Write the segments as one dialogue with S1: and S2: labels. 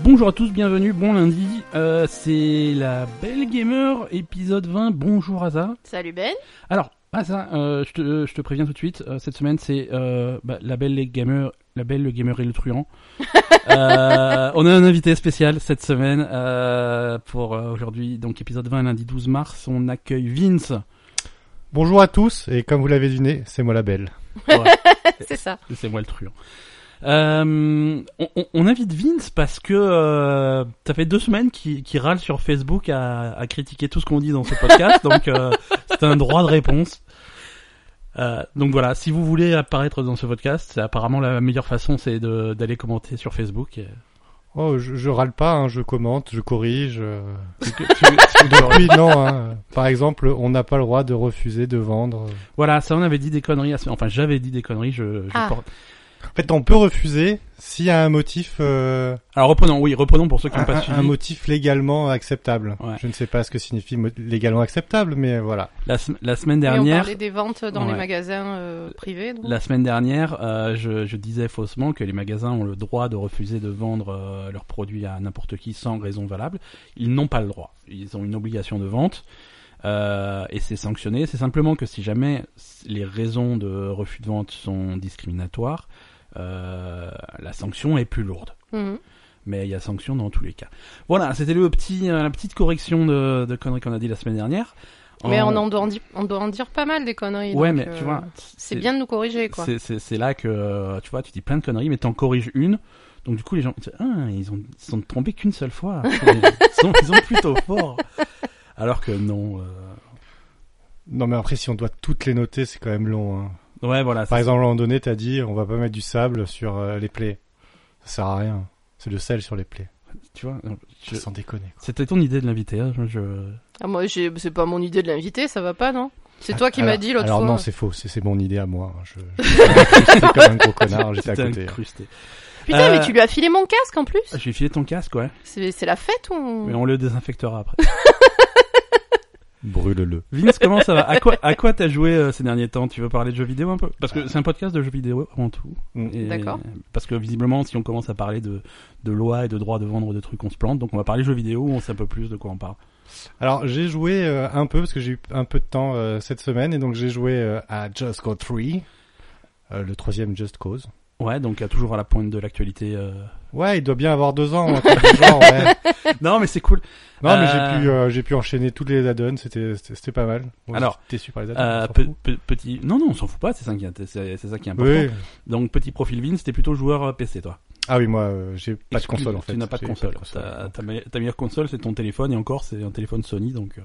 S1: Bonjour à tous, bienvenue, bon lundi. Euh, c'est la Belle Gamer, épisode 20. Bonjour Aza.
S2: Salut Ben.
S1: Alors, Aza, euh, je, te, euh, je te préviens tout de suite, euh, cette semaine c'est euh, bah, la Belle les Gamer, la Belle le Gamer et le Truand. Euh, on a un invité spécial cette semaine euh, pour euh, aujourd'hui, donc épisode 20, lundi 12 mars. On accueille Vince.
S3: Bonjour à tous, et comme vous l'avez deviné, c'est moi la belle.
S1: Voilà.
S2: C'est ça.
S1: C'est moi le truand. Euh, on, on- on invite Vince parce que euh, ça fait deux semaines qu'il qu'il râle sur Facebook à, à critiquer tout ce qu'on dit dans ce podcast, donc euh, c'est un droit de réponse. Euh, donc voilà, si vous voulez apparaître dans ce podcast, c'est apparemment la meilleure façon, c'est de- d'aller commenter sur Facebook. Et-
S3: Oh, je, je râle pas, hein, je commente, je corrige. euh,
S1: donc, tu- tu devrais-
S3: Oui, non, hein. par exemple, on n'a pas le droit de refuser de vendre.
S1: voilà, ça on avait dit des conneries. à ce- Enfin, j'avais dit des conneries. Je, je
S2: Ah.
S1: porte-
S3: En fait, on peut refuser s'il y a un motif, euh,
S1: Alors reprenons, oui, reprenons pour ceux qui
S3: un,
S1: n'ont pas
S3: un-
S1: suivi.
S3: un motif légalement acceptable.
S1: Ouais.
S3: Je ne sais pas ce que signifie mo- légalement acceptable, mais voilà.
S1: La, sem- la semaine
S2: Et on
S1: dernière,
S2: parlait des ventes dans
S1: Ouais.
S2: les magasins euh, privés. donc.
S1: La semaine dernière, euh, je, je disais faussement que les magasins ont le droit de refuser de vendre euh, leurs produits à n'importe qui sans raison valable. Ils n'ont pas le droit. Ils ont une obligation de vente euh, et c'est sanctionné. C'est simplement que si jamais les raisons de refus de vente sont discriminatoires, euh, la sanction est plus lourde.
S2: Mhm.
S1: Mais il y a sanction dans tous les cas. Voilà, c'était le petit, euh, la petite correction de, de conneries qu'on a dit la semaine dernière.
S2: Mais
S1: En-
S2: on, en doit en di- on doit en dire pas mal des conneries.
S1: Ouais,
S2: donc,
S1: mais
S2: euh,
S1: tu vois,
S2: C'est bien de nous corriger, quoi.
S1: c'est- C'est c'est là que euh, tu vois, tu dis plein de conneries, mais t'en corriges une. Donc du coup, les gens disent ah, ils ont ils se sont trompés qu'une seule fois. Ils sont, ils sont plutôt forts. Alors que non. euh,
S3: Non, mais après, si on doit toutes les noter, c'est quand même long. hein.
S1: Ouais, voilà.
S3: Par
S1: c'est-
S3: exemple, à un moment donné, t'as dit, on va pas mettre du sable sur euh, les plaies. Ça sert à rien. C'est le sel sur les plaies.
S1: Tu vois. je-
S3: Sans déconner.
S1: C'était ton idée de l'invité. hein, je- je-
S2: Ah, moi, j'ai- c'est pas mon idée de l'inviter, ça va pas, non C'est toi qui
S3: Alors-
S2: m'as dit l'autre fois.
S3: Alors non, c'est faux, c'est c'est mon idée à moi. hein. Je, je, j'étais comme un gros connard, j'étais à
S1: C'était
S3: côté. hein.
S1: incrusté. Ah,
S2: Putain,
S1: Euh,
S2: mais tu lui as filé mon casque en plus
S1: J'ai filé ton casque, ouais.
S2: C'est c'est la fête ou
S1: Mais on le désinfectera après.
S3: Brûle-le.
S1: Vince, comment ça va À quoi à quoi t'as joué euh, ces derniers temps Tu veux parler de jeux vidéo un peu Euh. Parce que c'est un podcast de jeux vidéo avant tout.
S3: Mm.
S1: Et-
S2: D'accord.
S1: Parce que visiblement, si on commence à parler de de loi et de droit de vendre de trucs, on se plante. Donc on va parler jeux vidéo. On sait un peu plus de quoi on parle.
S3: Alors j'ai joué euh, un peu parce que j'ai eu un peu de temps euh, cette semaine et donc j'ai joué euh, à Just Cause 3, euh, le troisième Just Cause.
S1: Ouais, donc euh, toujours à la pointe de l'actualité. euh.
S3: Ouais, il doit bien avoir deux ans. un truc du genre, ouais.
S1: non, mais c'est cool.
S3: Non, mais
S1: Euh.
S3: j'ai pu, euh, j'ai pu enchaîner toutes les add-ons, c'était, c'était c'était pas mal. Bon,
S1: Alors,
S3: j'étais déçu par les
S1: Euh,
S3: add-ons.
S1: pe- pe- petit, non, non, on s'en fout pas. C'est ça qui, est- c'est c'est ça qui est important.
S3: oui.
S1: Donc petit profil Vin, c'était plutôt joueur euh, PC, toi.
S3: Ah oui, moi euh, j'ai pas de
S1: Excuse-
S3: console en fait.
S1: Tu n'as pas de
S3: J'ai
S1: console. Ta- ta, me- ta meilleure console, c'est ton téléphone et encore, c'est un téléphone Sony. Donc euh,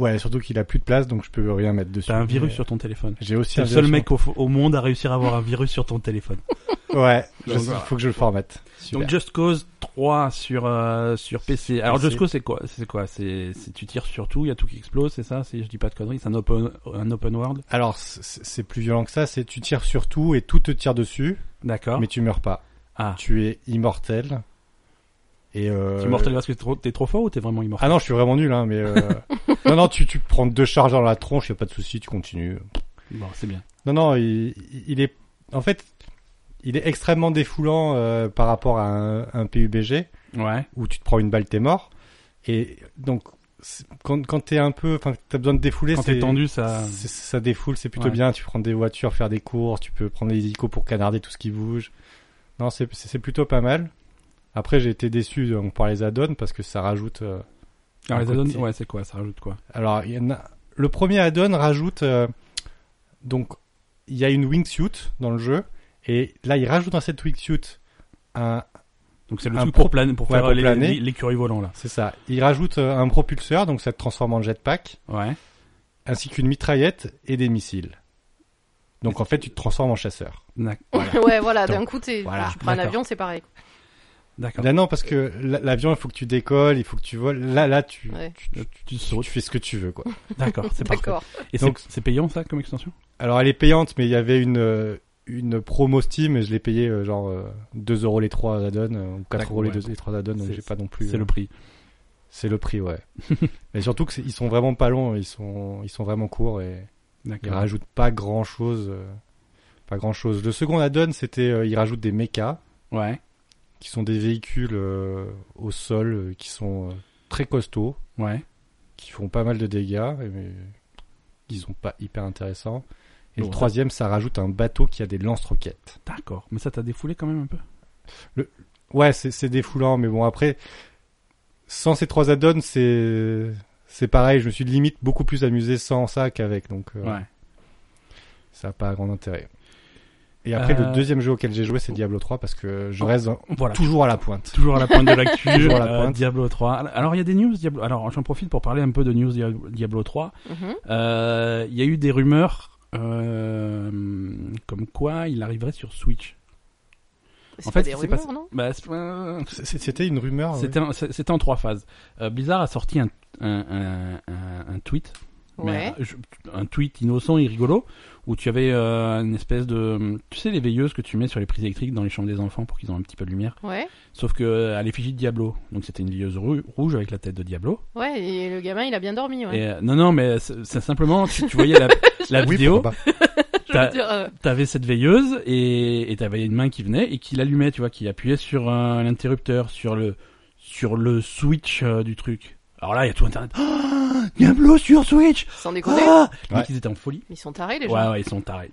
S3: Ouais, surtout qu'il a plus de place donc je peux rien mettre dessus.
S1: t'as un virus
S3: Mais,
S1: sur ton téléphone.
S3: euh, J'ai aussi
S1: C'est
S3: un
S1: le seul
S3: virus
S1: mec au, au monde à réussir à avoir un virus sur ton téléphone.
S3: sur- Ouais, je-
S1: Donc, voilà.
S3: faut que je le formate. Super.
S1: Donc Just Cause 3 sur euh, sur PC. Alors
S3: PC.
S1: Just Cause c'est quoi C'est quoi C'est c'est- tu tires sur tout, il y a tout qui explose, c'est ça Si je dis pas de conneries, c'est un open un open world.
S3: Alors c'est- c'est plus violent que ça, c'est tu tires sur tout et tout te tire dessus,
S1: D'accord.
S3: mais tu meurs pas.
S1: Ah.
S3: tu es immortel. Et euh...
S1: Tu es mortel parce que t'es trop, t'es trop fort ou t'es vraiment immortel
S3: Ah non, je suis vraiment nul, hein, mais euh... non, non, tu, tu te prends deux charges dans la tronche, y a pas de souci, tu continues.
S1: Bon, c'est bien.
S3: Ah Non, non, il, il est, en fait, il est extrêmement défoulant euh, par rapport à un, un PUBG
S1: Ouais.
S3: où tu te prends une balle, t'es mort. Et donc, c'est- quand, quand t'es un peu, enfin, t'as besoin de défouler,
S1: Quand
S3: c'est
S1: t'es tendu, ça.
S3: c'est- ça défoule, c'est plutôt
S1: Euh, Ouais.
S3: bien. Tu prends des voitures, faire des courses, tu peux prendre des hélicos pour canarder tout ce qui bouge. Non, c'est c'est- c'est plutôt pas mal. Après, j'ai été déçu donc, par les add-ons parce que ça rajoute. euh,
S1: Alors, les
S3: un
S1: add-ons,
S3: côté.
S1: ouais, c'est quoi Ça rajoute quoi
S3: Alors, il y en a- le premier add-on rajoute. euh, Donc, il y a une wingsuit dans le jeu. Et là, il rajoute dans cette wingsuit un.
S1: Donc c'est le
S3: Un
S1: truc
S3: pro-
S1: pour, planer, pour
S3: ouais,
S1: faire
S3: pour
S1: euh, les,
S3: planer.
S1: les, les curies volants là.
S3: C'est ça. Il rajoute euh, un propulseur, donc ça te transforme en jetpack,
S1: Ouais.
S3: ainsi qu'une mitraillette et des missiles. Donc, en fait, tu te transformes en chasseur.
S1: D'ac-
S2: Ouais, voilà,
S3: Donc,
S2: d'un coup, t'es-
S3: voilà,
S2: tu prends un
S1: d'accord.
S2: avion, c'est pareil.
S1: D'accord.
S3: Là non parce que l- l'avion il faut que tu décolles, il faut que tu voles. Là là tu
S2: Ouais.
S3: tu, tu-
S1: Tu
S3: tu-
S1: sautes.
S3: tu fais ce que tu veux quoi.
S1: D'accord, c'est parfait.
S2: D'accord.
S1: Et c'est
S3: Donc-
S1: c'est payant ça comme extension
S3: Alors elle est payante mais il y avait une euh, une promo Steam et je l'ai payé euh, genre euh, 2 euros les 3 add-ons euh, ou 4
S1: D'accord,
S3: euros les
S1: ouais.
S3: 2 les 3 add-ons donc
S1: C'est-
S3: j'ai pas non plus
S1: C'est le
S3: euh,
S1: prix.
S3: c'est le prix ouais. Mais surtout que c'est- ils sont vraiment pas longs, ils sont ils sont vraiment courts et ils
S1: D'accord.
S3: rajoutent pas grand-chose euh, pas grand-chose. Le second add-on c'était euh, ils rajoutent des mechas
S1: Ouais.
S3: qui sont des véhicules euh, au sol euh, qui sont euh, très costauds,
S1: Ouais.
S3: qui font pas mal de dégâts, et, mais qui sont pas hyper intéressants. Et
S1: Bon,
S3: le
S1: ça-
S3: troisième, ça rajoute un bateau qui a des lance-roquettes.
S1: D'accord. Mais ça t'a défoulé quand même un peu.
S3: Ouais, c'est c'est défoulant, mais bon, après, sans ces trois add-ons, c'est c'est pareil. Je me suis limite beaucoup plus amusé sans ça qu'avec, donc euh,
S1: Ouais.
S3: ça n'a pas grand intérêt. Et après,
S1: Euh,
S3: le deuxième jeu auquel j'ai joué, c'est Diablo 3, parce que je
S1: Oh.
S3: reste dans-
S1: Voilà.
S3: toujours à la pointe.
S1: Toujours à la pointe de l'actu,
S3: Toujours à la
S1: euh,
S3: pointe.
S1: Diablo 3. Alors il y a des news Diablo. Alors j'en profite pour parler un peu de news Dia- Diablo 3.
S2: Mhm.
S1: Euh, Il y a eu des rumeurs euh, comme quoi il arriverait sur Switch.
S2: C'est
S1: fait,
S2: pas
S1: ce
S2: des
S1: qui s'est
S2: rumeurs,
S1: passé-
S2: non
S1: Bah, c'est- euh,
S3: C'est- c'est- C'était une rumeur.
S1: c'était en- c'est- c'était en trois phases. Euh, Blizzard a sorti un, un, un- un- un tweet.
S2: Ouais.
S1: Mais, euh, je- un tweet innocent et rigolo où tu avais euh, une espèce de tu sais les veilleuses que tu mets sur les prises électriques dans les chambres des enfants pour qu'ils aient un petit peu de lumière
S2: Ouais.
S1: sauf que euh, à l'effigie de Diablo donc c'était une veilleuse ru- rouge avec la tête de Diablo
S2: Ouais, et le gamin, il a bien dormi, ouais.
S1: Et, euh, non, non, mais c'est c'est simplement, tu, tu voyais la, la
S3: Oui,
S1: vidéo,
S3: pourquoi pas.
S2: Je
S1: t'as-
S2: veux dire, euh,
S1: t'avais cette veilleuse et et t'avais une main qui venait et qui l'allumait, tu vois, qui appuyait sur euh, l'interrupteur, sur le, sur le switch euh, du truc. Alors là, il y a tout Internet. Ah, Diablo sur Switch
S2: sans déconner,
S1: ah Les
S3: Ouais.
S1: mecs, ils étaient en folie.
S2: ils sont tarés, les
S1: Ouais,
S2: gens.
S1: ouais, ils sont tarés.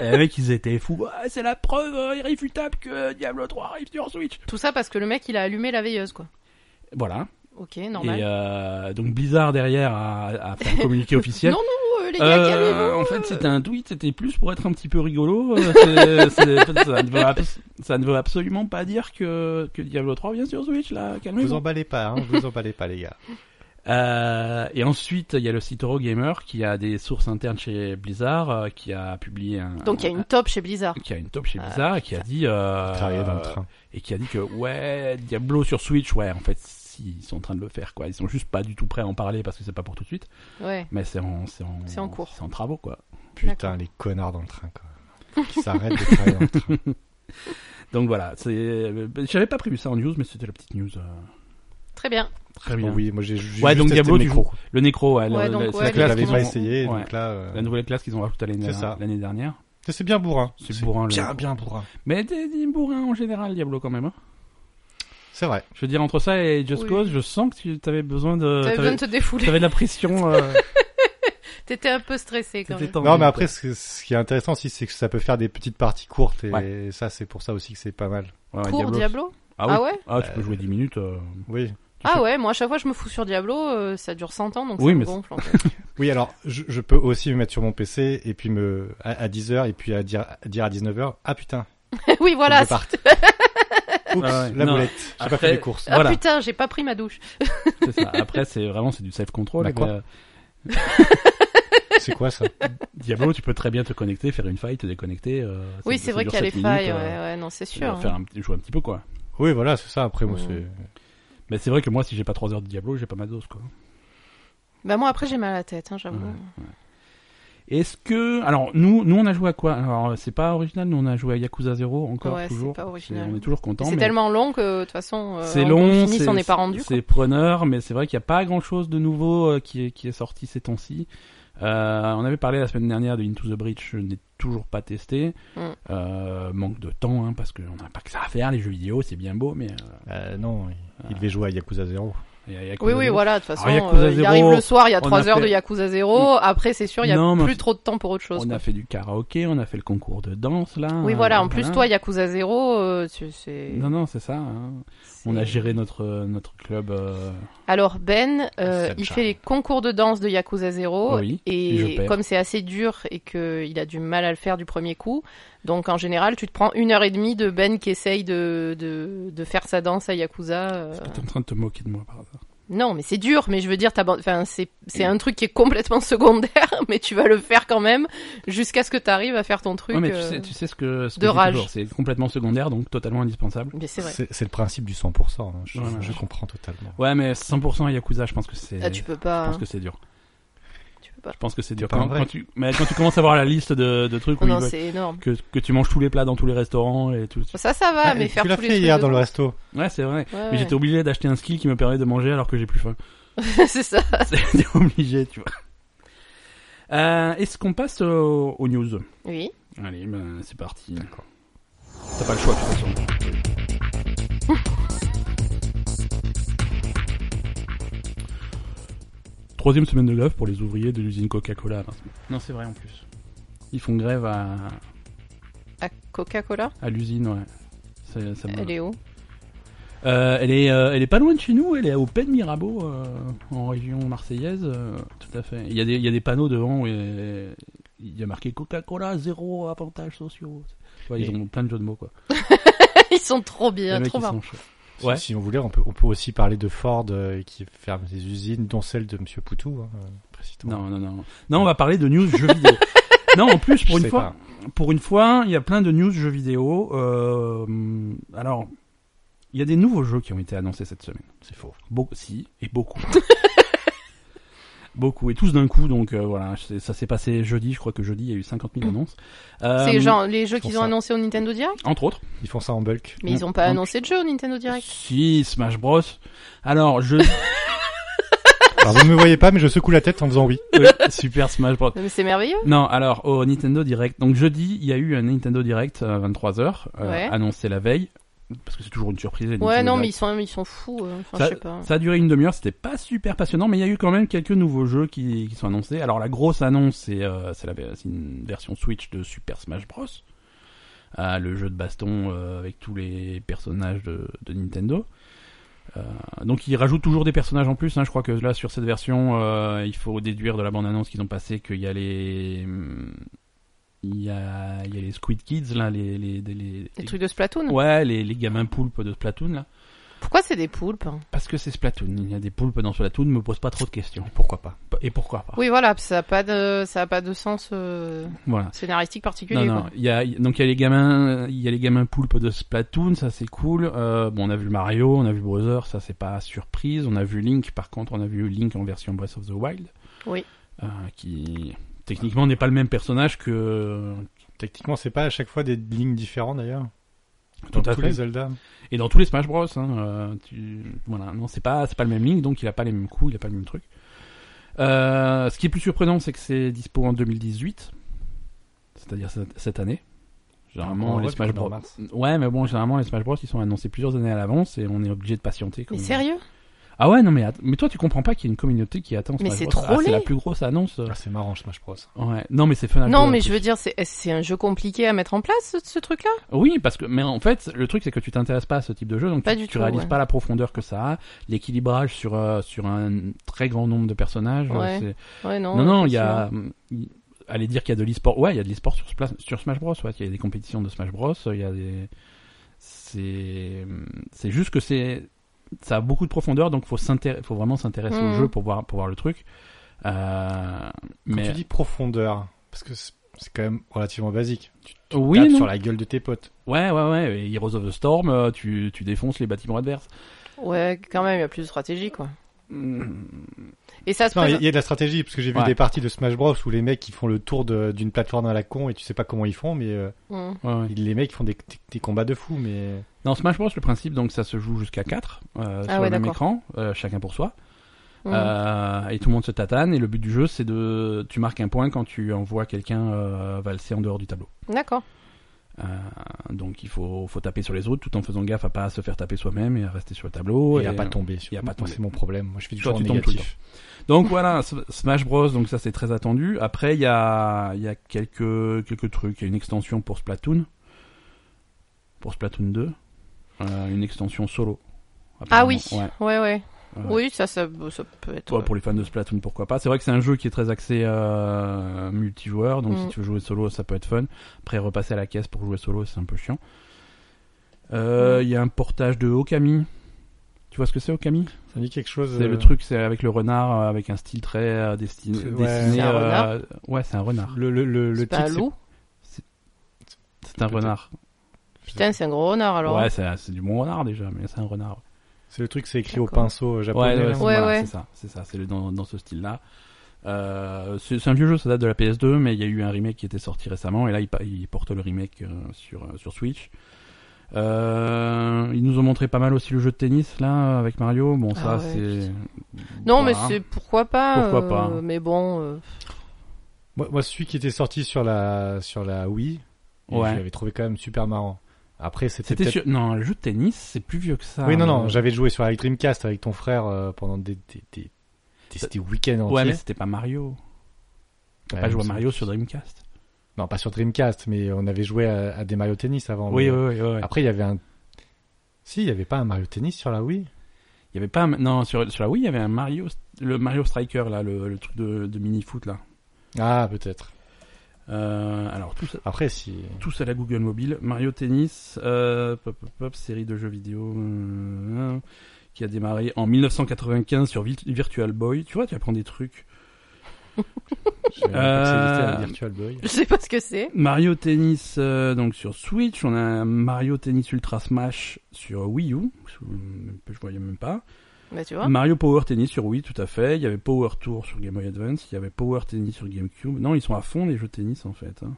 S1: Et les mecs, ils étaient fous. Ouais, c'est la preuve euh, irréfutable que Diablo 3 arrive sur Switch.
S2: Tout ça parce que le mec, il a allumé la veilleuse, quoi.
S1: Voilà.
S2: Ok, normal.
S1: Et euh, donc Blizzard, derrière, a, a fait un communiqué officiel.
S2: Non, Oh, euh, les gars,
S1: Euh,
S2: calmez-vous.
S1: en fait, c'était un tweet, c'était plus pour être un petit peu rigolo. euh, c'est- c'est- en fait, ça, ne veut abs- ça ne veut absolument pas dire que, que Diablo 3 vient sur Switch, là,
S3: Vous
S1: calmez-vous.
S3: emballez pas, hein, vous emballez pas, les gars.
S1: Euh, et ensuite, il y a le site Eurogamer qui a des sources internes chez Blizzard, euh, qui a publié un.
S2: Donc, il y a une top chez Blizzard.
S1: un- qui a une top chez
S2: Ah,
S1: Blizzard et qui a dit euh,
S3: Travailler dans le train.
S1: et qui a dit que ouais Diablo sur Switch ouais en fait si, ils sont en train de le faire quoi ils sont juste pas du tout prêts à en parler parce que c'est pas pour tout de suite
S2: Ouais.
S1: mais c'est en c'est en
S2: C'est en cours.
S1: c'est en travaux quoi
S3: Putain, les connards dans le train, quand même. Qui s'arrêtent de travailler dans le train.
S1: Donc voilà, c'est. euh, J'avais pas prévu ça en news, mais c'était la petite news. euh,
S2: Très bien.
S1: Très bien.
S3: Oui, moi j'ai ju-
S1: Ouais,
S3: juste
S1: donc
S3: testé
S1: Diablo,
S3: le
S1: tu
S3: micro.
S1: joues. Le nécro, ouais, le-
S2: Ouais, donc,
S1: le-
S2: ouais,
S1: c'est
S3: C'est
S1: la
S3: vrai que je
S1: classe
S2: les
S3: l'avais
S1: qu'ils
S3: pas
S1: ont-
S3: essayé,
S1: ouais,
S3: donc là. euh,
S1: La nouvelle classe qu'ils ont rajoutée l'année
S3: C'est ça.
S1: l'année dernière.
S3: C'est bien bourrin.
S1: C'est bourrin, le-
S3: Bien, bien bourrin.
S1: Mais des, des bourrins en général, Diablo quand même. hein.
S3: C'est vrai.
S1: Je veux dire, entre ça et Just
S2: Oui.
S1: Cause, je sens que tu t'avais besoin de.
S2: T'avais besoin de te défouler.
S1: t'avais de la pression. euh,
S2: T'étais un peu stressé, quand
S1: t'étais
S2: même.
S1: tendu,
S3: Non, mais
S1: quoi.
S3: après, ce, ce qui est intéressant aussi, c'est que ça peut faire des petites parties courtes, et
S1: Ouais.
S3: ça, c'est pour ça aussi que c'est pas mal.
S1: Ouais, ouais,
S2: Cours, Diablo
S1: Ah, oui.
S2: Ah ouais
S1: Ah, tu peux jouer 10 minutes. euh,
S3: Oui.
S1: tu fais-
S2: Ah ouais, moi, à chaque fois, je me fous sur Diablo, euh, ça dure 100 ans, donc
S1: Oui,
S2: ça
S1: mais
S2: me gonfle, en fait.
S3: Oui, alors, je, je peux aussi me mettre sur mon PC, et puis me, à, 10h, et puis à dire, dire à 19h, ah putain.
S2: Oui,
S3: faut que
S2: voilà.
S3: je parte. Oups,
S1: Ah ouais,
S3: la
S1: non.
S3: boulette. J'ai
S1: Après-
S3: pas fait les courses.
S2: Ah
S1: Voilà.
S2: putain, j'ai pas pris ma douche.
S1: c'est ça. Après, c'est vraiment c'est du ben, self control.
S3: Bah, quoi C'est quoi ça?
S1: Diablo, tu peux très bien te connecter, faire une faille, te déconnecter. euh, ça-
S2: Oui,
S1: ça
S2: c'est vrai
S1: dure
S2: qu'il y a les
S1: 7 minutes,
S2: failles,
S1: euh,
S2: ouais, ouais, non, c'est
S1: euh,
S2: sûr. hein.
S1: Faire un, petit- jouer un petit peu quoi.
S3: Oui, voilà, c'est ça. Après, moi,
S1: Euh,
S2: Mm.
S3: c'est,
S1: Mais c'est vrai que moi, si j'ai pas 3 heures de Diablo, j'ai pas ma dose, quoi.
S2: Bah moi après j'ai mal à la tête, hein, j'avoue.
S1: Ouais. Est-ce que. Alors, nous, nous on a joué à quoi Alors, euh, c'est pas original, nous, on a joué à Yakuza 0 encore,
S2: Ouais, c'est
S1: toujours.
S2: pas original.
S1: C'est- On est toujours
S2: Et
S1: content.
S2: C'est
S1: mais
S2: tellement long que de toute façon, euh,
S1: C'est
S2: on-
S1: long,
S2: on finit,
S1: c'est-
S2: on n'est pas rendu. quoi.
S1: c'est preneur, mais c'est vrai qu'il n'y a pas grand chose de nouveau euh, qui, est, qui est sorti ces temps-ci. Euh, on avait parlé la semaine dernière de Into the Breach, je n'ai toujours pas testé.
S2: Mm.
S1: Euh, manque de temps, hein, parce qu'on n'a pas que ça à faire, les jeux vidéo, c'est bien beau, mais. euh,
S3: euh, non, il, il devait jouer à Yakuza 0.
S1: il y a Yakuza
S2: Oui, oui,
S1: 0.
S2: voilà, de toute façon,
S1: Alors, Yakuza
S2: euh, il
S1: zéro,
S2: arrive le soir, il y a
S1: on
S2: 3
S1: a
S2: heures
S1: fait-
S2: de Yakuza 0, après c'est sûr, il y a
S1: Non, mais on
S2: plus
S1: fait-
S2: trop de temps pour autre chose.
S1: On
S2: quoi.
S1: a fait du karaoké, on a fait le concours de danse, là.
S2: Oui,
S1: euh,
S2: voilà, en plus toi, Yakuza 0, euh, tu- c'est...
S1: Non, non, c'est ça. hein.
S2: c'est-
S1: On a géré notre, euh, notre club. euh,
S2: Alors Ben, euh,
S3: Sunshine.
S2: il fait les concours de danse de Yakuza 0,
S1: Oui, et je
S2: et
S1: perds.
S2: comme c'est assez dur et qu'il a du mal à le faire du premier coup, donc en général tu te prends une heure et demie de Ben qui essaye de, de, de faire sa danse à Yakuza. euh,
S1: T'es en train de te moquer de moi par hasard.
S2: Non, mais c'est dur, mais je veux dire, t'as ban- enfin, c'est c'est un truc qui est complètement secondaire, mais tu vas le faire quand même jusqu'à ce que tu arrives à faire ton truc.
S1: Ouais, mais tu
S2: euh,
S1: sais, tu sais ce que. ce que
S2: de
S1: je dis
S2: rage.
S1: toujours, C'est complètement secondaire, donc totalement indispensable.
S2: Mais c'est vrai.
S3: C'est c'est le principe du 100%. hein. Je,
S1: Voilà.
S3: je comprends totalement.
S1: Ouais, mais 100% Yakuza, je pense que c'est.
S2: Ah, tu peux
S1: Je
S2: pas.
S1: pense
S2: hein,
S1: que c'est dur.
S2: Tu peux pas.
S1: Je pense que c'est dur.
S3: pas
S1: Quand,
S3: vrai.
S1: quand tu, mais quand tu commences à voir la liste de, de trucs où
S2: Non, non,
S1: il veut-
S2: c'est énorme.
S1: que, que tu manges tous les plats dans tous les restaurants et tout.
S2: Ça, ça va,
S3: Ah,
S2: mais
S3: et
S2: faire
S3: tu
S2: tous
S3: l'as
S2: les
S3: fait
S2: trucs
S3: hier
S2: de
S3: dans le
S2: danse.
S3: resto.
S1: Ouais, c'est vrai.
S2: Ouais,
S1: Mais
S2: ouais.
S1: j'étais obligé d'acheter un skill qui me permet de manger alors que j'ai plus faim.
S2: c'est ça.
S1: J'étais obligé, tu vois. Euh, Est-ce qu'on passe au- aux news
S2: Oui.
S1: Allez, ben, c'est parti. T'as pas le choix, de toute façon. troisième semaine de grève pour les ouvriers de l'usine Coca-Cola. Non, c'est vrai en plus. Ils font grève à,
S2: À Coca-Cola
S1: à l'usine, ouais. C'est- ça me-
S2: Elle est où
S1: Euh, elle est, euh, elle est pas loin de chez nous, elle est au Pays de Mirabeau, euh, en région marseillaise, euh, tout à fait. Il y a des, il y a des panneaux devant où euh, il y a marqué Coca-Cola, zéro avantages sociaux. Tu vois, ils
S3: Et-
S1: ont plein de jeux de mots, quoi.
S2: Ils sont trop bien,
S1: Les mecs,
S2: trop
S1: ils
S2: marrants.
S1: sont chauds.
S3: Si-
S1: Ouais.
S3: Si, on voulait, on peut, on peut aussi parler de Ford euh, qui ferme ses usines, dont celle de Monsieur Poutou, hein, euh, précisément.
S1: Non, non, non. Non, on va parler de news jeux vidéo. non, en plus,
S3: Je
S1: pour une
S3: sais
S1: fois,
S3: pas.
S1: pour une fois, il y a plein de news jeux vidéo. Euh, alors, il y a des nouveaux jeux qui ont été annoncés cette semaine. C'est faux. Beaucoup, si, et beaucoup. beaucoup, et tous d'un coup. Donc euh, voilà, c'est- ça s'est passé jeudi. Je crois que jeudi, il y a eu 50 000 annonces. Euh,
S2: C'est genre les jeux
S3: pour
S2: qu'ils ont
S3: ça.
S2: annoncés au Nintendo Direct
S1: Entre autres.
S3: Ils font ça en bulk.
S2: Mais
S1: Non,
S2: ils ont pas
S1: non.
S2: annoncé de jeu au Nintendo Direct.
S1: Si, Smash Bros. Alors, je...
S3: Alors, vous ne me voyez pas, mais je secoue la tête en faisant oui.
S1: euh, Super Smash Bros.
S2: Non, Mais c'est merveilleux.
S1: Non, alors au Nintendo Direct. Donc jeudi, il y a eu un Nintendo Direct à 23h, euh,
S2: Ouais.
S1: annoncé la veille, parce que c'est toujours une surprise. les
S2: Ouais,
S1: Nintendo
S2: non, mais
S1: Direct.
S2: ils sont, ils sont fous. euh. Enfin, je sais pas.
S1: Ça a duré une demi-heure, c'était pas super passionnant, mais il y a eu quand même quelques nouveaux jeux qui, qui sont annoncés. Alors la grosse annonce, c'est euh, c'est la ver- c'est une version Switch de Super Smash Bros. Ah, le jeu de baston euh, avec tous les personnages de, de Nintendo. Euh, donc ils rajoutent toujours des personnages en plus. hein. Je crois que là sur cette version, euh, il faut déduire de la bande-annonce qu'ils ont passée qu'il y a les hum, il y a, il y a les Squid Kids là, les les, les- les-
S2: Des trucs de Splatoon.
S1: ouais les, les gamins poulpes de Splatoon là.
S2: Pourquoi c'est des poulpes hein
S1: Parce que c'est Splatoon. Il y a des poulpes dans Splatoon, ne me pose pas trop de questions.
S3: Pourquoi pas
S1: Et pourquoi pas
S2: Oui, voilà, ça a pas de, ça a pas de sens euh,
S1: Voilà.
S2: scénaristique
S1: Non,
S2: particulier.
S1: non.
S2: quoi.
S1: Il y a, donc il y a les gamins, il y a les gamins poulpes de Splatoon, ça c'est cool. Euh, bon, on a vu Mario, on a vu Bowser, ça c'est pas surprise. On a vu Link, par contre, on a vu Link en version Breath of the Wild.
S2: Oui.
S1: Euh, qui techniquement n'est pas le même personnage que
S3: Techniquement, c'est pas à chaque fois des lignes différentes d'ailleurs.
S1: Tout
S3: Dans
S1: à
S3: tous
S1: fait.
S3: les Zelda.
S1: Et dans tous les Smash Bros, hein, euh, tu... voilà, non, c'est pas, c'est pas le même Link, donc il a pas les mêmes coups, il a pas le même truc. Euh, ce qui est plus surprenant, c'est que c'est dispo en 2018, c'est-à-dire cette- cette année. Généralement,
S3: Ah, Ouais,
S1: les
S3: puis
S1: Smash
S3: dans
S1: Bros.
S3: mars.
S1: Ouais, mais bon, généralement les Smash Bros, ils sont annoncés plusieurs années à l'avance et on est obligé de patienter.
S2: Mais
S1: comme-
S2: sérieux
S1: Ah ouais, non, mais att- mais toi, tu comprends pas qu'il y a une communauté qui attend
S2: Mais
S1: Smash
S2: c'est
S1: Bros.
S2: trop
S1: Ah, c'est la
S2: laid.
S1: plus grosse annonce. euh,
S3: Ah, c'est marrant, Smash Bros.
S1: Ouais. Ah, Non, mais c'est fun. à jouer,
S2: Non,
S1: en
S2: mais
S1: plus.
S2: je veux dire, c'est, c'est un jeu compliqué à mettre en place, ce, ce truc-là
S1: Oui, parce que mais en fait, le truc c'est que tu t'intéresses pas à ce type de jeu, donc
S2: Pas
S1: tu,
S2: du
S1: tu
S2: tout,
S1: réalises
S2: ouais.
S1: pas la profondeur que ça a, l'équilibrage sur euh, sur un très grand nombre de personnages. euh,
S2: Ouais,
S1: c'est-
S2: Ouais, non.
S1: Non, non, il y a hum, aller dire qu'il y a de l'e-sport. Ouais, il y a de l'e-sport sur, Spla- sur Smash Bros. Ouais, il y a des compétitions de Smash Bros. Il y a des c'est c'est juste que c'est ça a beaucoup de profondeur, donc faut s'intéresser, faut vraiment s'intéresser au
S2: Mhm.
S1: jeu pour voir pour voir le truc. Euh,
S3: Quand
S1: mais
S3: tu dis profondeur, parce que c'est c'est quand même relativement basique. Tu
S1: oui,
S3: tapes
S1: non.
S3: sur la gueule de tes potes.
S1: ouais, ouais, ouais. et Heroes of the Storm, euh, tu tu défonces les bâtiments adverses.
S2: Ouais, quand même, il y a plus de stratégie, quoi.
S1: Hum.
S2: Et ça se
S3: Non, il y a-
S2: présente-
S3: il y a de la stratégie, parce que j'ai vu
S1: Ouais.
S3: des parties de Smash Bros où les mecs ils font le tour de- d'une plateforme à la con et tu sais pas comment ils font, mais euh,
S2: Hmm.
S1: Ouais, ouais.
S3: ils- les mecs font des, des- des combats de fous, mais
S1: Dans Smash Bros, le principe, donc ça se joue jusqu'à 4 euh,
S2: Ah
S1: sur
S2: ouais,
S1: le même
S2: d'accord.
S1: écran, euh, chacun pour soi.
S2: Hmm.
S1: Euh, et tout le monde se tatane. Et le but du jeu, c'est de. Tu marques un point quand tu envoies quelqu'un euh, valser en dehors du tableau.
S2: Mm. D'accord.
S1: Euh, donc il faut, faut taper sur les autres tout en faisant gaffe à pas se faire taper soi-même et à rester sur le tableau.
S3: il y a
S1: et-
S3: pas tombé.
S1: il y a pas
S3: Moi,
S1: tombé.
S3: C'est mon problème. Moi je fais du
S1: Toi,
S3: genre
S1: tu tombes tout le
S3: négatif.
S1: Donc voilà, S- Smash Bros, donc ça c'est très attendu. Après, il y a, il y a quelques, quelques trucs. Il y a une extension pour Splatoon. Pour Splatoon 2. Euh, une extension solo.
S2: Ah
S1: apparemment.
S2: oui,
S1: Ouais.
S2: ouais, ouais.
S1: Ouais.
S2: Oui, ça, ça, ça peut être.
S1: Toi, pour les fans de Splatoon, pourquoi pas. C'est vrai que c'est un jeu qui est très axé euh, multijoueur, donc
S2: Mm.
S1: si tu veux jouer solo, ça peut être fun. Après, repasser à la caisse pour jouer solo, c'est un peu chiant. Euh,
S2: Mm.
S1: Il y a un portage de Okami. Tu vois ce que c'est Okami
S3: Ça me dit quelque chose.
S1: C'est
S3: euh,
S1: le truc, c'est avec le renard, euh, avec un style très euh, destiné.
S3: C'est- ouais.
S1: dessiné,
S2: C'est un renard
S1: euh, ouais, c'est un renard.
S3: Le, le, le, le
S2: c'est
S3: titre.
S2: pas un loup.
S1: C'est un
S3: Peut-être.
S1: renard.
S3: c'est-
S2: Putain, c'est un gros renard alors.
S1: Ouais, c'est c'est du bon renard déjà, mais c'est un renard.
S3: C'est le truc, c'est écrit au
S2: D'accord.
S3: pinceau euh,
S1: Ouais, ouais,
S3: japonais. là.
S1: c'est-
S2: Ouais,
S1: voilà,
S2: ouais.
S1: c'est ça, c'est ça, c'est le- dans, dans ce style-là. Euh, c'est c'est un vieux jeu, ça date de la PS2, mais il y a eu un remake qui était sorti récemment, et là, il, pa- il porte le remake euh, sur, euh, sur Switch. Euh, ils nous ont montré pas mal aussi le jeu de tennis, là, avec Mario. Bon, ça,
S2: Ah ouais,
S1: c'est...
S2: Non, mais
S1: Voilà.
S2: c'est pourquoi pas.
S1: Pourquoi
S2: euh,
S1: pas.
S2: Mais bon, euh,
S3: Moi, moi, celui qui était sorti sur la sur la Wii, et
S1: Ouais.
S3: je l'avais trouvé quand même super marrant. Après, c'était
S1: C'était
S3: peut-être.
S1: sur... Non, le jeu de tennis, c'est plus vieux que ça.
S3: Oui, non, non,
S1: Euh,
S3: j'avais joué sur la Dreamcast avec ton frère euh, pendant des, des, des, testé week-end entier.
S1: Ouais, mais c'était pas Mario. T'as
S3: Ouais,
S1: pas joué à
S3: mais
S1: Mario
S3: c'est-
S1: sur Dreamcast
S3: Non, pas sur Dreamcast, mais on avait joué à, à des Mario Tennis avant.
S1: Oui,
S3: mais-
S1: oui, oui. ouais.
S3: Après, il y avait un. Si, il y avait pas un Mario Tennis sur la Wii.
S1: Il y avait pas un- non sur sur la Wii, il y avait un Mario le Mario Striker là, le, le truc de, de mini foot là.
S3: Ah, peut-être.
S1: Euh, alors tout ça,
S3: Après, si.
S1: tout ça la Google Mobile, Mario Tennis, euh, pop, pop, pop, série de jeux vidéo euh, qui a démarré en 1995 sur Vi- Virtual Boy. Tu vois, tu apprends des trucs.
S3: j'avais pas que ça existait, la
S1: Euh,
S3: Virtual Boy.
S2: Je sais pas ce que c'est.
S1: Mario Tennis euh, donc sur Switch, on a un Mario Tennis Ultra Smash sur Wii U, sous- je voyais même pas.
S2: Bah, tu vois.
S1: Mario Power Tennis sur Wii, tout à fait. Il y avait Power Tour sur Game Boy Advance. Il y avait Power Tennis sur GameCube. Non, ils sont à fond les jeux de tennis en fait. hein.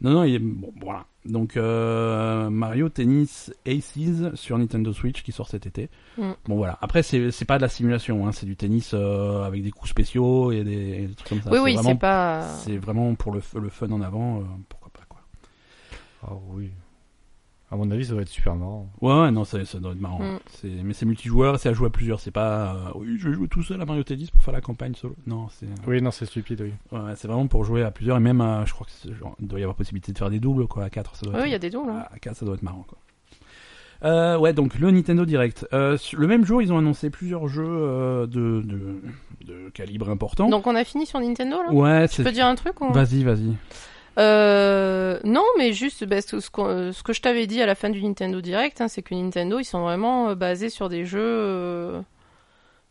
S1: Non, non, il est... bon, voilà. Donc euh, Mario Tennis Aces sur Nintendo Switch qui sort cet été.
S2: Mm.
S1: Bon voilà. Après, c'est c'est pas de la simulation, hein. c'est du tennis euh, avec des coups spéciaux et des, et des trucs comme ça.
S2: oui, oui,
S1: vraiment-
S2: c'est pas.
S1: C'est vraiment pour le, f- le fun en avant. euh, pourquoi pas quoi.
S3: Ah oui. À mon avis, ça doit être super marrant.
S1: Ouais, ouais, non, ça, ça doit être marrant.
S2: Mm.
S1: C'est, mais c'est multijoueur, c'est à jouer à plusieurs. C'est pas, euh, oui, je vais jouer tout seul à Mario Tennis pour faire la campagne solo. Non, c'est, euh,
S3: Oui, non, c'est stupide, oui.
S1: ouais, c'est vraiment pour jouer à plusieurs. Et même, euh, je crois que c'est genre- il doit y avoir possibilité de faire des doubles, quoi. À 4, ça doit
S2: Oui,
S1: être,
S2: il y a des hein. dons là.
S1: à 4, ça doit être marrant, quoi. Euh, ouais, donc le Nintendo Direct. Euh, sur- le même jour, ils ont annoncé plusieurs jeux euh, de, de, de calibre important.
S2: Donc on a fini sur Nintendo là.
S1: Ouais,
S2: Tu
S1: c'est.
S2: peux dire hein. un truc ou...
S1: Vas-y, vas-y.
S2: Euh, non, mais juste bah, ce, ce qu'on- euh, ce que je t'avais dit à la fin du Nintendo Direct, hein, c'est que Nintendo, ils sont vraiment euh, basés sur des jeux... euh,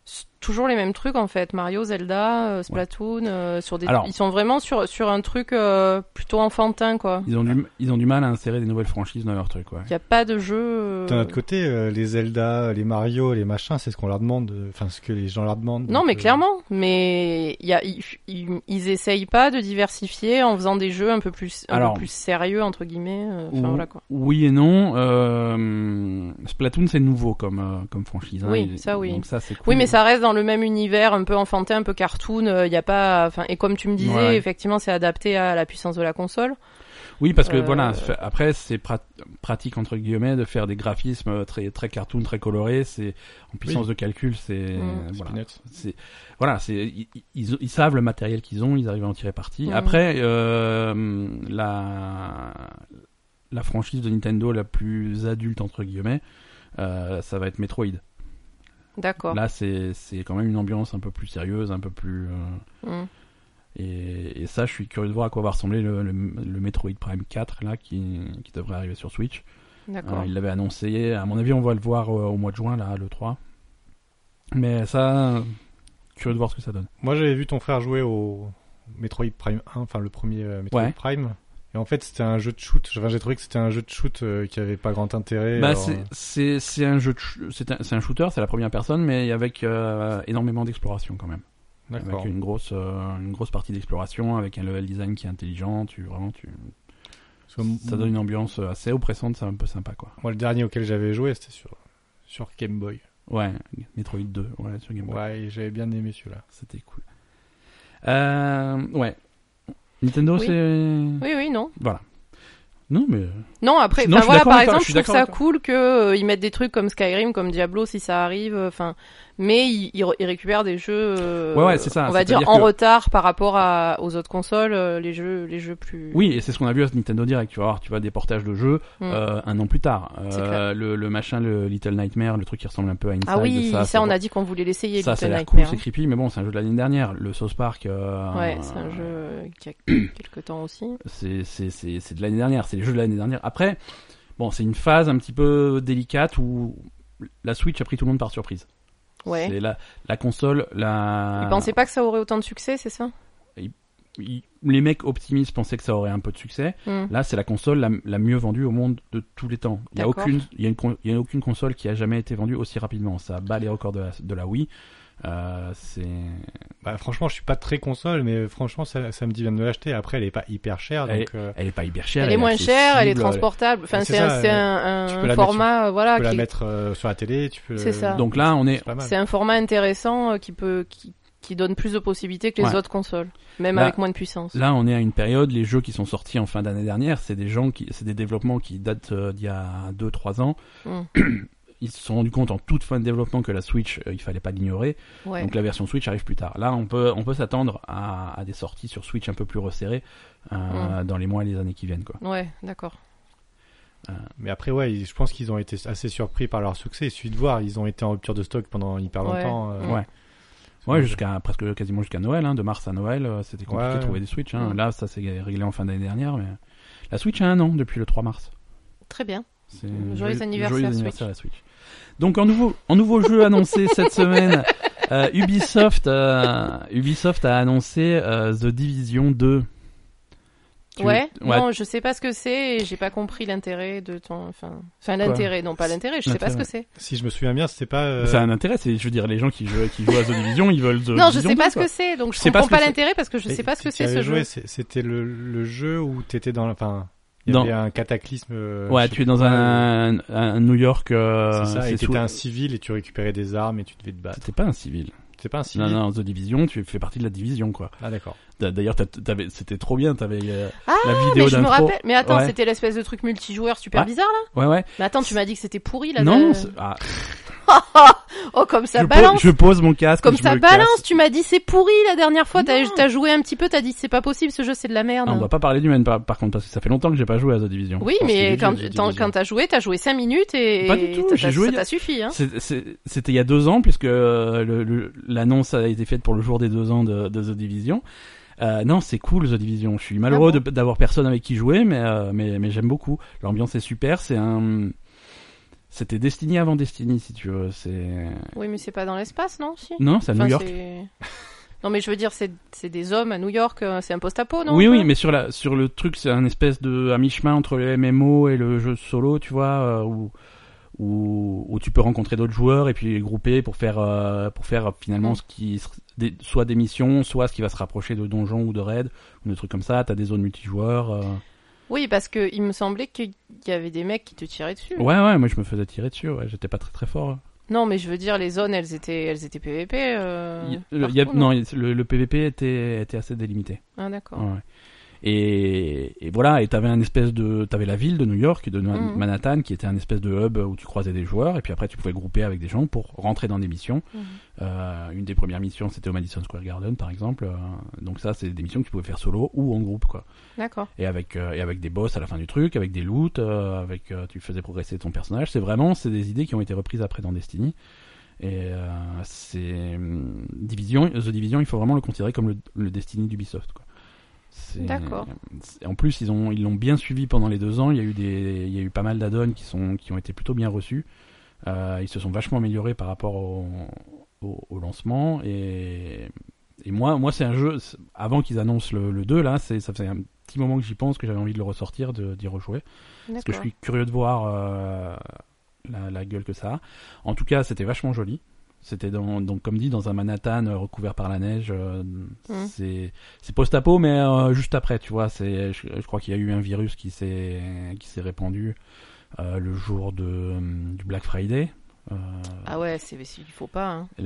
S2: s- toujours les mêmes trucs, en fait. Mario, Zelda, euh, Splatoon, euh, sur des...
S1: Alors-
S2: Ils sont vraiment sur, sur un truc euh, plutôt enfantin, quoi.
S1: Ils ont du, ils ont du mal à insérer des nouvelles franchises dans leur truc, ouais.
S2: Il n'y a pas de jeu... euh,
S3: D'un autre côté, euh, les Zelda, les Mario, les machins, c'est ce qu'on leur demande. euh, Enfin, ce que les gens leur demandent.
S2: Non,
S3: donc,
S2: mais
S3: euh,
S2: clairement. Mais il y a, ils, ils, ils essayent pas de diversifier en faisant des jeux un peu plus, un
S1: Alors-
S2: peu plus sérieux, entre guillemets. euh, Enfin,
S1: Ou-
S2: voilà, quoi.
S1: Oui et non. Euh, Splatoon, c'est nouveau comme, euh, comme franchise. hein.
S2: Oui,
S1: Et-
S2: ça, oui.
S1: Donc ça, c'est cool.
S2: Oui, mais ça reste dans le même univers, un peu enfantin, un peu cartoon. Il y a pas, enfin, et comme tu me disais,
S1: Ouais, ouais.
S2: effectivement, c'est adapté à la puissance de la console.
S1: Oui, parce que
S2: Euh,
S1: voilà, fa- après, c'est prat- pratique, entre guillemets, de faire des graphismes très, très cartoon, très colorés. C'est, en puissance de calcul, c'est,
S2: Mm.
S1: voilà.
S3: Spinette.
S1: C'est, voilà, c'est, ils, ils, ils savent le matériel qu'ils ont, ils arrivent à en tirer parti.
S2: Mm.
S1: Après, euh, la, la franchise de Nintendo la plus adulte, entre guillemets, euh, ça va être Metroid.
S2: D'accord.
S1: Là, c'est c'est quand même une ambiance un peu plus sérieuse, un peu plus. euh,
S2: Mm.
S1: et, et ça, je suis curieux de voir à quoi va ressembler le, le, le Metroid Prime 4 là, qui, qui devrait arriver sur Switch.
S2: D'accord.
S1: Euh, il l'avait annoncé. À mon avis, on va le voir euh, au mois de juin là, le 3. Mais ça, euh, curieux de voir ce que ça donne.
S3: Moi, j'avais vu ton frère jouer au Metroid Prime 1, enfin le premier euh, Metroid
S1: Ouais.
S3: Prime. Et en fait, c'était un jeu de shoot. Enfin, j'ai trouvé que c'était un jeu de shoot euh, qui avait pas grand intérêt.
S1: Bah,
S3: alors,
S1: c'est-
S3: euh,
S1: c'est c'est un jeu, de ch- c'est un, c'est un shooter, c'est la première personne, mais avec euh, énormément d'exploration quand même.
S3: D'accord.
S1: Avec une grosse, euh, une grosse partie d'exploration, avec un level design qui est intelligent. Tu vraiment, tu,
S3: Parce que m-
S1: ça donne une ambiance assez oppressante, c'est un peu sympa quoi.
S3: Moi, le dernier auquel j'avais joué, c'était sur sur Game Boy.
S1: Ouais, Metroid 2, ouais, sur Game Boy.
S3: Ouais, et j'avais bien aimé celui-là.
S1: C'était cool. Euh, ouais. Nintendo,
S2: Oui.
S1: c'est.
S2: Oui, oui, non.
S1: Voilà. Non, mais.
S2: Non, après,
S1: Non, je
S2: enfin,
S1: suis
S2: voilà,
S1: d'accord
S2: par
S1: avec toi,
S2: exemple,
S1: je
S2: je,
S1: suis
S2: trouve ça
S1: d'accord
S2: cool que euh, ils mettent des trucs comme Skyrim, comme Diablo, si ça arrive. euh, Enfin, mais ils, ils re- ils récupèrent des jeux, euh,
S1: Ouais, ouais, c'est ça,
S2: on va dire
S1: c'est-à-dire
S2: en
S1: que-
S2: retard par rapport à, aux autres consoles, euh, les jeux, les jeux plus.
S1: Oui, et c'est ce qu'on a vu à ce Nintendo Direct. Tu vas voir, tu vois des portages de jeux
S2: Mm.
S1: euh, un an plus tard. Euh,
S2: C'est clair.
S1: le, le machin, le Little Nightmare, le truc qui ressemble un peu à Inside.
S2: ah oui,
S1: ça,
S2: ça, on a dit qu'on voulait l'essayer.
S1: Ça, ça a
S2: Little
S1: l'air cool,
S2: Nightmares.
S1: c'est creepy, mais bon, c'est un jeu de l'année dernière. Le Sauce Park. euh,
S2: Ouais, c'est un jeu qui a quelques temps aussi.
S1: c'est c'est c'est c'est de l'année dernière, c'est les jeux de l'année dernière. Après, bon, c'est une phase un petit peu délicate où la Switch a pris tout le monde par surprise.
S2: Ouais.
S1: C'est la la console, la
S2: Ils pensaient pas que ça aurait autant de succès, c'est ça
S1: ils- les mecs optimistes pensaient que ça aurait un peu de succès.
S2: Hmm.
S1: Là, c'est la console la, la mieux vendue au monde de tous les temps. Il y a
S2: D'accord.
S1: aucune il y a une con- il y a aucune console qui a jamais été vendue aussi rapidement. Ça bat les records de la, de la Wii. Euh, c'est
S3: Bah, franchement, je suis pas très console, mais euh, franchement, ça, ça me dit bien de me l'acheter. Après, elle est pas hyper chère,
S1: Elle
S3: donc euh,
S1: elle est pas hyper chère,
S2: Elle est moins chère, elle est
S1: accessible,
S2: transportable. Enfin,
S3: c'est
S2: c'est un,
S3: ça,
S2: c'est
S3: euh,
S2: un-
S3: tu
S2: un
S3: peux la mettre
S2: format, euh,
S3: tu
S2: voilà,
S3: peux la
S2: qui-
S3: mettre euh, sur la télé, tu peux.
S2: C'est ça.
S1: euh, Donc là, on est
S3: C'est pas mal.
S2: c'est un format intéressant euh, qui peut, qui, qui donne plus de possibilités que les
S1: Ouais.
S2: autres consoles, même
S1: Là-
S2: avec moins de puissance.
S1: Là, on est à une période, les jeux qui sont sortis en fin d'année dernière, c'est des gens qui, c'est des développements qui datent euh, d'il y a 2-3 ans.
S2: Mm.
S1: Ils ils se sont rendus compte en toute fin de développement que la Switch, euh, il fallait pas l'ignorer.
S2: Ouais.
S1: Donc la version Switch arrive plus tard. Là, on peut, on peut s'attendre à, à des sorties sur Switch un peu plus resserrées euh,
S2: Mm.
S1: dans les mois et les années qui viennent. Quoi.
S2: Ouais, d'accord.
S3: Mais après, ouais, ils- je pense qu'ils ont été assez surpris par leur succès. Il suffit de voir, ils ont été en rupture de stock pendant hyper
S2: Ouais.
S3: longtemps. euh,
S2: Mm.
S1: Ouais. Ouais, jusqu'à presque quasiment jusqu'à Noël, hein, de mars à Noël, euh, c'était compliqué
S3: Ouais.
S1: de trouver des Switch. Hein.
S2: Mm.
S1: Là, ça s'est réglé en fin d'année dernière, mais la Switch a un an depuis le 3 mars.
S2: Très bien.
S1: C'est
S2: Mm. Joyeux
S1: joyeux-
S2: anniversaire,
S1: joyeux anniversaire à la Switch. Donc en nouveau, en nouveau jeu annoncé cette semaine, euh, Ubisoft, euh, Ubisoft a annoncé euh, The Division 2. Tu-
S2: Ouais, non, je sais pas ce que c'est et j'ai pas compris l'intérêt de ton. Enfin, enfin l'intérêt, non pas l'intérêt, je sais pas ce que c'est.
S3: Si je me souviens bien, c'était pas. euh,
S1: Ça a un intérêt, c'est, je veux dire, les gens qui jouent, qui jouent à The Division, ils veulent The
S2: Non, je
S1: Division
S2: sais pas
S1: 2,
S2: ce
S1: Euh, quoi.
S2: que c'est, donc je
S1: Je sais pas
S2: comprends
S1: ce que
S2: pas
S1: c'est.
S2: l'intérêt parce que je
S3: mais
S2: sais pas ce que
S3: t'y
S2: c'est
S3: avais
S2: ce
S3: joué,
S2: jeu.
S3: c'est- C'était le, le jeu où t'étais dans. Enfin, il y
S1: Dans-
S3: avait un cataclysme. euh, je
S1: Ouais,
S3: sais
S1: tu es dans
S3: pas, euh,
S1: un, un New York. euh,
S3: C'est ça, et
S1: sous-
S3: t'étais un civil et tu récupérais des armes et tu devais te battre.
S1: T'es pas un civil.
S3: C'est pas un civil
S1: Non, non, The Division, tu fais partie de la division, quoi.
S3: Ah d'accord.
S1: T'as- D'ailleurs, t'as- t'avais- c'était trop bien, t'avais euh,
S2: Ah,
S1: la
S2: mais
S1: vidéo
S2: je me
S1: d'intro.
S2: rappelle. Mais attends,
S1: Ouais.
S2: c'était l'espèce de truc multijoueur super
S1: Ouais.
S2: bizarre là.
S1: Ouais, ouais.
S2: Mais attends, tu m'as dit que c'était pourri là.
S1: non,
S2: de-
S1: c'est- ah,
S2: oh comme ça
S1: je, pose-
S2: balance.
S1: je pose mon casque.
S2: Comme
S1: je
S2: ça
S1: me casse.
S2: balance, tu m'as dit c'est pourri la dernière fois, t'as
S1: Non.
S2: t'as joué un petit peu, t'as dit c'est pas possible ce jeu c'est de la merde.
S1: Ah, on va pas parler du même par, par contre parce que ça fait longtemps que j'ai pas joué à The Division.
S2: Oui,
S1: Je pense qu'il
S2: mais
S1: est
S2: quand,
S1: vieux, The
S2: quand,
S1: Division.
S2: quand t'as joué, t'as joué 5 minutes et
S1: Pas du tout,
S2: t'as-
S1: j'ai
S2: t'as-
S1: joué
S2: ça
S1: il y a-
S2: t'a suffi. Hein.
S1: C'est- c'est- C'était il y a deux ans puisque euh, le- le- l'annonce a été faite pour le jour des deux ans de, de The Division. Euh, non, c'est cool The Division. Je suis malheureux
S2: Ah bon
S1: de- d'avoir personne avec qui jouer, mais euh, mais, mais j'aime beaucoup. L'ambiance est super. C'est un c'était Destiny avant Destiny si tu veux. C'est
S2: Oui, mais c'est pas dans l'espace, non si
S1: non, c'est à
S2: Enfin,
S1: New York.
S2: c'est- Non, mais je veux dire, c'est c'est des hommes à New York, euh, c'est un post-apo, non
S1: oui,
S2: un peu
S1: oui, mais sur la sur le truc, c'est un espèce de à mi-chemin entre le MMO et le jeu solo, tu vois, euh, où, où où tu peux rencontrer d'autres joueurs et puis les grouper pour faire euh, pour faire euh, finalement
S2: Mm.
S1: ce qui se- des- soit des missions, soit ce qui va se rapprocher de donjons ou de raids ou de trucs comme ça. T'as des zones multijoueurs. euh.
S2: Oui, parce que il me semblait qu'il y avait des mecs qui te tiraient dessus.
S1: Ouais, ouais, moi je me faisais tirer dessus. Ouais, j'étais pas très très fort. hein.
S2: Non, mais je veux dire, les zones, elles étaient, elles étaient PVP. euh,
S1: Il- le- il
S2: partout,
S1: y a- non, il- le, le PVP était était assez délimité.
S2: Ah, d'accord.
S1: Ouais. Et, et voilà, et t'avais un espèce de, t'avais la ville de New York, et de Ma-
S2: Mhm.
S1: Manhattan, qui était un espèce de hub où tu croisais des joueurs, et puis après tu pouvais grouper avec des gens pour rentrer dans des missions.
S2: Mhm.
S1: Euh, une des premières missions, c'était au Madison Square Garden, par exemple. Euh, donc ça, c'est des missions que tu pouvais faire solo ou en groupe, quoi.
S2: D'accord.
S1: Et avec euh, et avec des boss à la fin du truc, avec des loots, euh, avec euh, tu faisais progresser ton personnage. C'est vraiment, c'est des idées qui ont été reprises après dans Destiny. Et euh, c'est hum, Division, The Division, il faut vraiment le considérer comme le, le Destiny d'Ubisoft. quoi. C'est-
S2: D'accord.
S1: c'est- En plus, ils ont ils l'ont bien suivi pendant les deux ans. Il y a eu des il y a eu pas mal d'add-ons qui sont qui ont été plutôt bien reçus. Euh, ils se sont vachement améliorés par rapport au, au, au lancement et et moi moi c'est un jeu c'est- avant qu'ils annoncent le, le 2 là c'est ça faisait un petit moment que j'y pense que j'avais envie de le ressortir de d'y rejouer parce que je
S2: D'accord.
S1: suis curieux de voir euh, la, la gueule que ça a. En tout cas, c'était vachement joli. C'était dans, donc comme dit dans un Manhattan euh, recouvert par la neige. euh,
S2: Mmh.
S1: C'est c'est post-apo, mais euh, juste après, tu vois. C'est je, je crois qu'il y a eu un virus qui s'est qui s'est répandu euh, le jour de euh, du Black Friday. Euh,
S2: Ah ouais, c'est, c'est- il faut pas. Hein.
S1: le-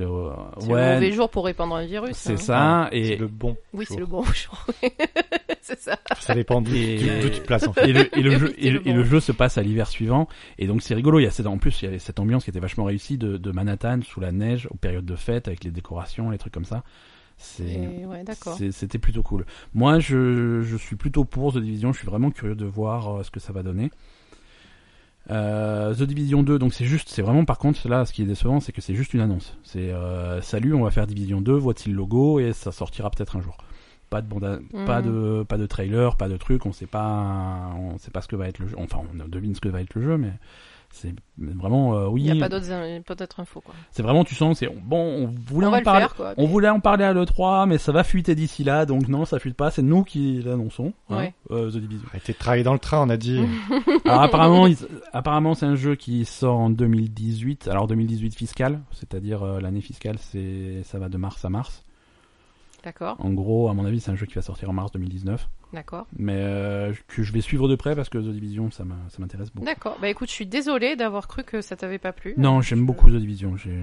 S2: C'est le mauvais
S1: ouais,
S2: jour pour répandre un virus. hein.
S1: c'est ça.
S3: Ah, C'est
S1: Et,
S3: le bon.
S2: Oui, c'est
S3: jour.
S2: le bon jour. c'est ça.
S3: Ça dépend d'où
S1: Et-
S3: tu, d'où tu te places en fait.
S1: et le, et le
S2: Oui,
S1: jeu,
S2: c'est
S1: et
S2: le
S1: le, et
S2: bon.
S1: le jeu se passe à l'hiver suivant. Et donc c'est rigolo. Il y a cette, en plus, il y avait cette ambiance qui était vachement réussie de, de Manhattan sous la neige aux périodes de fête avec les décorations, les trucs comme ça. C'est,
S2: Et- Ouais, d'accord.
S1: c'est- c'était plutôt cool. Moi, je, je suis plutôt pour The Division. Je suis vraiment curieux de voir euh, ce que ça va donner. Euh, The Division 2, donc c'est juste, c'est vraiment par contre là, ce qui est décevant, c'est que c'est juste une annonce. C'est euh, salut, on va faire Division 2, voici le logo et ça sortira peut-être un jour. Pas de bande,
S2: Mhm.
S1: pas de, pas de trailer, pas de truc. On sait pas, on sait pas ce que va être le jeu. Enfin, on devine ce que va être le jeu, mais c'est vraiment euh, oui.
S2: Il n'y a pas d'autres, pas d'autres infos quoi.
S1: C'est vraiment, tu sens, c'est bon. On voulait
S2: On va
S1: en
S2: le
S1: parler.
S2: faire quoi.
S1: On voulait en parler à l'E3, mais ça va fuiter d'ici là, donc non, ça fuite pas, c'est nous qui l'annonçons, hein,
S2: Ouais.
S1: euh, The Division.
S3: Arrêtez de travailler dans le train, on a dit.
S2: Mmh.
S1: Alors apparemment, ils- apparemment c'est un jeu qui sort en 2018, alors 2018 fiscal, c'est-à-dire euh, l'année fiscale, c'est ça va de mars à mars.
S2: D'accord,
S1: En gros, à mon avis, c'est un jeu qui va sortir en mars 2019,
S2: d'accord.
S1: mais euh, que je vais suivre de près parce que The Division, ça m'a- ça m'intéresse beaucoup.
S2: D'accord. Bah écoute, je suis désolée d'avoir cru que ça t'avait pas plu.
S1: Non, j'aime beaucoup The Division, j'ai- euh,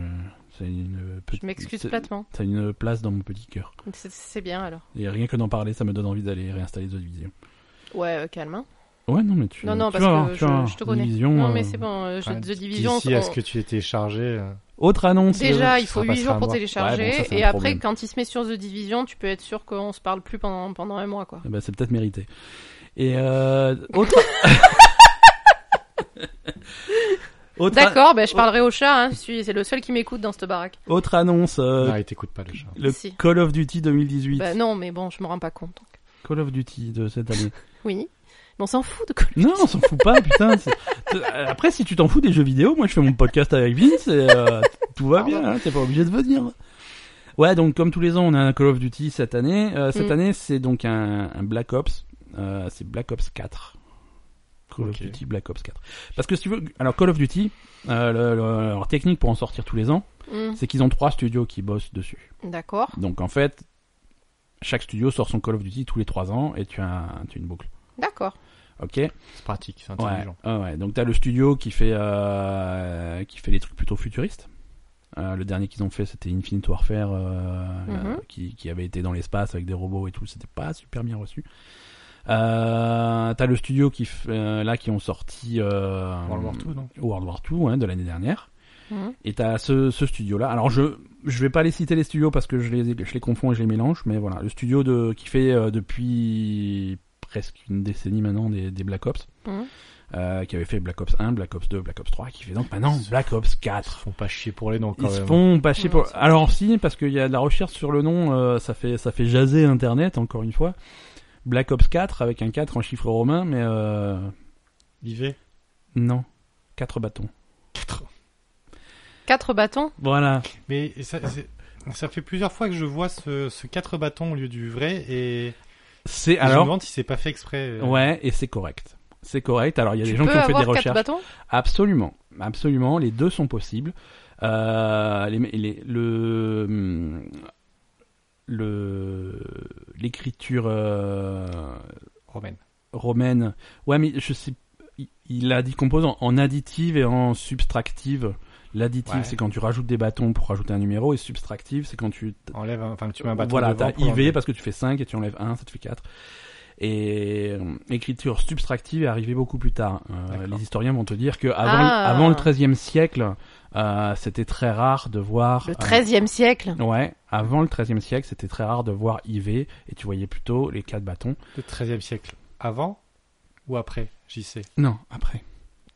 S1: c'est une,
S2: Je
S1: petite-
S2: m'excuse
S1: c'est-
S2: platement.
S1: c'est une place dans mon petit cœur.
S2: C'est- C'est bien alors.
S1: Et rien que d'en parler, ça me donne envie d'aller réinstaller The Division.
S2: Ouais, euh, calme. hein.
S1: Ouais, non, mais tu,
S2: Non, non,
S1: tu
S2: parce
S1: vas voir,
S2: que
S1: tu
S2: je,
S1: vas voir.
S2: je te connais.
S1: Division,
S2: non,
S1: euh,
S2: mais c'est bon, euh, je-
S3: Ouais,
S2: The Division.
S3: D'ici
S2: on-
S3: à ce que tu étais chargé. euh,
S1: Autre annonce. euh,
S2: Déjà,
S3: ce
S2: il faut
S3: sera
S2: 8
S3: passé
S2: jours
S3: un
S2: pour
S3: mois.
S2: télécharger,
S1: Ouais, bon, ça, c'est
S2: et
S1: un
S2: après,
S1: problème.
S2: quand il se met sur The Division, tu peux être sûr qu'on se parle plus pendant, pendant un mois, quoi.
S1: eh ben, c'est peut-être mérité. Et euh, autre. autre,
S2: D'accord, ben, je
S1: oh.
S2: parlerai au chat, hein, je suis- c'est le seul qui m'écoute dans cette baraque.
S1: autre annonce. euh,
S3: Non, il t'écoute pas le chat.
S1: le
S2: Si.
S1: Call of Duty 2018.
S2: Bah non, mais bon, je me rends pas compte. donc.
S1: Call of Duty de cette année.
S2: Oui, mais on s'en fout de Call of
S1: non,
S2: Duty.
S1: on s'en fout pas, putain. c'est- Euh, Après, si tu t'en fous des jeux vidéo, moi je fais mon podcast avec Vince et euh, tout va bien, hein, t'es pas obligé de venir. Ouais, donc comme tous les ans, on a un Call of Duty cette année. Euh, cette
S2: Mm.
S1: année, c'est donc un, un Black Ops. Euh, c'est Black Ops 4. Call
S3: Ok.
S1: of Duty Black Ops 4. Parce que si tu veux, alors Call of Duty, euh, le- le- leur technique pour en sortir tous les ans,
S2: Mm.
S1: c'est qu'ils ont trois studios qui bossent dessus.
S2: Hmm, D'accord.
S1: Donc en fait, chaque studio sort son Call of Duty tous les trois ans et tu as, un- tu as une boucle.
S2: D'accord.
S1: Ok.
S3: C'est pratique, c'est
S1: Ouais,
S3: intelligent.
S1: ouais, ouais. Donc t'as le studio qui fait euh, qui fait les trucs plutôt futuristes. Euh, le dernier qu'ils ont fait, c'était Infinite Warfare, euh,
S2: Mhm.
S1: euh, qui, qui avait été dans l'espace avec des robots et tout. C'était pas super bien reçu. Euh, t'as le studio qui f- euh, là qui ont sorti euh,
S3: World War II, non
S1: World War II, ouais, de l'année dernière.
S2: Hmm.
S1: Et t'as ce, ce studio là. Alors je je vais pas les citer les studios parce que je les je les confonds et je les mélange, mais voilà le studio de qui fait euh, depuis presque une décennie maintenant des, des Black Ops
S2: Hmm.
S1: euh, qui avait fait Black Ops 1, Black Ops 2, Black Ops 3, qui fait donc maintenant Black Ops
S3: Ils se
S1: 4.
S3: font pas chier pour les noms quand
S1: Ils se
S3: même.
S1: font pas chier
S2: Non,
S1: pour.
S2: c'est pas
S1: Alors si, parce qu'il y a de la recherche sur le nom, euh, ça fait ça fait jaser Internet encore une fois. Black Ops 4 avec un 4 en chiffre romain, mais euh,
S3: IV
S1: non, 4 bâtons.
S2: Quatre bâtons
S1: Voilà.
S3: Mais ça, c'est- ça fait plusieurs fois que je vois ce, ce 4 bâtons au lieu du vrai et
S1: C'est
S3: je me
S1: alors
S3: demande si c'est pas fait exprès. euh,
S1: ouais et c'est correct. C'est correct. Alors il y a
S2: euh, Tu
S1: des gens
S2: peux
S1: qui ont fait des
S2: avoir quatre
S1: recherches. Ah,
S2: bâtons
S1: Absolument, absolument, les deux sont possibles. Euh, les, les- le le l'écriture euh,
S3: Romaine.
S1: romaine. Ouais, mais je sais, il- il a dit composant en additive et en subtractive. L'additive,
S3: Ouais.
S1: c'est quand tu rajoutes des bâtons pour rajouter un numéro, et subtractive, c'est quand tu
S3: Enlève, un- enfin, tu mets un bâton
S1: voilà,
S3: devant
S1: t'as
S3: pour l'enlever.
S1: IV parce que tu fais 5 et tu enlèves 1, ça te fait 4. Et euh, écriture subtractive est arrivée beaucoup plus tard. Euh,
S3: D'accord.
S1: les historiens vont te dire que avant,
S2: Ah.
S1: avant le XIIIe siècle, euh, c'était très rare de voir.
S2: Le
S1: euh,
S2: 13 e siècle
S1: ouais, avant le XIIIe siècle, c'était très rare de voir IV et tu voyais plutôt les quatre bâtons.
S3: Le 13e siècle. Avant ou après J'y sais.
S1: Non, après.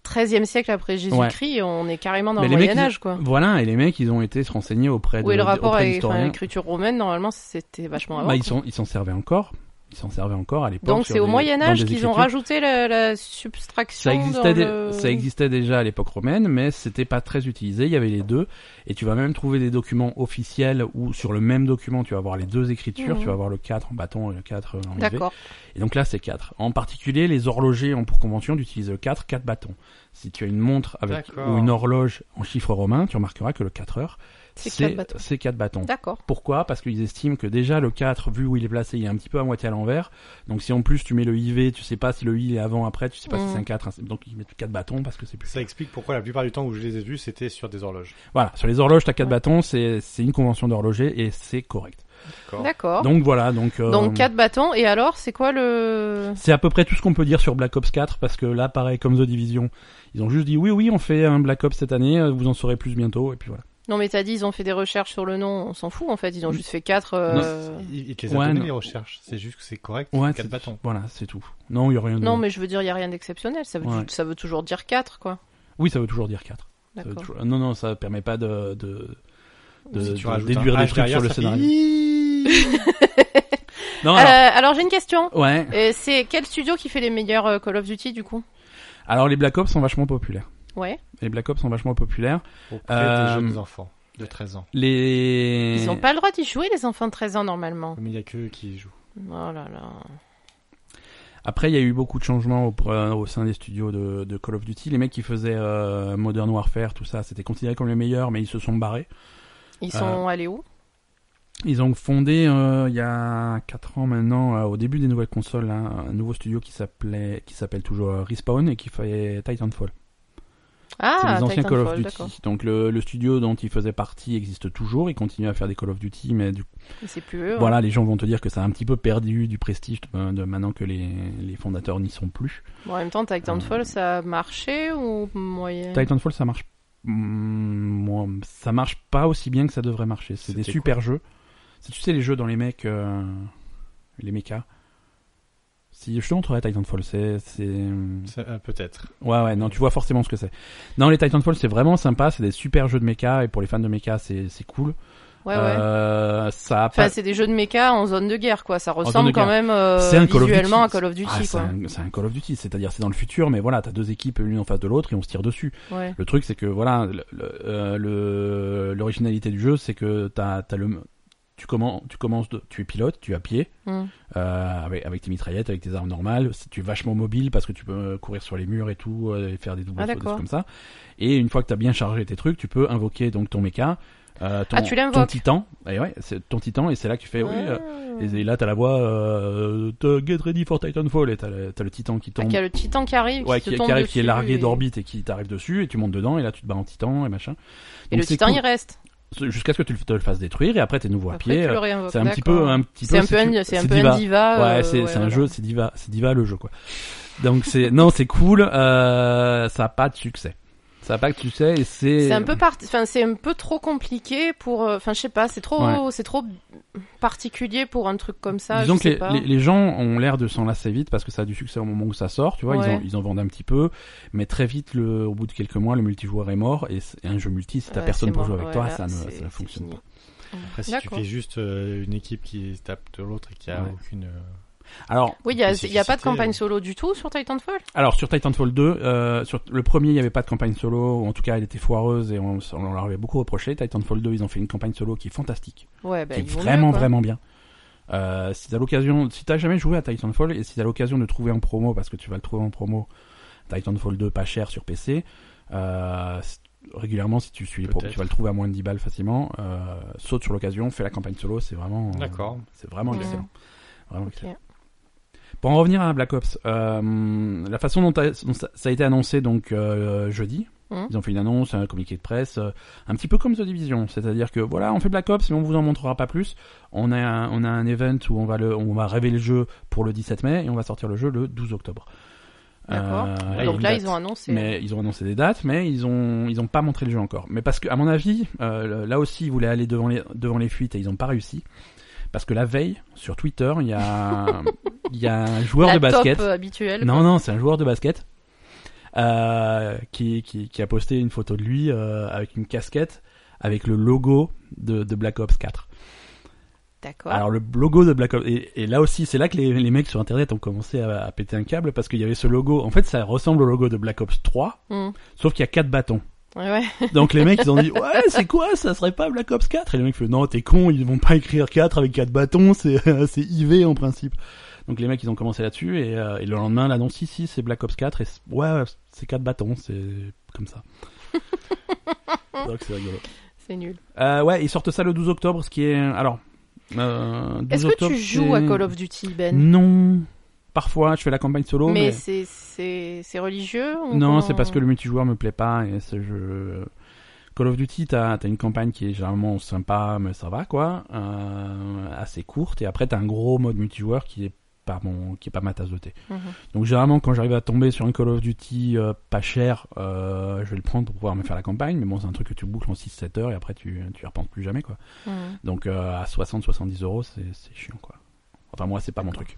S2: 13 e siècle après Jésus-Christ, on est carrément dans
S1: Mais
S2: le
S1: les mecs,
S2: Moyen-Âge,
S1: ils-
S2: quoi.
S1: Voilà, et les mecs, ils ont été se renseigner auprès de
S2: Où est le rapport
S1: auprès
S2: avec enfin,
S1: d'historiens.
S2: l'écriture romaine Normalement, c'était vachement avant.
S1: Bah, ils
S2: quoi.
S1: s'en ils s'en servaient encore. Ils s'en servaient encore à l'époque.
S2: Donc
S1: sur
S2: c'est au
S1: des-
S2: Moyen
S1: dans
S2: Âge
S1: des
S2: qu'ils ont
S1: écritures.
S2: rajouté la, la subtraction.
S1: Ça existait, dé-
S2: dans le-
S1: ça existait déjà à l'époque romaine, mais c'était pas très utilisé. Il y avait les deux, et tu vas même trouver des documents officiels où sur le même document tu vas avoir les deux écritures,
S2: Mhm.
S1: tu vas avoir le 4 en bâton et le 4 en IV.
S2: D'accord.
S1: Et donc là c'est 4. En particulier, les horlogers ont pour convention d'utiliser le 4, 4 bâtons. Si tu as une montre avec
S3: D'accord.
S1: ou une horloge en chiffre romain, tu remarqueras que le 4 heures
S2: C'est
S1: c'est
S2: quatre bâtons.
S1: c'est 4 bâtons.
S2: D'accord.
S1: Pourquoi Parce qu'ils estiment que déjà le 4, vu où il est placé, il est un petit peu à moitié à l'envers. Donc si en plus tu mets le IV, tu sais pas si le I est avant, après, tu sais pas
S2: Mm.
S1: si c'est un 4. un- Donc ils mettent 4 bâtons parce que c'est plus.
S3: Ça explique pourquoi la plupart du temps où je les ai vus, c'était sur des horloges.
S1: Voilà, sur les horloges, t'as 4
S2: Ouais.
S1: bâtons, c'est c'est une convention d'horloger et c'est correct.
S3: D'accord.
S2: D'accord.
S1: Donc voilà, donc... euh,
S2: Oh. Donc quatre bâtons. Et alors, c'est quoi le
S1: C'est à peu près tout ce qu'on peut dire sur Black Ops 4 parce que là, pareil, comme The Division, ils ont juste dit oui, oui, on fait un Black Ops cette année, euh, vous en saurez plus bientôt, et puis voilà.
S2: Non, mais t'as dit ils ont fait des recherches sur le nom. On s'en fout en fait. Ils ont juste fait quatre. euh,
S3: Non, Il il te les a
S1: Ouais,
S3: donné
S1: Mm. non.
S3: les recherches. C'est juste que c'est correct.
S1: Ouais,
S3: Ouais, 4
S1: c'est-
S3: bâtons.
S1: Voilà, c'est tout. Non, il y a rien de...
S2: Non, mais je veux dire, il y a rien d'exceptionnel. Ça veut
S1: Mm. Ouais.
S2: ça veut toujours dire quatre, quoi.
S1: Oui, ça veut toujours dire 4. Ça veut
S2: D'accord.
S1: toujours- Euh, Non, non, ça permet pas de... de... De,
S3: Si tu
S1: de
S3: rajoutes
S1: déduire
S3: un
S1: des
S3: H
S1: trucs
S3: derrière,
S1: sur le
S3: ça fait
S1: scénario.
S3: Iiii.
S1: Non,
S2: Euh,
S1: alors,
S2: alors j'ai une question.
S1: Ouais.
S2: Euh, c'est quel studio qui fait les meilleurs euh, Call of Duty du coup
S1: Alors les Black Ops sont vachement populaires.
S2: Ouais.
S1: Les Black Ops sont vachement populaires.
S3: Auprès
S1: Euh,
S3: des jeunes enfants de 13 ans.
S1: Les
S2: Ils ont pas le droit d'y jouer les enfants de 13 ans normalement.
S3: Mais il y a que eux qui y jouent.
S2: Oh là là.
S1: Après il y a eu beaucoup de changements au, euh, au sein des studios de, de Call of Duty. Les mecs qui faisaient euh, Modern Warfare, tout ça, c'était considéré comme les meilleurs, mais ils se sont barrés.
S2: Ils
S1: Euh,
S2: sont allés où
S1: Ils ont fondé euh, il y a 4 ans maintenant, euh, au début des nouvelles consoles, hein, un nouveau studio qui s'appelait, qui s'appelle toujours euh, Respawn et qui fait Titanfall. C'est
S2: Ah,
S1: les anciens Call of
S2: Titanfall,
S1: Duty.
S2: d'accord.
S1: Donc le, le studio dont il faisait partie existe toujours, il continue à faire des Call of Duty, mais du coup,
S2: Mais C'est plus eux. hein.
S1: voilà, les gens vont te dire que ça a un petit peu perdu du prestige euh, de, de maintenant que les, les fondateurs n'y sont plus.
S2: Bon, en même temps,
S1: Mm.
S2: Titanfall, ça a marché ou moyen
S1: Titanfall, ça marche, Hmm, moi, ça marche pas aussi bien que ça devrait marcher. C'est des
S3: C'était
S1: super jeux. C'est, tu sais les jeux dans les mecs, euh, les mechas. Si je te montrerai Titanfall, c'est, c'est,
S3: Ça, euh, Peut-être.
S1: Ouais, ouais, non, tu vois forcément ce que c'est. Non, les Titanfall, c'est vraiment sympa, c'est des super jeux de méca, et pour les fans de méca, c'est c'est cool.
S2: Ouais, ouais.
S1: Euh, ça a
S2: Enfin,
S1: pas...
S2: c'est des jeux de méca en zone de guerre, quoi. Ça
S1: zone
S2: ressemble
S1: de guerre.
S2: quand même euh,
S1: C'est un Call of
S2: visuellement
S1: Duty.
S2: à Call of Duty,
S1: Ah, c'est
S2: quoi.
S1: un, c'est un Call of Duty, c'est-à-dire c'est dans le futur, mais voilà, t'as deux équipes l'une en face de l'autre et on se tire dessus.
S2: Ouais.
S1: Le truc, c'est que voilà, le- le- euh, le- l'originalité du jeu, c'est que t'as as le, tu commences, tu commences, de, tu es pilote, tu es à pied,
S2: Mm.
S1: euh, avec, avec tes mitraillettes, avec tes armes normales. C'est- Tu es vachement mobile parce que tu peux euh, courir sur les murs et tout, euh, et faire des doubles
S2: Ah,
S1: sauts, des
S2: d'accord.
S1: trucs comme ça. Et une fois que tu as bien chargé tes trucs, tu peux invoquer donc ton mecha, euh, ton,
S2: Ah, tu l'invoques.
S1: ton titan. Et ouais, c'est ton titan, et c'est là que tu fais. Oui, euh,
S2: Ah.
S1: et, et là, t'as la voix euh, de Get Ready for Titanfall, et t'as le, t'as le titan qui
S2: Ah,
S1: tombe.
S2: qu'il y a le titan qui arrive,
S1: Ouais,
S2: qui,
S1: qui,
S2: te tombe
S1: qui arrive, qui est
S2: dessus
S1: largué
S2: et-
S1: d'orbite et qui t'arrive dessus, et tu montes dedans, et là tu te bats en titan, et machin.
S2: Et
S1: Donc,
S2: le
S1: c'est
S2: titan,
S1: cool.
S2: il reste.
S1: Jusqu'à ce que tu le, te le fasses détruire, et après t'es nouveau à
S2: Après,
S1: pied.
S2: tu le
S1: euh,
S2: réinvoques,
S1: C'est un petit
S2: d'accord.
S1: peu, un petit peu.
S2: C'est un
S1: si
S2: peu
S1: tu-
S2: un, c'est un
S1: c'est
S2: peu un
S1: diva.
S2: diva.
S1: Ouais,
S2: euh,
S1: c'est c'est un
S2: voilà.
S1: jeu, c'est diva, c'est diva le jeu quoi. Donc c'est non, c'est cool. Euh, ça a pas de succès. Ça a pas de succès et c'est.
S2: C'est un peu parti, enfin c'est un peu trop compliqué pour, euh, enfin je sais pas, c'est trop,
S1: Ouais.
S2: c'est trop particulier pour un truc comme ça.
S1: Disons
S2: je
S1: que
S2: sais
S1: les,
S2: pas.
S1: les, les gens ont l'air de s'en lasser vite parce que ça a du succès au moment où ça sort, tu vois, ils,
S2: Ouais.
S1: en, ils en vendent un petit peu, mais très vite, le, au bout de quelques mois, le multijoueur est mort et, c'est- et un jeu multi, si t'as
S2: Ouais,
S1: personne
S2: c'est
S1: pour
S2: mort.
S1: jouer avec
S2: Ouais,
S1: toi,
S2: là,
S1: ça ne
S2: c'est-
S1: ça
S2: c'est
S1: fonctionne
S2: fini.
S1: pas.
S3: Après, si tu
S2: D'accord.
S3: fais juste euh, une équipe qui se tape de l'autre et qui a
S1: Ouais.
S3: aucune. euh,
S1: Alors,
S2: Oui, il y a,
S3: Spécificité,
S2: il y a pas de
S3: euh.
S2: campagne solo du tout sur Titanfall.
S1: Alors sur Titanfall 2, euh, sur le premier il n'y avait pas de campagne solo, ou en tout cas elle était foireuse et on, on leur avait beaucoup reproché. Titanfall 2 ils ont fait une campagne solo qui est fantastique,
S2: Ouais, bah,
S1: qui est
S2: ils vont
S1: vraiment
S2: mieux, quoi.
S1: vraiment bien. Euh, si t'as l'occasion, si t'as jamais joué à Titanfall et si t'as l'occasion de trouver en promo, parce que tu vas le trouver en promo, Titanfall 2 pas cher sur PC, euh, c- régulièrement si tu suis les promos,
S3: Peut-être.
S1: tu vas le trouver à moins de 10 balles facilement. Euh, saute sur l'occasion, fais la campagne solo, c'est vraiment, euh,
S3: D'accord.
S1: c'est vraiment
S2: Ouais.
S1: excellent, vraiment excellent.
S2: Ok.
S1: Pour en revenir à Black Ops, euh, la façon dont, t'as- dont ça, ça a été annoncé donc euh, jeudi,
S2: Mhm.
S1: ils ont fait une annonce, un communiqué de presse, euh, un petit peu comme The Division, c'est-à-dire que voilà, on fait Black Ops, mais on vous en montrera pas plus. On a un, on a un event où on va le, on va révéler le jeu pour le 17 mai et on va sortir le jeu le 12 octobre.
S2: D'accord.
S1: Euh,
S2: Donc
S1: et-
S2: là, ils ont annoncé.
S1: mais ils ont annoncé des dates, mais ils ont ils ont pas montré le jeu encore. Mais parce que à mon avis, euh, là aussi ils voulaient aller devant les devant les fuites et ils ont pas réussi parce que la veille sur Twitter il y a il y a un joueur
S2: la
S1: de basket.
S2: top euh, habituelle.
S1: Non non c'est un joueur de basket euh, qui, qui qui a posté une photo de lui euh, avec une casquette avec le logo de, de Black Ops 4.
S2: D'accord.
S1: Alors le logo de Black Ops et, et là aussi c'est là que les, les mecs sur internet ont commencé à, à péter un câble parce qu'il y avait ce logo. En fait ça ressemble au logo de Black Ops 3
S2: Hmm.
S1: sauf qu'il y a quatre bâtons.
S2: Ouais, ouais.
S1: Donc les mecs ils ont dit ouais c'est quoi ça serait pas Black Ops 4 et les mecs font non t'es con ils vont pas écrire 4 avec quatre bâtons c'est c'est IV en principe donc les mecs ils ont commencé là-dessus et, euh, et le lendemain l'annonce si si c'est Black Ops 4 et c'est- ouais ouais, c'est quatre bâtons c'est comme ça donc c'est rigolo
S2: c'est nul.
S1: euh, ouais ils sortent ça le 12 octobre ce qui est alors euh, 12
S2: Est-ce que
S1: octobre,
S2: tu joues à
S1: c'est-
S2: Call of Duty, Ben
S1: non parfois je fais la campagne solo
S2: Mais,
S1: mais,
S2: c'est c'est c'est religieux ou
S1: Non,
S2: comment-
S1: c'est parce que le multijoueur me plaît pas et ce jeu. euh, Call of Duty, t'as as une campagne qui est généralement sympa, mais ça va quoi, euh, assez courte, et après t'as un gros mode multijoueur qui est pas mon, qui est pas ma tasse de thé.
S2: Mhm.
S1: Donc généralement quand j'arrive à tomber sur un Call of Duty euh, pas cher, euh, je vais le prendre pour pouvoir me faire la campagne, mais bon c'est un truc que tu boucles en 6-7 heures et après tu, tu y repenses plus jamais quoi.
S2: Hmm.
S1: Donc euh, à 60-70 euros c'est c'est chiant quoi. Enfin moi c'est pas mon truc.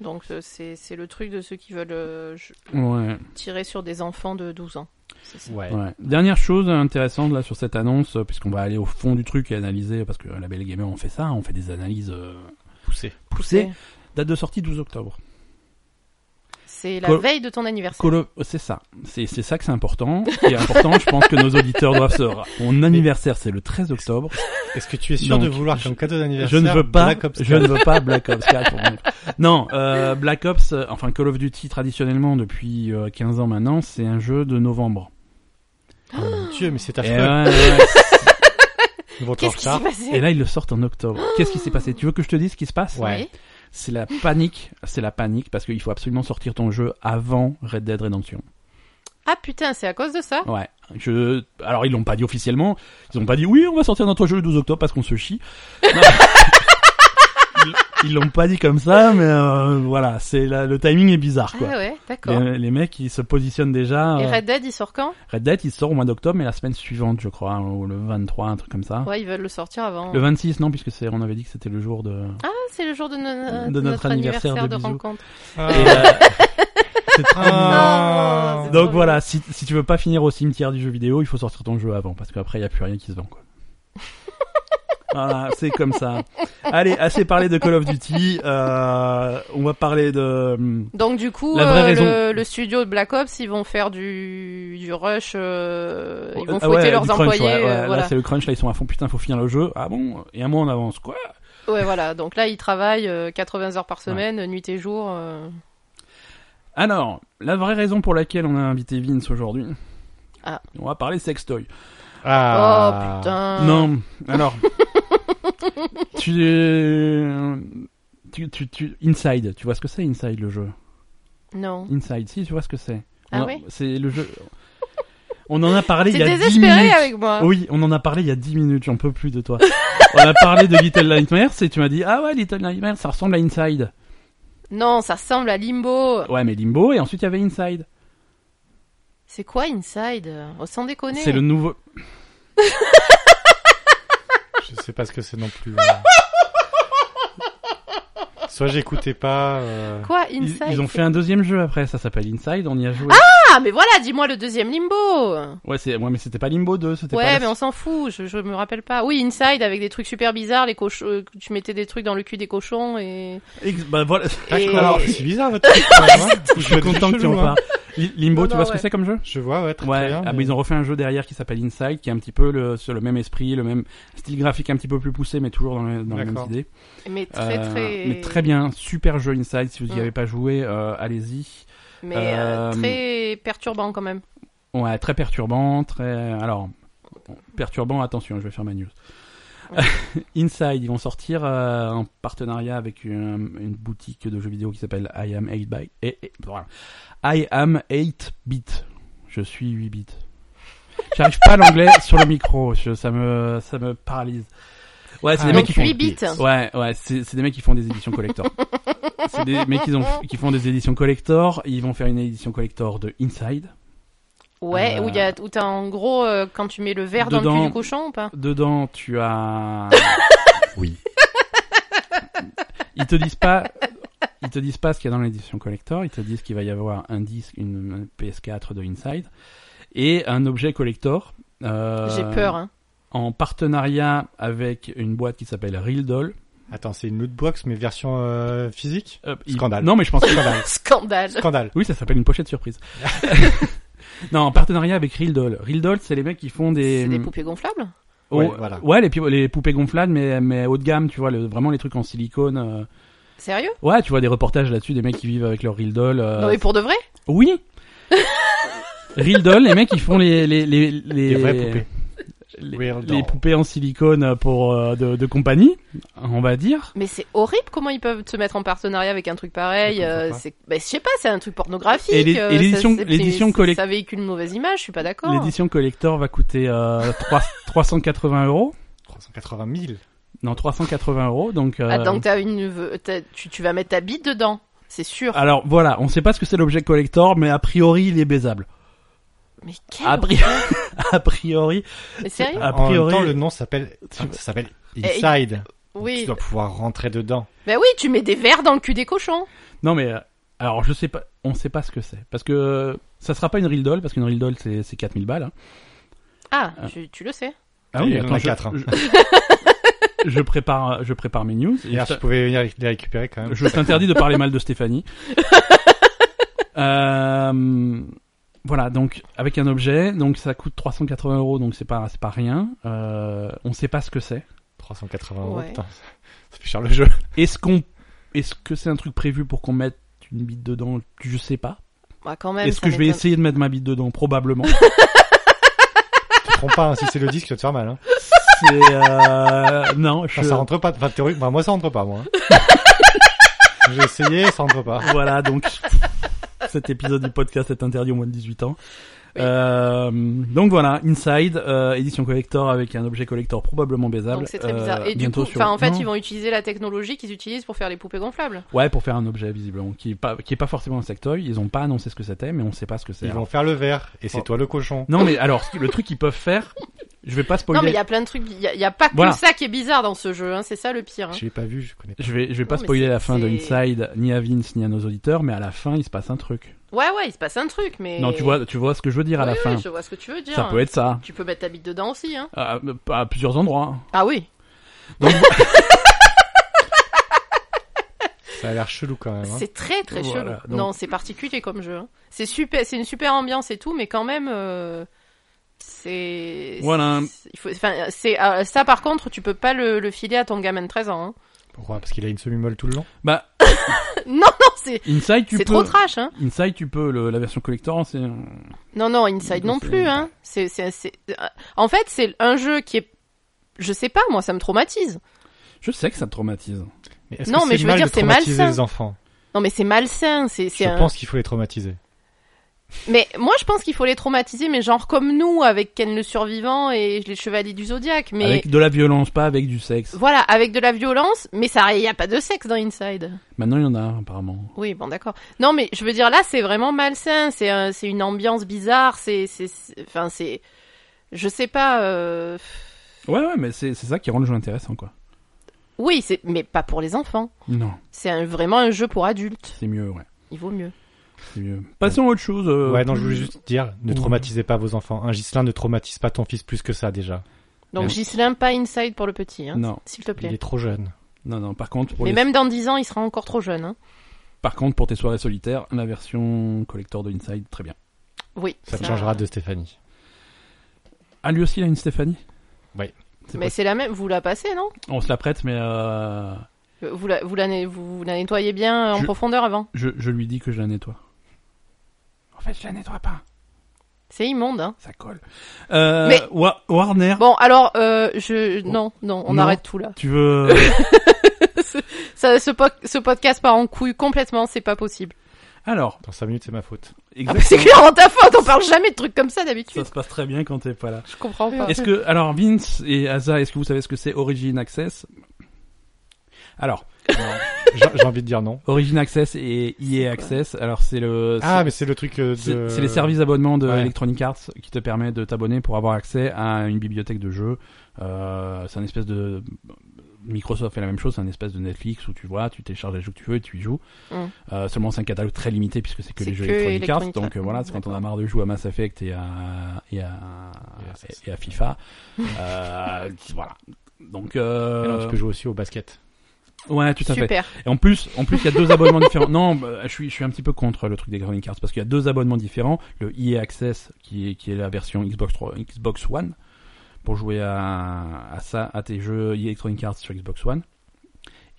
S2: Donc euh, c'est c'est le truc de ceux qui veulent euh, je-
S1: Ouais.
S2: tirer sur des enfants de 12 ans. C'est ça.
S3: Ouais.
S1: Ouais. Dernière chose intéressante là sur cette annonce, euh, puisqu'on va aller au fond du truc et analyser, parce que euh, la Belle Gamer on fait ça, on fait des analyses euh,
S3: Poussé.
S1: poussées. Date de sortie 12 octobre.
S2: C'est la
S1: Call-
S2: veille de ton anniversaire.
S1: Call of- C'est ça, c'est c'est ça que c'est important. Et important, je pense que nos auditeurs doivent se. ra- Mon anniversaire c'est le 13 octobre.
S3: Est-ce que tu es sûr
S1: Donc,
S3: de vouloir
S1: je-
S3: comme cadeau
S1: Je
S3: d'anniversaire
S1: ne veux pas,
S3: Black Ops
S1: je ne veux pas Black Ops 4 pour moi. Non, euh, Black Ops, euh, enfin Call of Duty traditionnellement depuis euh, 15 ans maintenant, c'est un jeu de novembre.
S3: Oh mon Dieu, mais c'est
S1: Ah. Et, ouais,
S3: affreux.
S1: ouais, ouais.
S3: Ils vont être en
S2: Qu'est-ce qui s'est
S3: retard.
S2: passé
S1: Et là ils le sortent en octobre. Qu'est-ce qui s'est passé Tu veux que je te dise ce qui se passe
S3: Ouais.
S2: Oui.
S1: C'est la panique, c'est la panique parce qu'il faut absolument sortir ton jeu avant Red Dead Redemption.
S2: Ah putain, c'est à cause de ça
S1: Ouais, Je... Alors ils l'ont pas dit officiellement, ils ont pas dit oui on va sortir notre jeu le 12 octobre parce qu'on se chie. Non. Ils- ils l'ont pas dit comme ça, mais euh, voilà, c'est la- le timing est bizarre
S2: Ah
S1: quoi.
S2: ouais, d'accord.
S1: Les, les mecs ils se positionnent déjà.
S2: Et
S1: euh,
S2: Red Dead, il sort quand
S1: Red Dead il sort au mois d'octobre mais la semaine suivante je crois, hein, ou le 23 un truc comme ça.
S2: Ouais, ils veulent le sortir avant.
S1: Ah. Le 26 non puisque c'est on avait dit que c'était le jour de.
S2: Ah, c'est le jour de, no-
S1: De
S2: de
S1: notre anniversaire de
S2: de,
S1: bisous.
S2: rencontre.
S3: Ah.
S1: Et, euh, c'est trop
S3: Ah.
S2: Non, non,
S1: Donc
S2: Trop
S1: voilà, si, si tu veux pas finir au cimetière du jeu vidéo, il faut sortir ton jeu avant, parce qu'après, il n'y a plus rien qui se vend. Quoi. voilà, c'est comme ça. Allez, assez parlé de Call of Duty, euh, on va parler de...
S2: Donc du coup,
S1: La vraie
S2: euh,
S1: raison.
S2: le, le studio de Black Ops, ils vont faire du, du rush, euh, ils vont
S1: Ah
S2: fouetter
S1: ouais,
S2: leurs
S1: du crunch,
S2: employés.
S1: ouais, ouais,
S2: euh, voilà.
S1: Là, c'est le crunch, là, ils sont à fond, putain, faut finir le jeu. Ah bon Et un mois, on avance, quoi
S2: Ouais, voilà. Donc là, ils travaillent euh, 80 heures par semaine,
S1: Ah.
S2: nuit et jour. euh.
S1: Alors, la vraie raison pour laquelle on a invité Vince aujourd'hui...
S2: Ah.
S1: On va parler sextoy.
S2: Oh
S3: Ah.
S2: putain.
S1: Non, alors... tu, tu, tu, tu... Inside, tu vois ce que c'est Inside, le jeu
S2: Non.
S1: Inside, si tu vois ce que c'est.
S2: Ah
S1: On a-
S2: oui
S1: C'est le jeu. On en a parlé
S2: T'es
S1: il y a 10
S2: désespéré
S1: minutes.
S2: avec moi.
S1: Oui, on en a parlé il y a 10 minutes, j'en peux plus de toi. on a parlé de Little Nightmares et tu m'as dit "Ah ouais, Little Nightmares, ça ressemble à Inside."
S2: Non, ça ressemble à Limbo.
S1: Ouais, mais Limbo et ensuite il y avait Inside.
S2: C'est quoi Inside oh, Sans déconner.
S1: C'est le nouveau
S3: Je sais pas ce que c'est non plus. euh. Soit j'écoutais pas. euh,
S2: Quoi
S1: ils,
S2: Inside
S1: ils ont fait un deuxième jeu après, ça s'appelle Inside, on y a joué.
S2: Ah, mais voilà, dis-moi le deuxième Limbo.
S1: ouais, c'est ouais, mais c'était pas Limbo 2, c'était pas
S2: Ouais,
S1: la-
S2: mais on s'en fout, je, je me rappelle pas. Oui, Inside avec des trucs super bizarres, les cochons, euh, tu mettais des trucs dans le cul des cochons et.
S1: Ex- bah voilà,
S2: et-
S3: D'accord. Alors, c'est bizarre votre truc. quand même, hein.
S1: je suis content que tu en
S3: Chelou, hein.
S1: parles. Li- Limbo,
S2: Non,
S1: tu
S2: non,
S1: vois ce que
S2: ouais.
S1: c'est comme jeu
S3: Je vois, ouais, très, très
S1: Ouais,
S3: bien.
S1: ah,
S3: mais-
S1: mais ils ont refait un jeu derrière qui s'appelle Inside, qui est un petit peu le, sur le même esprit, le même style graphique un petit peu plus poussé, mais toujours dans, le- dans les mêmes
S3: D'accord.
S1: idées.
S2: Mais très
S1: Euh,
S2: très.
S1: Mais très bien, super jeu Inside, si vous n'y
S2: Mm.
S1: avez pas joué, euh, allez-y.
S2: Mais
S1: Euh,
S2: euh, très perturbant quand même.
S1: Ouais, très perturbant, très... Alors, bon, perturbant, attention, je vais faire ma news. Inside, ils vont sortir euh, en partenariat avec une, une boutique de jeux vidéo qui s'appelle I am 8 by... et- et- voilà. I am 8 bit. Je suis 8 bits. J'arrive pas à l'anglais sur le micro, je- ça me ça me paralyse. Ouais, c'est
S3: Ah,
S1: des
S3: Les
S1: mecs
S2: Donc
S1: qui font
S2: 8 bits.
S1: Ouais, ouais, c'est c'est des mecs qui font des éditions collector. c'est des mecs qui, ont, qui font des éditions collector. Ils vont faire une édition collector de Inside.
S2: Ouais,
S1: Euh,
S2: où il y a, où t'as en gros euh, quand tu mets le verre dans le
S1: dedans-
S2: cul du cochon ou pas
S1: Dedans, tu as.
S3: Oui.
S1: Ils te disent pas. Ils te disent pas ce qu'il y a dans l'édition collector. Ils te disent qu'il va y avoir un disque, une PS4 de Inside et un objet collector. euh,
S2: J'ai peur. Hein.
S1: En partenariat avec une boîte qui s'appelle Real Doll.
S3: Attends, c'est une lootbox, mais version euh, physique
S1: Euh, ils-
S3: Scandale.
S1: Non, mais je pense que
S3: Scandale.
S2: Scandale.
S3: Scandale.
S1: Oui, ça s'appelle une pochette surprise. non, en partenariat avec Real Doll. Real Doll, c'est les mecs qui font des. mm,
S2: C'est des poupées gonflables
S1: Oh,
S3: Ouais, voilà.
S1: ouais, les, pi- les poupées gonflables, mais, mais haut de gamme, tu vois, le- vraiment les trucs en silicone. euh.
S2: Sérieux
S1: Ouais, tu vois des reportages là-dessus, des mecs qui vivent avec leur Real Doll. euh.
S2: Non mais pour de vrai
S1: Oui Real Doll, les mecs, ils font les. Les, les, les,
S3: Les vraies poupées.
S1: Les,
S3: Real
S1: les
S3: Doll.
S1: poupées en silicone pour, euh, de, de compagnie, on va dire.
S2: Mais c'est horrible comment ils peuvent se mettre en partenariat avec un truc pareil.
S3: Je comprends
S2: euh,
S3: pas.
S2: c'est, ben, je sais pas, c'est un truc pornographique.
S1: Et les-
S2: euh,
S1: et l'édition-
S2: ça- c'est-
S1: l'édition
S2: c'est-
S1: collect-
S2: Ça véhicule une mauvaise image, je suis pas d'accord.
S1: L'édition collector va coûter euh, trois- 380 euros.
S3: 380 000.
S1: Non, 380 euros, donc. euh,
S2: Ah, donc t'as une, ve- t'as- tu, tu vas mettre ta bite dedans, c'est sûr.
S1: Alors voilà, on sait pas ce que c'est l'objet collector, mais a priori il est baisable.
S2: mais quel
S1: A, pri- a priori,
S2: Mais sérieux
S1: a
S3: En même
S1: priori.
S3: temps, le nom s'appelle. Ça s'appelle Inside. Tu
S2: Oui.
S3: dois pouvoir rentrer dedans.
S2: Ben oui, tu mets des verres dans le cul des cochons.
S1: Non mais euh, alors je sais pas, on sait pas ce que c'est parce que euh, ça sera pas une real doll parce qu'une real doll c'est c'est 4000 balles. hein.
S2: Ah,
S1: Ah.
S2: tu, tu le sais.
S3: Ah oui, il y en a
S1: attends, je,
S3: quatre, hein.
S1: je- je prépare je prépare mes news. Et
S3: Hier,
S1: je
S3: je
S1: t-
S3: pouvais venir les récupérer quand même.
S1: je t'interdis de parler mal de Stéphanie. Euh, voilà, donc avec un objet, donc ça coûte 380 euros, donc c'est pas c'est pas rien. Euh, on sait pas ce que c'est.
S3: 380 euros,
S2: Ouais.
S3: putain. Ça fait cher le jeu.
S1: Est-ce qu'on, est-ce que c'est un truc prévu pour qu'on mette une bite dedans Je sais pas.
S2: Bah quand même.
S1: Est-ce
S2: ça
S1: que je vais
S2: m'étonne.
S1: essayer de mettre ma bite dedans Probablement.
S3: Tu te trompes pas, hein. si c'est le disque, tu vas te faire mal. Hein.
S1: c'est euh... non, je...
S3: Enfin, ça rentre pas. Enfin, théorie... enfin, moi, ça rentre pas, moi. J'ai essayé, ça rentre pas.
S1: Voilà, donc c'est- Cet épisode du podcast est interdit au moins de 18 ans. Euh, donc voilà, Inside, euh, édition collector avec un objet collector probablement baisable.
S2: Donc c'est très
S1: Euh,
S2: bizarre. Et du
S1: bientôt
S2: coup,
S1: sur-
S2: enfin, en fait,
S1: Non.
S2: ils vont utiliser la technologie qu'ils utilisent pour faire les poupées gonflables.
S1: Ouais, pour faire un objet visiblement qui est pas qui est pas forcément un sectoy. Ils ont pas annoncé ce que c'était, mais on sait pas ce que c'est.
S3: Ils vont faire le verre, et c'est
S1: Oh.
S3: toi le cochon.
S1: Non, mais alors ce qui- le truc qu'ils peuvent faire, je vais pas spoiler.
S2: Non, mais il y a plein de trucs. Il y, a- il y a pas que
S1: Voilà.
S2: ça qui est bizarre dans ce jeu. Hein, c'est ça le pire. hein.
S3: Je l'ai pas vu, je connais pas.
S1: Je vais je vais pas
S2: Non, mais
S1: spoiler
S2: c'est-
S1: la fin de
S2: c'est-
S1: Inside ni à Vince ni à nos auditeurs, mais à la fin il se passe un truc.
S2: Ouais, ouais, il se passe un truc, mais.
S1: Non, tu vois tu vois ce que je veux dire à
S2: Oui,
S1: la
S2: oui,
S1: fin.
S2: je vois ce que tu veux dire.
S1: Ça peut être ça.
S2: Tu peux mettre ta bite dedans aussi. Hein.
S1: À, à plusieurs endroits.
S2: Ah oui.
S3: Ça a l'air chelou quand même. hein.
S2: C'est très très
S1: Voilà,
S2: chelou.
S1: donc-
S2: Non, c'est particulier comme jeu. hein. C'est super, c'est une super ambiance et tout, mais quand même, euh, c'est.
S1: Voilà.
S2: c'est- Il faut, enfin, c'est ah, ça par contre, tu peux pas le, le filer à ton gamin de 13 ans. hein.
S3: Pourquoi Parce qu'il a une semi-molle tout le long.
S1: Bah
S2: Non, non, c'est
S1: Inside tu
S2: c'est
S1: peux.
S2: trop trash. Hein.
S1: Inside tu peux le- la version collector hein, c'est
S2: Non, non, Inside non
S1: C'est-
S2: plus. Hein. C'est, c'est, c'est- En fait, c'est un jeu qui est. Je sais pas, moi, ça me traumatise.
S1: je sais que ça te traumatise.
S3: Mais est-ce
S2: Non,
S3: que
S2: mais
S3: c'est
S2: je veux
S3: mal
S2: dire,
S3: de
S2: c'est
S3: traumatiser
S2: malsain.
S3: les enfants.
S2: Non, mais c'est malsain. C'est,
S3: Je
S2: c'est un-
S3: pense qu'il faut les traumatiser.
S2: Mais moi, je pense qu'il faut les traumatiser, mais genre comme nous, avec Ken le Survivant et les Chevaliers du Zodiaque. Mais
S1: Avec de la violence, pas avec du sexe.
S2: Voilà, avec de la violence, mais ça, il n'y a pas de sexe dans Inside.
S1: Maintenant il y en a apparemment.
S2: Oui, bon, d'accord. Non, mais je veux dire, là, c'est vraiment malsain. C'est un- c'est une ambiance bizarre. C'est, c'est, c'est- enfin, c'est, je sais pas. euh,
S1: Ouais ouais mais c'est c'est ça qui rend le jeu intéressant quoi.
S2: Oui, c'est, mais pas pour les enfants.
S1: Non
S2: C'est un- vraiment un jeu pour adultes.
S1: c'est mieux ouais.
S2: Il vaut mieux.
S1: C'est mieux. Passons à autre chose. euh,
S3: ouais, non, je voulais juste dire, ne
S2: Mm.
S1: ouh.
S3: traumatisez pas vos enfants. Un Gislin ne traumatise pas ton fils plus que ça déjà.
S2: Donc,
S1: Ouais.
S2: Ghislain, pas Inside pour le petit, hein,
S1: Non,
S2: s'il te
S3: Il
S2: plaît.
S3: est trop jeune.
S1: non, non. Par contre, pour,
S2: Mais
S1: les-
S2: même dans 10 ans, il sera encore trop jeune. Hein.
S1: par contre, pour tes soirées solitaires, la version collector de Inside, très bien.
S2: Oui.
S3: Ça te
S2: ça-
S3: changera de Stéphanie.
S1: Ah, lui aussi, il a une Stéphanie
S3: Ouais.
S1: C'est
S2: Mais
S1: pas-
S2: c'est la même. Vous la passez, non
S1: On se la prête, mais euh,
S2: vous la, vous, la, ne- vous la nettoyez bien euh, en
S1: Je-
S2: profondeur avant.
S1: je, je lui dis que je la nettoie. En fait, je la nettoie pas.
S2: C'est immonde, hein.
S1: Ça colle. Euh,
S2: Mais-
S1: Wa- Warner,
S2: Bon, alors, euh, je... Non, non, on
S1: Non.
S2: arrête tout là.
S1: tu veux... euh,
S2: Ça, ce, po- ce podcast part en couille complètement, c'est pas possible.
S1: Alors,
S3: Dans 5 minutes, c'est ma faute.
S2: Ah, mais c'est
S1: exactement.
S2: clairement ta faute, on parle jamais de trucs comme ça
S1: ça
S2: d'habitude.
S1: se passe très bien quand t'es pas là.
S2: Je comprends pas.
S1: Est-ce que alors Vince et Asa, est-ce que vous savez ce que c'est Origin Access Alors,
S3: J'ai j'ai envie de dire non.
S1: Origin Access et EA Access. Alors c'est le
S3: Ah, mais c'est le truc euh, de...
S1: C'est c'est les services d'abonnement de
S3: Ouais.
S1: Electronic Arts qui te permet de t'abonner pour avoir accès à une bibliothèque de jeux. Euh, c'est un espèce de Microsoft fait la même chose, c'est un espèce de Netflix où tu vois, tu télécharges les jeux que tu veux et tu y joues.
S2: Mm.
S1: Euh, seulement c'est un catalogue très limité puisque c'est que
S2: C'est
S1: les jeux
S2: que
S1: Electronic, Arts.
S2: Electronic Arts.
S1: Donc euh, voilà, c'est quand on a
S2: D'accord.
S1: marre de jouer à Mass Effect et à et à,
S3: Et à Assassin's
S1: et à FIFA. euh, voilà. Donc euh,
S3: Et non, tu peux jouer aussi au basket.
S1: ouais, tout à fait.
S2: Super.
S1: Et en plus, en plus, il y a deux abonnements différents. Non, bah, je suis, je suis un petit peu contre le truc des Electronic Arts parce qu'il y a deux abonnements différents. Le EA Access qui est, qui est la version Xbox 3, Xbox One pour jouer à, à ça, à tes jeux EA Electronic Arts sur Xbox One.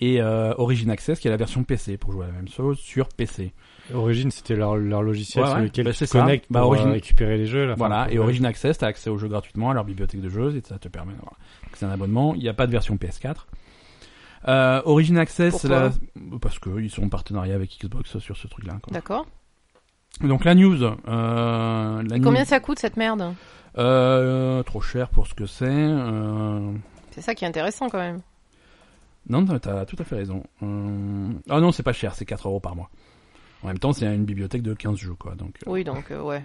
S1: Et euh, Origin Access qui est la version PC pour jouer à la même chose sur PC.
S3: Origin, c'était leur, leur logiciel
S1: Ouais,
S3: sur
S1: ouais,
S3: lequel
S1: bah,
S3: tu
S1: c'est
S3: te
S1: ça.
S3: connectes
S1: Bah,
S3: pour euh,
S1: Origin-
S3: récupérer les jeux. là.
S1: voilà.
S3: Enfin,
S1: Et
S3: pour-
S1: Origin Access, t'as accès aux jeux gratuitement à leur bibliothèque de jeux et ça te permet. Voilà. Donc, C'est un abonnement. Il n'y a pas de version PS4. Euh, Origin Access,
S2: Pourquoi
S1: là, parce qu'ils sont en partenariat avec Xbox sur ce truc-là. quoi.
S2: D'accord.
S1: Donc la news, euh, la
S2: Et
S1: news-
S2: combien ça coûte cette merde
S1: Euh, Trop cher pour ce que c'est. euh,
S2: C'est ça qui est intéressant quand même.
S1: Non, t'as- t'as tout à fait raison. Euh, Ah non, c'est pas cher, c'est 4 euros par mois. En même temps, c'est une bibliothèque de 15 jeux, quoi. Donc euh,
S2: Oui, donc, euh, ouais.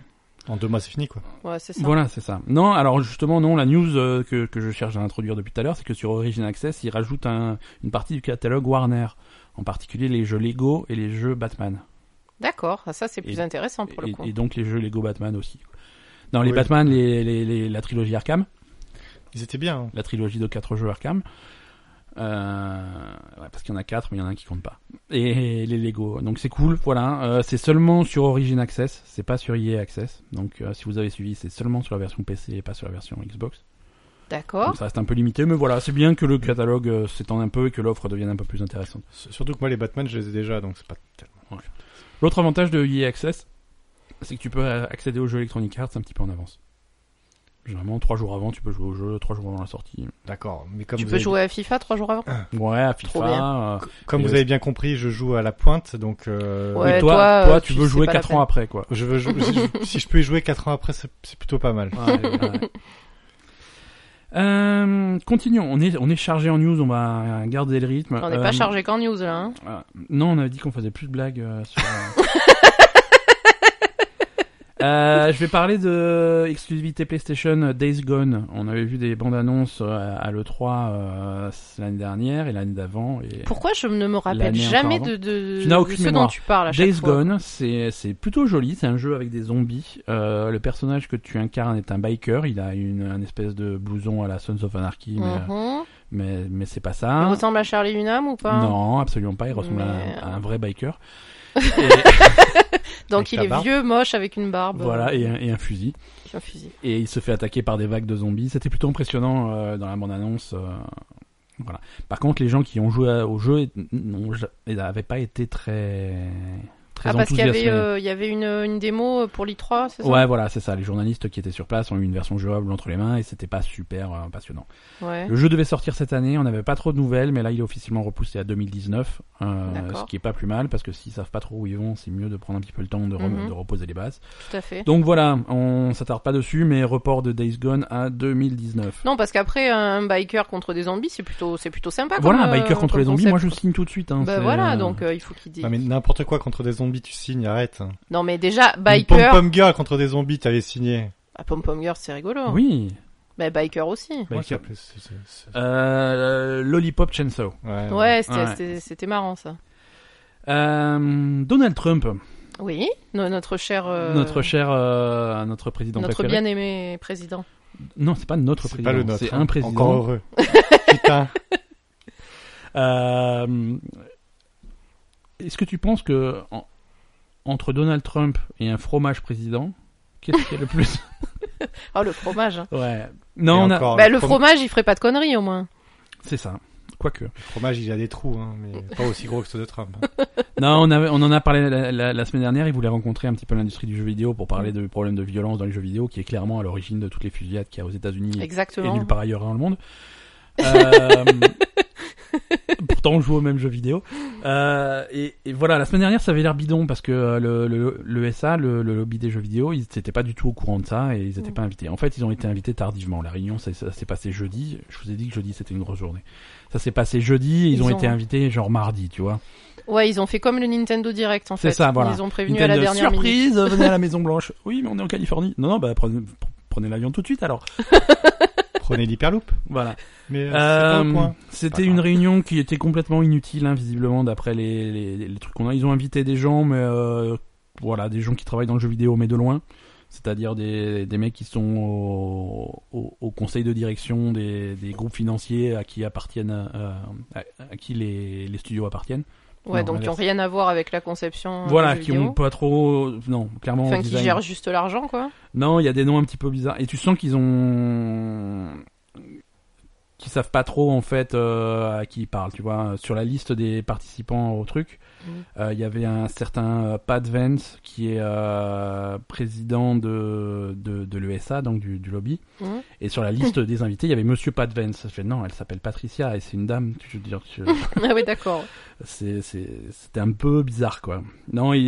S3: En deux mois, c'est fini, quoi.
S2: Ouais, c'est ça.
S1: voilà, c'est ça. Non, alors justement, non, la news euh, que, que je cherche à introduire depuis tout à l'heure, c'est que sur Origin Access, ils rajoutent un- une partie du catalogue Warner, en particulier les jeux Lego et les jeux Batman.
S2: D'accord, ah, ça c'est plus
S1: Et-
S2: intéressant pour le
S1: Et,
S2: coup.
S1: et donc les jeux Lego Batman aussi. Non, les
S3: Oui.
S1: Batman, les, les- les- la trilogie Arkham.
S3: Ils étaient bien. hein.
S1: la trilogie de quatre jeux Arkham. Euh, ouais, parce qu'il y en a quatre, mais il y en a un qui compte pas. Et les Lego. Donc c'est cool, voilà. Euh, c'est seulement sur Origin Access, c'est pas sur EA Access. Donc euh, si vous avez suivi, c'est seulement sur la version PC et pas sur la version Xbox.
S2: D'accord.
S1: Donc ça reste un peu limité, mais voilà, c'est bien que le catalogue euh, s'étende un peu et que l'offre devienne un peu plus intéressante.
S3: S- Surtout que moi, les Batman, je les ai déjà, donc c'est pas tellement.
S1: L'autre E avantage de EA Access, c'est que tu peux euh, accéder aux jeux Electronic Arts un petit peu en avance. Généralement, trois jours avant, tu peux jouer au jeu, trois jours avant la sortie.
S3: D'accord, mais comme
S2: Tu
S3: vous
S2: peux
S3: avez-
S2: jouer à FIFA trois jours avant.
S1: Ouais, à
S2: Trop
S1: FIFA. euh,
S3: comme vous avez bien compris, je joue à la pointe, donc euh,
S2: Ouais,
S1: et toi,
S2: toi,
S1: toi,
S2: euh,
S1: tu
S2: tu-
S1: veux
S2: c'est
S1: jouer
S2: pas la
S1: quatre ans
S2: peine.
S1: après, quoi.
S3: je veux jou- si, je, si je peux y jouer 4 ans après, c'est c'est plutôt pas mal.
S1: Euh, continuons. On est, on est chargé en news. On va garder le rythme.
S2: On n'est
S1: Euh,
S2: pas chargé qu'en news là. hein.
S1: euh, non, on avait dit qu'on faisait plus de blagues. euh, sur, Euh, je vais parler de exclusivité PlayStation euh, Days Gone. On avait vu des bandes annonces euh, à l'E3 euh, l'année dernière et l'année d'avant. Et...
S2: Pourquoi je ne me rappelle
S1: L'année
S2: jamais
S1: encore
S2: de, de,
S1: Tu n'as
S2: de
S1: aucune
S2: ce dont
S1: mémoire.
S2: tu parles à chaque
S1: Days
S2: fois
S1: Gone, c'est c'est plutôt joli, c'est un jeu avec des zombies. Euh, le personnage que tu incarnes est un biker, il a une un espèce de blouson à la Sons of Anarchy, mais,
S2: Mhm.
S1: mais, mais c'est pas
S2: Il
S1: ça.
S2: ressemble à Charlie Hunnam ou pas
S1: Hein
S2: euh.
S1: Non, absolument pas, il ressemble à un-
S2: Merde.
S1: à, un vrai biker.
S2: Donc
S3: Avec
S2: il
S3: la
S2: est
S3: barbe.
S2: vieux, moche, avec une barbe.
S1: voilà, et un, et un fusil.
S2: Avec un fusil.
S1: Et il se fait attaquer par des vagues de zombies. C'était plutôt impressionnant euh, dans la bande-annonce. euh, voilà. Par contre, les gens qui ont joué à- au jeu n'avaient pas été très, très
S2: Ah, parce qu'il y
S1: enthousiasmés.
S2: avait, euh, il y avait une, une démo pour l'i3, c'est ça
S1: Ouais, voilà, c'est ça. Les journalistes qui étaient sur place ont eu une version jouable entre les mains et c'était pas super euh, passionnant.
S2: Ouais.
S1: Le jeu devait sortir cette année, on n'avait pas trop de nouvelles, mais là il est officiellement repoussé à 2019, euh,
S2: D'accord.
S1: ce qui est pas plus mal parce que s'ils savent pas trop où ils vont, c'est mieux de prendre un petit peu le temps de, re-
S2: Mhm.
S1: de reposer les bases.
S2: Tout à fait.
S1: Donc voilà, on s'attarde pas dessus, mais report de Days Gone à 2019.
S2: Non, parce qu'après, un biker contre des zombies, c'est plutôt, c'est plutôt sympa.
S1: voilà,
S2: comme, euh,
S1: biker contre
S2: comme
S1: les zombies,
S2: concept.
S1: moi je signe tout de suite. Hein,
S2: Bah
S1: c'est-
S2: voilà, donc euh, il faut qu'il dise.
S3: Non mais n'importe quoi contre des zombies, tu signes, arrête. hein.
S2: Non, mais déjà,
S3: Une
S2: biker.
S3: Pom Pom Girl contre des zombies, t'avais signé.
S2: Ah, Pom Pom Girl, c'est rigolo.
S1: Oui.
S2: Mais biker aussi.
S3: Moi,
S1: Biker.
S3: c'est- c'est- c'est- c'est-
S1: Euh, Lollipop Chainsaw.
S3: ouais, ouais.
S2: Ouais, c'était,
S1: Euh, Ouais.
S2: c'était- c'était marrant ça.
S1: Euh, Donald Trump,
S2: Oui, no- notre cher. euh,
S1: notre cher, euh, notre président
S2: notre
S1: préféré.
S2: bien-aimé président.
S1: Non, c'est pas notre
S3: C'est
S1: président.
S3: pas le nôtre.
S1: C'est
S3: hein.
S1: un président.
S3: Encore heureux. Putain.
S1: Euh, Est-ce que tu penses que en- entre Donald Trump et un fromage président, qu'est-ce qu'il y a le plus
S2: Oh, le fromage. hein.
S1: Ouais. Non, on
S3: Et
S1: a-
S3: encore,
S2: bah, le
S3: fro-
S2: fromage, il ferait pas de conneries au moins.
S1: c'est ça. Quoique.
S3: le fromage, il a des trous, hein, mais pas aussi gros que ceux de Trump. hein.
S1: Non, on, avait- on en a parlé la, la- la semaine dernière. Il voulait rencontrer un petit peu l'industrie du jeu vidéo pour parler de problèmes de violence dans les jeux vidéo, qui est clairement à l'origine de toutes les fusillades qu'il y a aux États-Unis et- et
S2: Exactement.
S1: nulle part ailleurs dans le monde. Euh, pourtant, on joue au même jeu vidéo. Euh, et, et voilà, la semaine dernière, ça avait l'air bidon parce que euh, le, le, le SA, le, le lobby des jeux vidéo, ils n'étaient pas du tout au courant de ça et ils n'étaient
S2: Mm.
S1: pas invités. En fait, ils ont été invités tardivement. La réunion, ça, ça s'est passé jeudi. Je vous ai dit que jeudi, c'était une grosse journée. Ça s'est passé jeudi. Ils,
S2: Ils
S1: ont,
S2: ont-
S1: été invités genre mardi, tu vois.
S2: Ouais, ils ont fait comme le Nintendo Direct en
S1: C'est
S2: fait.
S1: ça, voilà.
S2: Ils ont prévenu à
S1: Nintendo,
S2: la dernière minute.
S1: surprise, venez à la Maison Blanche. Oui, mais on est en Californie. Non, non, bah prenez, prenez l'avion tout de suite alors.
S3: Prenez l'hyperloop.
S1: Voilà.
S3: Mais euh, c'est pas
S1: Euh,
S3: le point.
S1: C'était
S3: Pas
S1: une
S3: grave.
S1: réunion qui était complètement inutile, hein, visiblement, d'après les, les, les trucs qu'on a. Ils ont invité des gens, mais euh, voilà, des gens qui travaillent dans le jeu vidéo, mais de loin. C'est-à-dire des, des mecs qui sont au, au, au conseil de direction des, des groupes financiers à qui appartiennent, euh, à, à qui les, les studios appartiennent.
S2: Ouais,
S1: Non,
S2: donc qui ont
S1: inverse.
S2: rien à voir avec la conception. euh,
S1: voilà,
S2: des jeux
S1: qui
S2: vidéo.
S1: ont pas trop, non, clairement.
S2: Enfin,
S1: au
S2: qui
S1: design.
S2: gèrent juste l'argent quoi.
S1: Non, il y a des noms un petit peu bizarres. Et tu sens qu'ils ont. qu'ils savent pas trop, en fait, euh, à qui ils parlent. Tu vois, sur la liste des participants au truc,
S2: Mm.
S1: euh, il y avait un certain euh, Pat Vance qui est euh, président de, de, de l'ESA, donc du, du lobby.
S2: Mhm.
S1: Et sur la liste des invités, il y avait Monsieur Pat Vance. Je fais, non, elle s'appelle Patricia et c'est une dame. Je veux dire, je-
S2: Ah oui, d'accord.
S1: c'est- c'est- c'était un peu bizarre quoi. Non, il,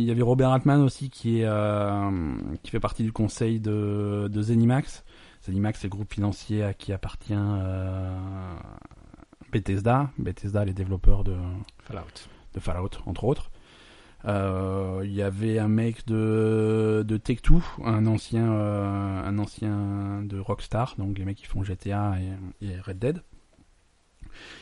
S1: il y avait Robert Altman aussi qui est euh, qui fait partie du conseil de, de Zenimax. Zenimax, c'est le groupe financier à qui appartient euh, Bethesda. Bethesda, les développeurs de,
S3: Fallout.
S1: de Fallout entre autres. Euh, Il y avait un mec de de Take Two, un ancien euh, un ancien de Rockstar, donc les mecs qui font GTA et, et Red Dead.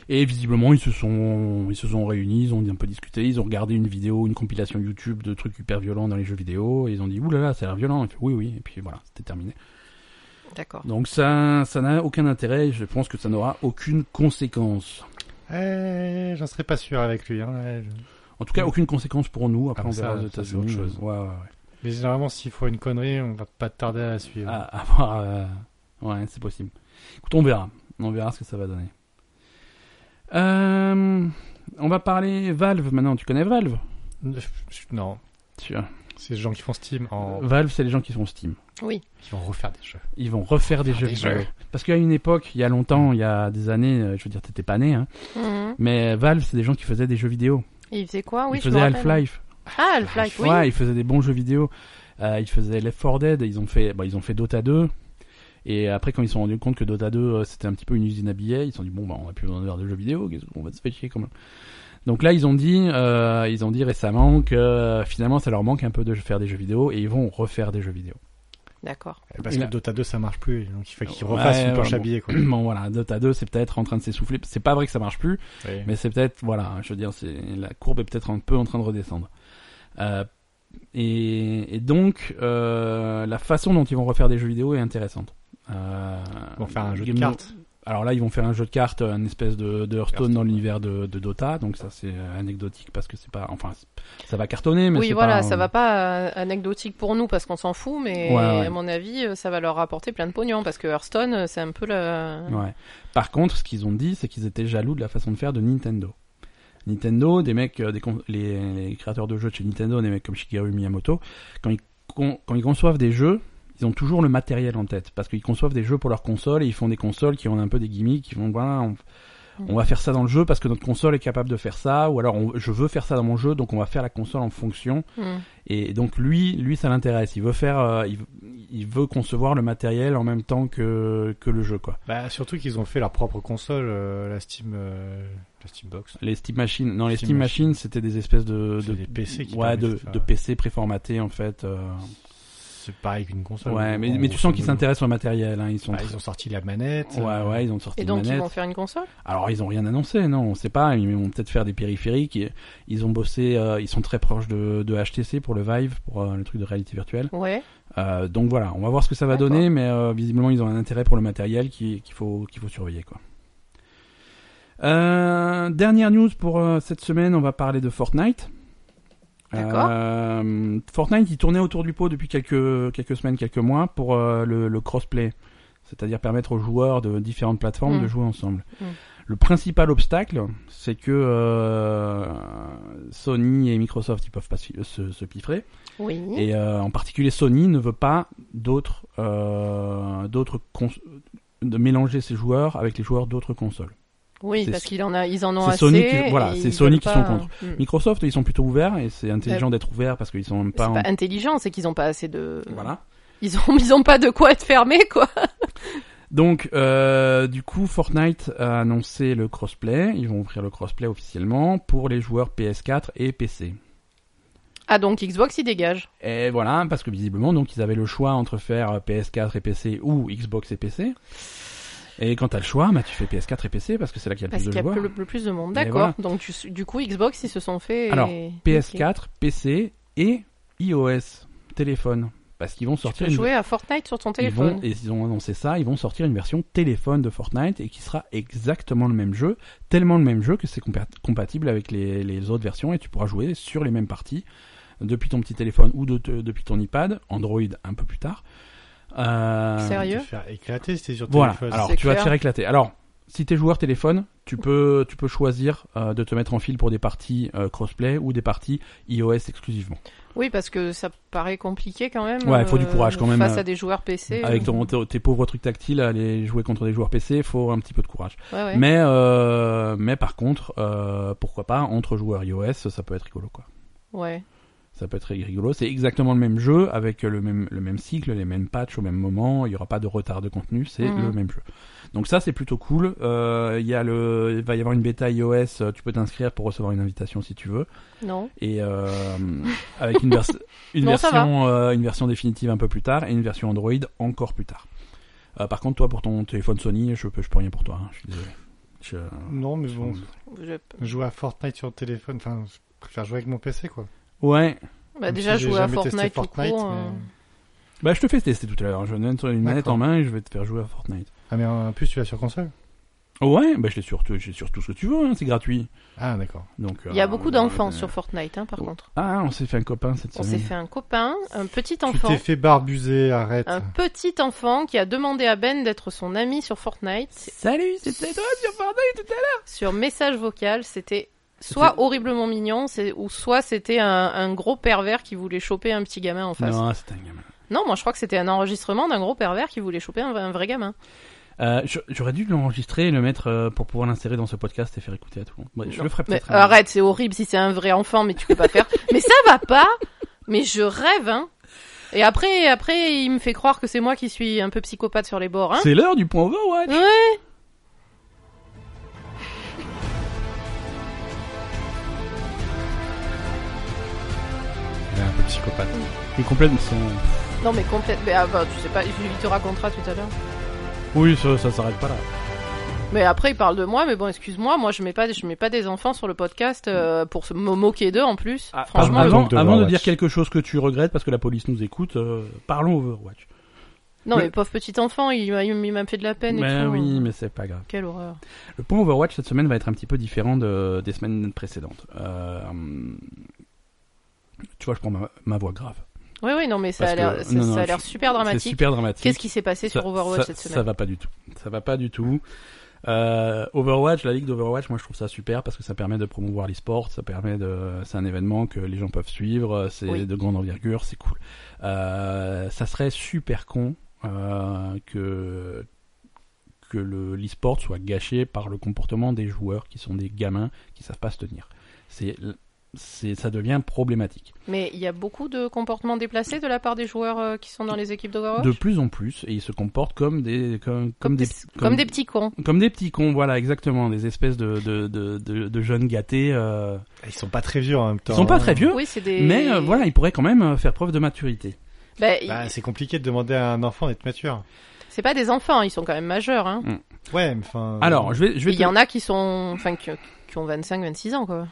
S1: Et visiblement ils se sont ils se sont réunis, ils ont un peu discuté, ils ont regardé une vidéo, une compilation YouTube de trucs hyper violents dans les jeux vidéo, et ils ont dit oulala là là, ça a l'air violent. Et puis, oui oui et puis voilà c'était terminé.
S2: D'accord.
S1: Donc ça ça n'a aucun intérêt, je pense que ça n'aura aucune conséquence.
S3: Eh, j'en serais pas sûr avec lui. Hein. ouais, je-
S1: En tout cas aucune conséquence pour nous. Après
S3: Ah,
S1: on
S3: ça,
S1: verra aux
S3: ça, c'est autre
S1: États-Unis.
S3: chose.
S1: Ouais, ouais, ouais.
S3: Mais généralement, s'il faut une connerie, on va pas tarder à la suivre.
S1: à à voir. euh, Ouais, c'est possible. Écoute, on verra. On verra ce que ça va donner. Euh, on va parler Valve maintenant. Tu connais Valve
S3: Je- je- Non.
S1: Tu-
S3: C'est les gens qui font Steam, en...
S1: Valve, c'est les gens qui font Steam.
S2: Oui.
S3: qui vont refaire des jeux.
S1: Ils vont refaire des jeux
S3: des
S1: vidéo.
S3: jeux.
S1: Parce qu'à une époque, il y a longtemps, il y a des années, euh, je veux dire, t'étais pas né, hein,
S2: Mhm.
S1: mais Valve, c'est des gens qui faisaient des jeux vidéo.
S2: Et il faisait quoi Oui,
S1: ils
S2: je me
S1: faisaient
S2: rappelle.
S1: Half-Life.
S2: Ah, Half-Life, oui.
S1: Ouais, ils faisaient des bons jeux vidéo. Euh, ils faisaient Left 4 Dead, ils ont fait, bah, ils ont fait Dota 2. Et après, quand ils se sont rendus compte que Dota 2, euh, c'était un petit peu une usine à billets, ils se sont dit, bon, bah, on a plus besoin de faire de jeux vidéo, qu'est-ce qu'on va se faire chier quand même. Donc là, ils ont dit, euh, ils ont dit récemment que euh, finalement, ça leur manque un peu de faire des jeux vidéo et ils vont refaire des jeux vidéo.
S2: D'accord.
S3: Eh, Parce
S1: Et
S3: que
S1: là-
S3: Dota 2, ça marche plus, donc il faut qu'ils refassent
S1: Ouais,
S3: une planche
S1: ouais,
S3: à billets, quoi.
S1: bon, voilà, Dota 2, c'est peut-être en train de s'essouffler. C'est pas vrai que ça marche plus, mais c'est peut-être, voilà, je veux dire, c'est la courbe est peut-être un peu en train de redescendre. Euh, et, et donc, euh, la façon dont ils vont refaire des jeux vidéo est intéressante. Euh,
S3: Ils vont faire un jeu de
S1: Game
S3: cartes.
S1: alors là, ils vont faire un jeu de cartes, un espèce de, de Hearthstone
S3: Hearthstone,
S1: dans
S3: ouais.
S1: l'univers de, de Dota, donc ça c'est euh, anecdotique parce que c'est pas, enfin, c'est- ça va cartonner, mais
S2: oui,
S1: c'est
S2: voilà,
S1: pas,
S2: ça va pas euh, anecdotique pour nous parce qu'on s'en fout, mais
S1: Ouais, ouais.
S2: à mon avis, euh, ça va leur rapporter plein de pognon parce que Hearthstone, euh, c'est un peu la.
S1: Ouais. Par contre, ce qu'ils ont dit, c'est qu'ils étaient jaloux de la façon de faire de Nintendo. Nintendo, des mecs, euh, des con- les, les créateurs de jeux de chez Nintendo, des mecs comme Shigeru Miyamoto, quand ils, con- quand ils conçoivent des jeux, ils ont toujours le matériel en tête parce qu'ils conçoivent des jeux pour leur console et ils font des consoles qui ont un peu des gimmicks, qui vont voilà, on, on va faire ça dans le jeu parce que notre console est capable de faire ça, ou alors on- je veux faire ça dans mon jeu, donc on va faire la console en fonction
S2: Mhm.
S1: et donc lui, lui, ça l'intéresse. Il veut faire, euh, il, il veut concevoir le matériel en même temps que que le jeu, quoi.
S3: Bah, surtout qu'ils ont fait leur propre console, euh, la Steam, euh, la Steam Box.
S1: Les Steam Machines, non, les
S3: Steam
S1: Steam
S3: Machine.
S1: Machines, c'était des espèces de,
S3: C'est
S1: de
S3: des PC qui
S1: ouais,
S3: permettent
S1: de,
S3: de faire-
S1: de PC préformatés en fait. euh.
S3: C'est pareil qu'une console.
S1: Ouais,
S3: En
S1: mais,
S3: gros,
S1: mais tu sens qu'ils
S3: grosso modo.
S1: s'intéressent au matériel. Hein. Ils sont,
S3: Ah,
S1: très-
S3: ils ont sorti la manette.
S1: ouais,
S3: euh,
S1: ouais, ils ont sorti
S2: Et donc,
S1: une
S2: ils
S1: manette.
S2: vont faire une console
S1: Alors ils ont rien annoncé, non, on sait pas. Ils vont peut-être faire des périphériques. et- Ils ont bossé, euh, ils sont très proches de, de HTC pour le Vive, pour euh, le truc de réalité virtuelle.
S2: Ouais.
S1: Euh, donc voilà, on va voir ce que ça va
S2: D'accord.
S1: donner, mais euh, visiblement ils ont un intérêt pour le matériel qui- qu'il faut, qu'il faut surveiller. Quoi. Euh, dernière news pour euh, cette semaine, on va parler de Fortnite.
S2: D'accord.
S1: Euh, Fortnite, il tournait autour du pot depuis quelques, quelques semaines, quelques mois pour euh, le, le crossplay, c'est-à-dire permettre aux joueurs de différentes plateformes
S2: Mm.
S1: de jouer ensemble.
S2: Mm.
S1: Le principal obstacle, c'est que euh, Sony et Microsoft, ils peuvent pas se- se- se piffrer.
S2: Oui.
S1: Et euh, en particulier Sony ne veut pas d'autres euh, d'autres cons- de mélanger ses joueurs avec les joueurs d'autres consoles.
S2: Oui,
S1: c'est-
S2: parce qu'ils en, a- ils en ont
S1: c'est
S2: assez.
S1: Sony qui- voilà,
S2: et
S1: c'est
S2: ils
S1: Sony
S2: veulent
S1: qui sont
S2: pas-
S1: contre.
S2: Mhm.
S1: Microsoft, ils sont plutôt ouverts et c'est intelligent d'être ouverts parce qu'ils sont même
S2: C'est pas
S1: pas, en...
S2: intelligent, c'est qu'ils ont pas assez de.
S1: voilà.
S2: Ils ont, ils ont pas de quoi être fermés, quoi.
S1: Donc, euh, du coup, Fortnite a annoncé le crossplay. Ils vont ouvrir le crossplay officiellement pour les joueurs PS4 et PC.
S2: Ah, donc Xbox, ils dégagent.
S1: Et voilà, parce que visiblement, donc, ils avaient le choix entre faire euh, PS4 et PC ou Xbox et PC. Et quand t'as le choix, bah, tu fais PS4 et PC parce que c'est là qu'il y a le
S2: Parce
S1: plus
S2: qu'il
S1: de
S2: y a
S1: joueurs.
S2: le, le plus de monde.
S1: Mais
S2: D'accord.
S1: voilà.
S2: Donc, du, du coup, Xbox, ils se sont fait.
S1: Alors,
S2: Ok.
S1: PS4, PC et iOS, téléphone. Parce qu'ils vont
S2: Tu
S1: sortir
S2: peux
S1: une...
S2: jouer à Fortnite sur ton
S1: ils
S2: téléphone.
S1: vont- et ils ont annoncé ça, ils vont sortir une version téléphone de Fortnite et qui sera exactement le même jeu, tellement le même jeu que c'est compa- compatible avec les, les autres versions et tu pourras jouer sur les mêmes parties depuis ton petit téléphone ou de- de- depuis ton iPad, Android un peu plus tard. Euh,
S2: Sérieux
S3: Te faire éclater, c'était sur
S1: Voilà,
S3: téléphone.
S1: alors
S2: C'est
S1: tu vas te
S2: clair.
S1: faire éclater. Alors, si t'es joueur téléphone, tu peux, tu peux choisir euh, de te mettre en file pour des parties euh, crossplay ou des parties iOS exclusivement.
S2: Oui, parce que ça paraît compliqué quand même.
S1: Ouais, il faut du
S2: euh,
S1: courage quand même,
S2: Face
S1: euh,
S2: à des joueurs PC.
S1: Avec ton, tes, tes pauvres trucs tactiles, aller jouer contre des joueurs PC, faut un petit peu de courage.
S2: Ouais, ouais.
S1: Mais, euh, mais par contre, euh, pourquoi pas, entre joueurs iOS, ça peut être rigolo quoi.
S2: Ouais.
S1: Ça peut être rigolo. C'est exactement le même jeu, avec le même, le même cycle, les mêmes patchs au même moment, il n'y aura pas de retard de contenu, c'est
S2: Mhm.
S1: le même jeu. Donc ça, c'est plutôt cool. Euh, il y a le, il va y avoir une bêta iOS, euh, tu peux t'inscrire pour recevoir une invitation si tu veux.
S2: Non.
S1: Et euh, avec une, vers- une,
S2: Non, ça
S1: version, euh, une version définitive un peu plus tard et une version Android encore plus tard. Euh, par contre, toi, pour ton téléphone Sony, je peux, je peux rien pour toi. hein, je suis désolé. Je-
S3: Non, mais bon,
S2: Je- bah,
S3: jouer à Fortnite sur téléphone, enfin, je préfère jouer avec mon PC, quoi.
S1: Ouais,
S2: Bah,
S3: Même
S2: déjà,
S3: si j'ai
S2: jouer à
S3: jamais testé
S2: Fortnite, tout
S3: Fortnite,
S2: court,
S3: mais-
S2: euh,
S1: bah je te fais tester tout à l'heure. Je vais te mettre une manette
S3: D'accord.
S1: en main et je vais te faire jouer à Fortnite.
S3: Ah, mais en plus, tu l'as sur console
S1: Ouais, bah je l'ai sur, tout- j'ai sur tout ce que tu veux, hein, c'est gratuit.
S3: Ah, d'accord.
S1: Donc,
S2: Il y a
S1: euh,
S2: beaucoup d'enfants
S1: euh,
S2: sur Fortnite, hein, par
S1: Ouais.
S2: contre.
S1: Ah, on s'est fait un copain cette
S2: On s'est
S1: semaine.
S2: fait un copain, un petit
S3: Tu
S2: enfant. Ah.
S3: t'es fait barbuser, arrête.
S2: Un petit enfant qui a demandé à Ben d'être son ami sur Fortnite.
S1: Salut, c'était toi sur Fortnite tout à l'heure.
S2: Sur message vocal, c'était soit horriblement mignon, c'est- ou soit c'était un, un gros pervers qui voulait choper un petit gamin en face. Non,
S1: Non, c'était un gamin.
S2: moi je crois que c'était un enregistrement d'un gros pervers qui voulait choper un, un vrai gamin.
S1: Euh, je- J'aurais dû l'enregistrer et le mettre euh, pour pouvoir l'insérer dans ce podcast et faire écouter à tout le monde. Ouais, je
S2: Non,
S1: le ferai
S2: mais
S1: peut-être. un jour.
S2: arrête, c'est horrible si c'est un vrai enfant, mais tu peux pas faire. mais ça va pas. Mais je rêve, hein. Et après, après, il me fait croire que c'est moi qui suis un peu psychopathe sur les bords, hein.
S1: C'est l'heure du point Overwatch.
S2: Ouais.
S3: Il est un peu psychopathe.
S1: Il complète son.
S2: Non mais complètement. Mais ah, bah, tu sais pas, il te racontera tout à l'heure.
S1: Oui, ça, ça s'arrête pas là.
S2: Mais après, il parle de moi, mais bon, excuse-moi, moi, je mets pas, je mets pas des enfants sur le podcast euh, pour se me moquer d'eux en plus.
S1: Ah,
S2: Franchement,
S3: ah,
S2: le-
S3: ah,
S1: avant,
S3: donc de
S1: avant de
S3: Overwatch.
S1: dire quelque chose que tu regrettes parce que la police nous écoute, euh, parlons Overwatch.
S2: non,
S1: le-
S2: mais pauvre petit enfant, il m'a, il m'a fait de la peine. Ben, et
S1: Mais
S2: tout.
S1: Ben
S2: hein.
S1: oui, mais c'est pas grave.
S2: Quelle horreur.
S1: Le point Overwatch cette semaine va être un petit peu différent de- des semaines précédentes. Euh, tu vois, je prends ma, ma voix grave.
S2: Oui, oui, non, mais ça
S1: Parce
S2: a l'air,
S1: que-
S2: ça,
S1: non, non,
S2: ça a
S1: je-
S2: l'air super
S1: C'est
S2: dramatique.
S1: super dramatique.
S2: Qu'est-ce qui s'est passé sur
S1: Ça-
S2: Overwatch
S1: ça-
S2: cette
S1: Ça
S2: semaine
S1: va pas du tout. Ça va pas du tout. Euh, Overwatch, la ligue d'Overwatch, moi je trouve ça super parce que ça permet de promouvoir l'e-sport, ça permet de, c'est un événement que les gens peuvent suivre, euh, c'est
S2: Oui.
S1: de grande envergure, c'est cool. Euh, ça serait super con euh, que que le l'e-sport soit gâché par le comportement des joueurs qui sont des gamins qui savent pas se tenir. C'est c'est ça devient problématique.
S2: Mais il y a beaucoup de comportements déplacés de la part des joueurs euh, qui sont dans les équipes d'Overwatch.
S1: De plus en plus et ils se comportent comme des comme,
S2: Comme, des, comme des petits cons.
S1: Comme des petits cons, voilà, exactement, des espèces de, de, de, de, de jeunes gâtés. euh.
S3: Ils sont pas très vieux en même temps.
S1: Ils sont pas très vieux,
S2: Oui, c'est des.
S1: Hein mais euh, voilà, ils pourraient quand même euh, faire preuve de maturité.
S2: Bah, ils-
S3: Bah, c'est compliqué de demander à un enfant d'être mature.
S2: c'est pas des enfants, ils sont quand même majeurs. Hein.
S3: Ouais, mais enfin.
S1: Alors, je vais, je
S2: Mais
S1: vais,
S2: Il
S1: te-
S2: y en a qui sont, enfin, qui, qui ont 25-26 ans, quoi.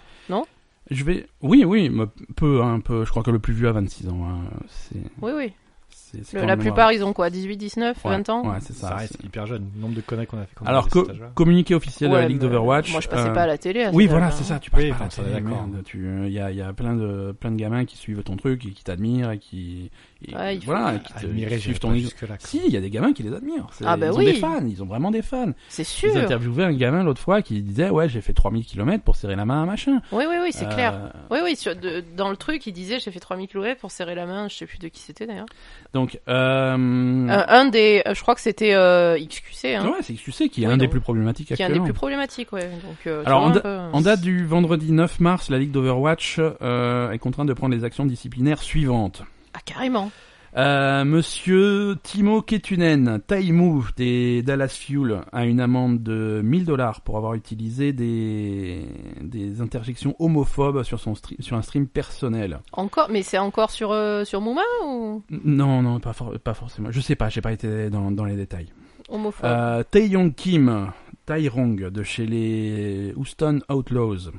S1: je vais, oui, oui, mais peu, hein, peu. Je crois que le plus vieux a 26 ans. hein, C'est,
S2: Oui, oui.
S1: c'est, c'est
S2: Le-
S1: quand
S2: la
S1: même-
S2: plupart, ils ont quoi 18, 19,
S1: ouais,
S2: 20 ans
S1: Ouais, c'est
S3: ça,
S1: ça.
S3: reste
S1: c'est-
S3: hyper jeune. Le nombre de conneries qu'on a fait quand on
S1: Alors,
S3: avait
S1: co-
S3: cet âge-là.
S1: communiqué officiel de
S2: Ouais,
S1: la Ligue
S2: mais
S1: d'Overwatch.
S2: Moi, je passais
S1: euh,
S2: pas à la télé. à
S1: Oui,
S2: cette
S1: voilà,
S2: époque-là.
S1: c'est ça. Tu passes
S3: Oui,
S1: pas à la
S3: enfin,
S1: télé,
S3: d'accord.
S1: merde, Tu, euh, il y a, il y a plein de, plein de gamins qui suivent ton truc et qui t'admirent et qui, et
S2: Ouais, il faut-
S1: voilà, et qui, te,
S3: Admirer,
S1: qui suivent
S3: j'irai
S1: ton.
S3: Ah, pas jusque-là. quoi.
S1: Si, il y a des gamins qui les admirent. C'est-
S2: Ah, bah
S1: ils ont
S2: oui.
S1: des fans, ils ont vraiment des fans.
S2: C'est
S1: Ils
S2: sûr.
S1: interviewaient un gamin l'autre fois qui disait Ouais, j'ai fait 3000 km pour serrer la main à un machin.
S2: Oui, oui, oui, c'est
S1: Euh,
S2: clair. Oui, oui, sur- de- dans le truc, il disait j'ai fait 3000 km pour serrer la main, je sais plus de qui c'était d'ailleurs.
S1: Donc, euh,
S2: Euh, un des, euh, je crois que c'était euh, XQC, hein,
S1: ouais, c'est que tu sais qu'il est
S2: Oui,
S1: un des
S2: non.
S1: plus problématiques
S2: qui est un des
S1: actuellement.
S2: plus problématiques, ouais. Donc, euh, tu
S1: Alors,
S2: vois,
S1: en
S2: un
S1: da-
S2: peu-
S1: En date du vendredi 9 mars, la Ligue d'Overwatch euh, est contrainte de prendre les actions disciplinaires suivantes.
S2: Ah, carrément.
S1: Euh, Monsieur Timo Ketunen, Taimu des Dallas Fuel, a une amende de 1000 dollars pour avoir utilisé des, des interjections homophobes sur, son stre- sur un stream personnel.
S2: Encore, mais c'est encore sur euh, sur Mouma ou
S1: Non, non, pas, for- pas forcément. Je sais pas, j'ai pas été dans, dans les détails.
S2: homophobe
S1: Euh, Taeyong Kim, Tairong de chez les Houston Outlaws,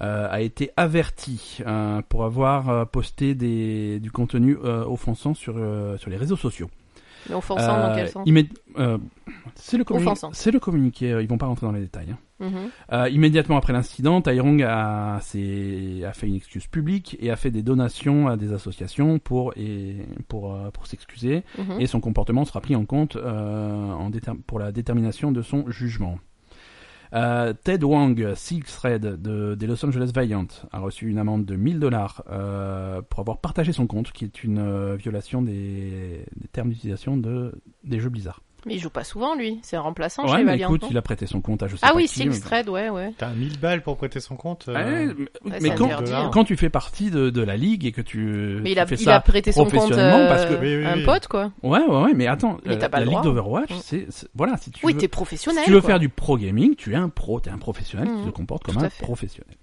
S1: euh, a été averti euh, pour avoir euh, posté des, du contenu euh, offensant sur, euh, sur les réseaux sociaux.
S2: Mais offensant dans
S1: Euh,
S2: quel sens
S1: immé- euh, C'est le, communi-
S2: Offensant.
S1: c'est le communiqué, euh, ils vont pas rentrer dans les détails. hein.
S2: Mhm.
S1: Euh, immédiatement après l'incident, Tyrong a, s'est- a fait une excuse publique et a fait des donations à des associations pour, et, pour, euh, pour s'excuser
S2: Mhm.
S1: et son comportement sera pris en compte euh, en déter- pour la détermination de son jugement. Euh, Ted Wang, Silk Thread de, des Los Angeles Valiant, a reçu une amende de 1000 dollars euh, pour avoir partagé son compte, qui est une euh, violation des, des termes d'utilisation de, des jeux Blizzard.
S2: Mais il joue pas souvent lui, c'est un remplaçant
S1: ouais,
S2: chez
S1: mais
S2: Valiant.
S1: écoute,
S2: non
S1: il a prêté son compte à je sais
S2: ah
S1: pas
S2: oui,
S1: qui, mais-
S2: Six Thread, ouais, ouais.
S3: T'as 1000 balles pour prêter son compte.
S1: Ah,
S3: euh,
S1: mais-
S2: Ouais,
S1: mais
S2: c'est
S1: quand,
S2: interdit, hein.
S1: quand tu fais partie de, de la ligue et que tu, tu
S2: Mais il a,
S1: fais
S2: il
S1: ça
S2: a prêté son compte
S1: professionnellement
S2: euh,
S1: parce que-
S3: Oui, oui,
S2: à un
S3: oui.
S2: pote, quoi.
S1: Ouais, ouais, ouais, mais attends,
S2: Mais
S1: euh,
S2: t'as pas
S1: la
S2: le
S1: Ligue
S2: droit.
S1: d'Overwatch,
S2: Mm.
S1: c'est, c'est- voilà, si tu
S2: Oui,
S1: veux,
S2: t'es
S1: si
S2: professionnel.
S1: tu veux
S2: quoi.
S1: faire du pro gaming, tu es un pro, tu es un professionnel
S2: Mhm.
S1: qui te comporte comme
S2: Tout à
S1: un
S2: fait.
S1: professionnel.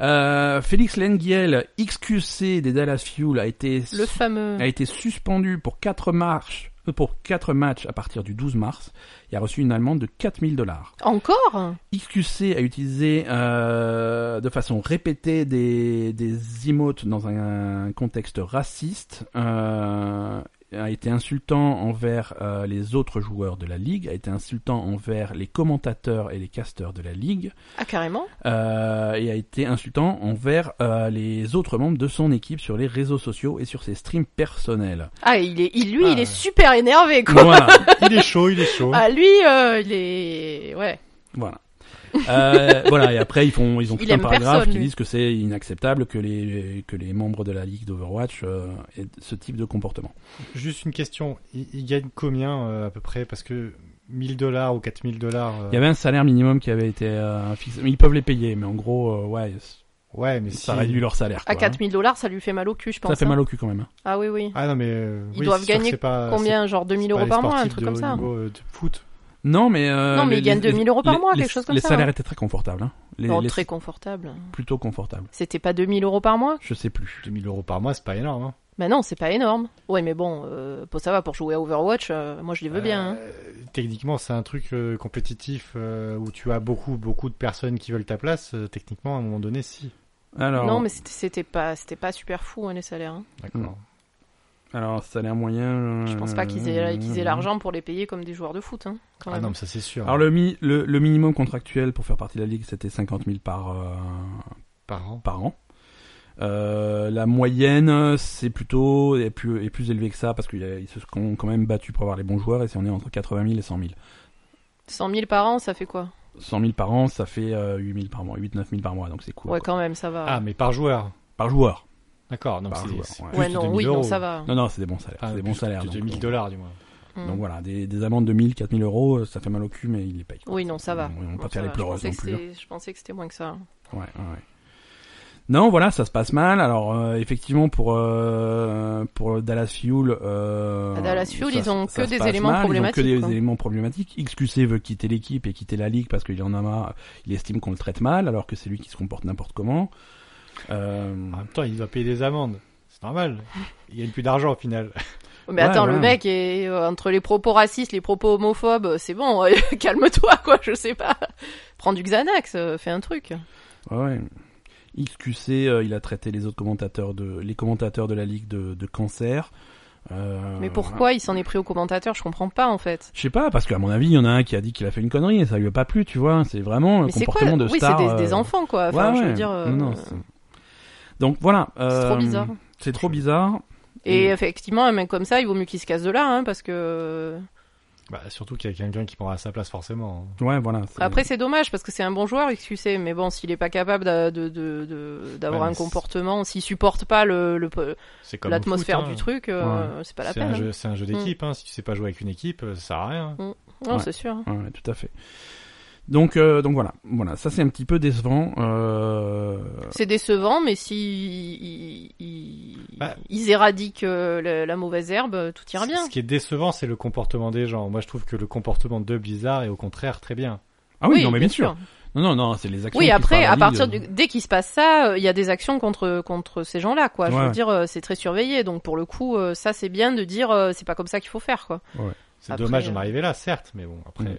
S1: Euh, Félix Lenguiel, XQC des Dallas Fuel, a été
S2: Le fameux.
S1: a été suspendu pour quatre marches euh, pour quatre matchs à partir du 12 mars et a reçu une amende de 4000 dollars.
S2: Encore
S1: XQC a utilisé euh, de façon répétée des, des emotes dans un contexte raciste, euh, a été insultant envers euh, les autres joueurs de la ligue, a été insultant envers les commentateurs et les casteurs de la ligue,
S2: Ah, carrément
S1: euh, et a été insultant envers euh, les autres membres de son équipe sur les réseaux sociaux et sur ses streams personnels.
S2: Ah, il est, il, lui,
S3: Ah,
S2: il est
S3: ouais.
S2: super énervé, quoi.
S1: Voilà,
S3: Il est chaud, il est chaud.
S2: Ah, lui, euh, il est. Ouais.
S1: voilà. Euh, voilà, et après ils font, ils ont
S2: Il
S1: tout un
S2: aime
S1: paragraphe
S2: personne,
S1: qui
S2: lui.
S1: disent que c'est inacceptable que les que les membres de la ligue d'Overwatch euh, aient ce type de comportement.
S3: Juste une question, il, il gagne combien euh, à peu près Parce que 1000 dollars ou 4000 dollars. euh,
S1: Il y avait un salaire minimum qui avait été euh, fixé. Ils peuvent les payer, mais en gros, euh, ouais, c-
S3: Ouais, mais
S1: ça
S3: si-
S1: réduit leur salaire.
S2: À
S1: quoi,
S2: 4000 dollars, ça lui fait mal au cul, je
S1: hein.
S2: pense.
S1: Ça fait
S2: hein.
S1: mal au cul quand même. hein.
S2: Ah oui, oui.
S3: Ah non, mais. euh,
S2: Ils
S3: oui,
S2: doivent
S3: c'est sûr que
S2: gagner
S3: c'est pas- c'est-
S2: Combien Genre 2000
S3: c'est pas
S2: euros
S3: les
S2: par mois, un
S3: sportifs
S2: truc
S3: de
S2: comme
S3: haut
S2: ça. hein.
S3: niveau, euh, de foot.
S1: Non, mais euh,
S2: Non, mais
S1: les-
S2: ils gagnent
S1: les-
S2: 2000 euros par
S1: les-
S2: mois,
S1: les-
S2: quelque chose comme
S1: les
S2: ça,
S1: salaires
S2: hein.
S1: étaient très confortables. Hein. Les,
S2: Non,
S1: les-
S2: très confortable.
S1: plutôt confortables.
S2: C'était pas 2000 euros par mois
S1: Je sais plus.
S3: 2000 euros par mois, c'est pas énorme. Hein.
S2: Bah non, c'est pas énorme. Ouais, mais bon, euh, pour- ça va, pour jouer à Overwatch, euh, moi je les veux bien. hein.
S3: Euh, Techniquement, c'est un truc euh, compétitif euh, où tu as beaucoup, beaucoup de personnes qui veulent ta place. euh, techniquement, à un moment donné, si. Euh,
S1: Alors,
S2: Non, mais c'était- c'était pas, c'était pas super fou hein, les salaires. hein.
S1: Mm.
S3: D'accord.
S1: alors salaire moyen. euh,
S2: Je pense pas qu'ils aient qu'ils aient l'argent pour les payer comme des joueurs de foot. hein, quand
S3: Euh, Ah
S2: même.
S3: non, mais ça c'est sûr.
S1: Alors le, mi- le, le minimum contractuel pour faire partie de la ligue, c'était 50 000 par, euh,
S3: Par an.
S1: par an. Euh, la moyenne, c'est plutôt est plus est plus élevé que ça parce qu'ils se sont quand même battus pour avoir les bons joueurs et c'est on est entre 80 000 et 100 000.
S2: 100 000 par an, ça fait quoi
S1: 100 000 par an, ça fait euh, 8 000 par mois, 8 9 000 par mois, donc c'est cool.
S2: Ouais,
S1: quoi.
S2: quand même, ça va.
S3: Ah, mais par joueur.
S1: Par joueur.
S3: D'accord. Donc
S1: Par
S3: c'est
S1: joueur,
S3: c'est
S1: ouais.
S3: plus
S2: ouais,
S3: de
S2: non,
S3: 2000
S2: oui, non,
S3: euros.
S2: ça va.
S1: Non non, c'est des bons salaires,
S3: Enfin,
S1: c'est des bons
S3: Ah, plus-
S1: salaires.
S3: plus de
S1: donc, euh.
S3: 1000 dollars du moins.
S2: Mm.
S1: donc voilà, des, des amendes de 1000, 4000 euros, euh, ça fait mal au cul, mais ils les payent. quoi.
S2: Oui, non, ça va.
S1: On, on va
S2: Bon,
S1: pas
S2: ça
S1: faire les
S2: va, je
S1: pleureuses
S2: pensais
S1: non
S2: que
S3: hein.
S1: plus.
S2: c'était- Je pensais que c'était moins que ça. hein.
S1: Ouais, ouais, ouais. Non, voilà, ça se passe mal. Alors, euh, effectivement, pour euh, pour Dallas Fuel, euh,
S2: À Dallas Fuel,
S1: ça-
S2: ils ont
S1: ça
S2: que
S1: se
S2: des
S1: passe
S2: éléments
S1: mal,
S2: problématiques,
S1: Ils ont que
S2: quoi.
S1: des éléments problématiques. XQC veut quitter l'équipe et quitter la ligue parce qu'il en a marre. Il estime qu'on le traite mal, alors que c'est lui qui se comporte n'importe comment. Euh,
S3: En même temps, il doit payer des amendes. C'est normal. Il gagne plus d'argent au final.
S2: Mais
S1: Ouais,
S2: attends, le
S1: ouais.
S2: mec est euh, entre les propos racistes, les propos homophobes, c'est bon, euh, calme-toi quoi, je sais pas. Prends du Xanax, euh, fais un truc.
S1: ouais, ouais. XQC, euh, il a traité les autres commentateurs de les commentateurs de la ligue de, de cancer. Euh,
S2: Mais pourquoi il s'en est pris au commentateur Je comprends pas en fait.
S1: Je sais pas, parce qu'à mon avis, il y en a un qui a dit qu'il a fait une connerie et ça lui a pas plu, tu vois. C'est vraiment
S2: Mais
S1: le
S2: c'est quoi
S1: comportement de
S2: Oui, c'est
S1: star.
S2: des, des
S1: euh,
S2: enfants quoi. Enfin,
S1: ouais,
S2: je veux
S1: ouais.
S2: dire, euh,
S1: Non, non, c'est- Donc voilà.
S2: c'est
S1: euh,
S2: trop bizarre.
S1: C'est trop bizarre.
S2: Et
S1: et-
S2: effectivement, un mec comme ça, il vaut mieux qu'il se casse de là, hein, parce que
S3: Bah, surtout qu'il y a quelqu'un qui prendra sa place forcément. hein.
S1: Ouais, voilà. c'est-
S2: après c'est dommage parce que c'est un bon joueur, excusez, mais bon, s'il est pas capable d'a- de de- de- d'avoir
S3: Ouais,
S2: un
S3: mais c'est-
S2: comportement, s'il supporte pas le le-
S3: C'est comme au
S2: l'atmosphère
S3: foot, hein.
S2: du truc, euh, c'est pas la
S3: C'est
S2: peine.
S3: un
S2: hein.
S3: jeu, c'est un jeu d'équipe. Hein. Si tu sais pas jouer avec une équipe, euh, ça sert à rien.
S2: Non,
S1: Ouais.
S2: c'est sûr. hein.
S1: Ouais, ouais, tout à fait. Donc, euh, donc voilà, voilà, ça c'est un petit peu décevant. Euh...
S2: C'est décevant, mais si ils, ils-
S3: Bah.
S2: ils éradiquent euh, la, la mauvaise herbe, tout ira
S3: Ce-
S2: bien.
S3: Ce qui est décevant, c'est le comportement des gens. Moi, je trouve que le comportement de Blizzard est au contraire très bien.
S1: Ah oui, non mais bien sûr. Non, non, non, c'est les actions. euh,
S2: Oui,
S1: prises par
S2: après,
S1: la
S2: à
S1: Ligue.
S2: partir du... dès qu'il se passe ça, euh, il y a des actions contre contre ces gens-là, quoi. Je
S1: Ouais.
S2: veux dire, euh, c'est très surveillé, donc pour le coup, euh, ça c'est bien de dire, euh, c'est pas comme ça qu'il faut faire, quoi.
S3: C'est
S2: Après,
S3: dommage d'en
S2: euh,
S3: arriver là, certes, mais bon, après.
S1: Mm.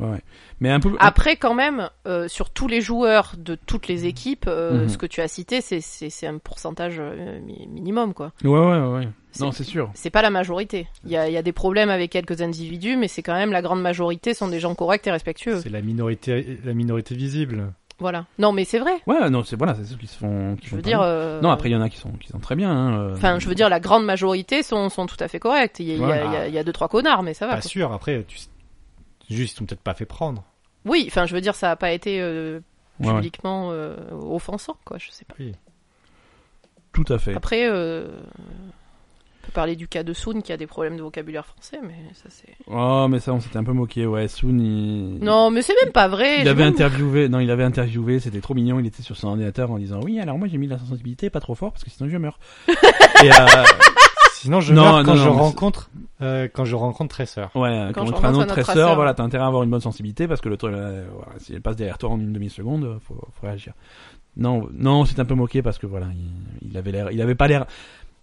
S1: Ouais, ouais. Mais un peu.
S2: Après, quand même, euh, sur tous les joueurs de toutes les équipes, euh,
S1: Mhm.
S2: ce que tu as cité, c'est c'est c'est un pourcentage euh, mi- minimum, quoi.
S1: Ouais, ouais, ouais.
S2: C'est-
S1: Non, c'est sûr.
S2: C'est pas la majorité. Il y a, il y a des problèmes avec quelques individus, mais c'est quand même la grande majorité sont des gens corrects et respectueux.
S3: C'est la minorité, la minorité visible.
S2: Voilà. Non, mais c'est vrai.
S1: Ouais, non, c'est voilà, c'est ceux qui se font. Qui
S2: Je
S1: font
S2: veux
S1: pas
S2: dire.
S1: mal.
S2: euh,
S1: Non, après il y en a qui sont qui sont très bien. hein, euh,
S2: Enfin, je veux dire, la grande majorité sont, sont tout à fait correctes. Il y a, il y a-
S1: Ouais.
S2: il y a- il y a deux, trois connards, mais ça va.
S3: pas
S2: quoi.
S3: sûr. Après, tu... sais- juste, ils sont peut-être pas fait prendre.
S2: Oui, enfin, je veux dire, ça n'a pas été euh,
S1: ouais, ouais,
S2: publiquement euh, offensant, quoi. Je sais pas.
S1: tout à fait.
S2: Après, euh, on peut parler du cas de Soun qui a des problèmes de vocabulaire français, mais ça c'est.
S1: Oh, mais ça, on s'était un peu moqué. Ouais, Soon, il...
S2: Non, mais c'est même pas vrai.
S1: Il
S2: j'ai
S1: avait
S2: même-
S1: interviewé, non, il avait interviewé, c'était trop mignon, il était sur son ordinateur en disant oui, alors moi j'ai mis la sensibilité pas trop fort parce que sinon je meurs. Et euh,
S3: Sinon, je
S1: Non,
S3: meurs quand
S1: non,
S3: je
S1: non, mais
S3: rencontre, euh, quand je rencontre Tracer.
S1: ouais,
S2: Quand
S1: quand, on tu un
S2: je rencontre
S1: autre
S2: notre
S1: tresseur,
S2: tresseur.
S1: voilà, t'as intérêt à avoir une bonne sensibilité parce que le truc, euh, voilà, si elle passe derrière toi en une demi-seconde, euh, faut, faut réagir. Non, non, c'est un peu moqué parce que voilà, il, il avait l'air, il avait pas l'air,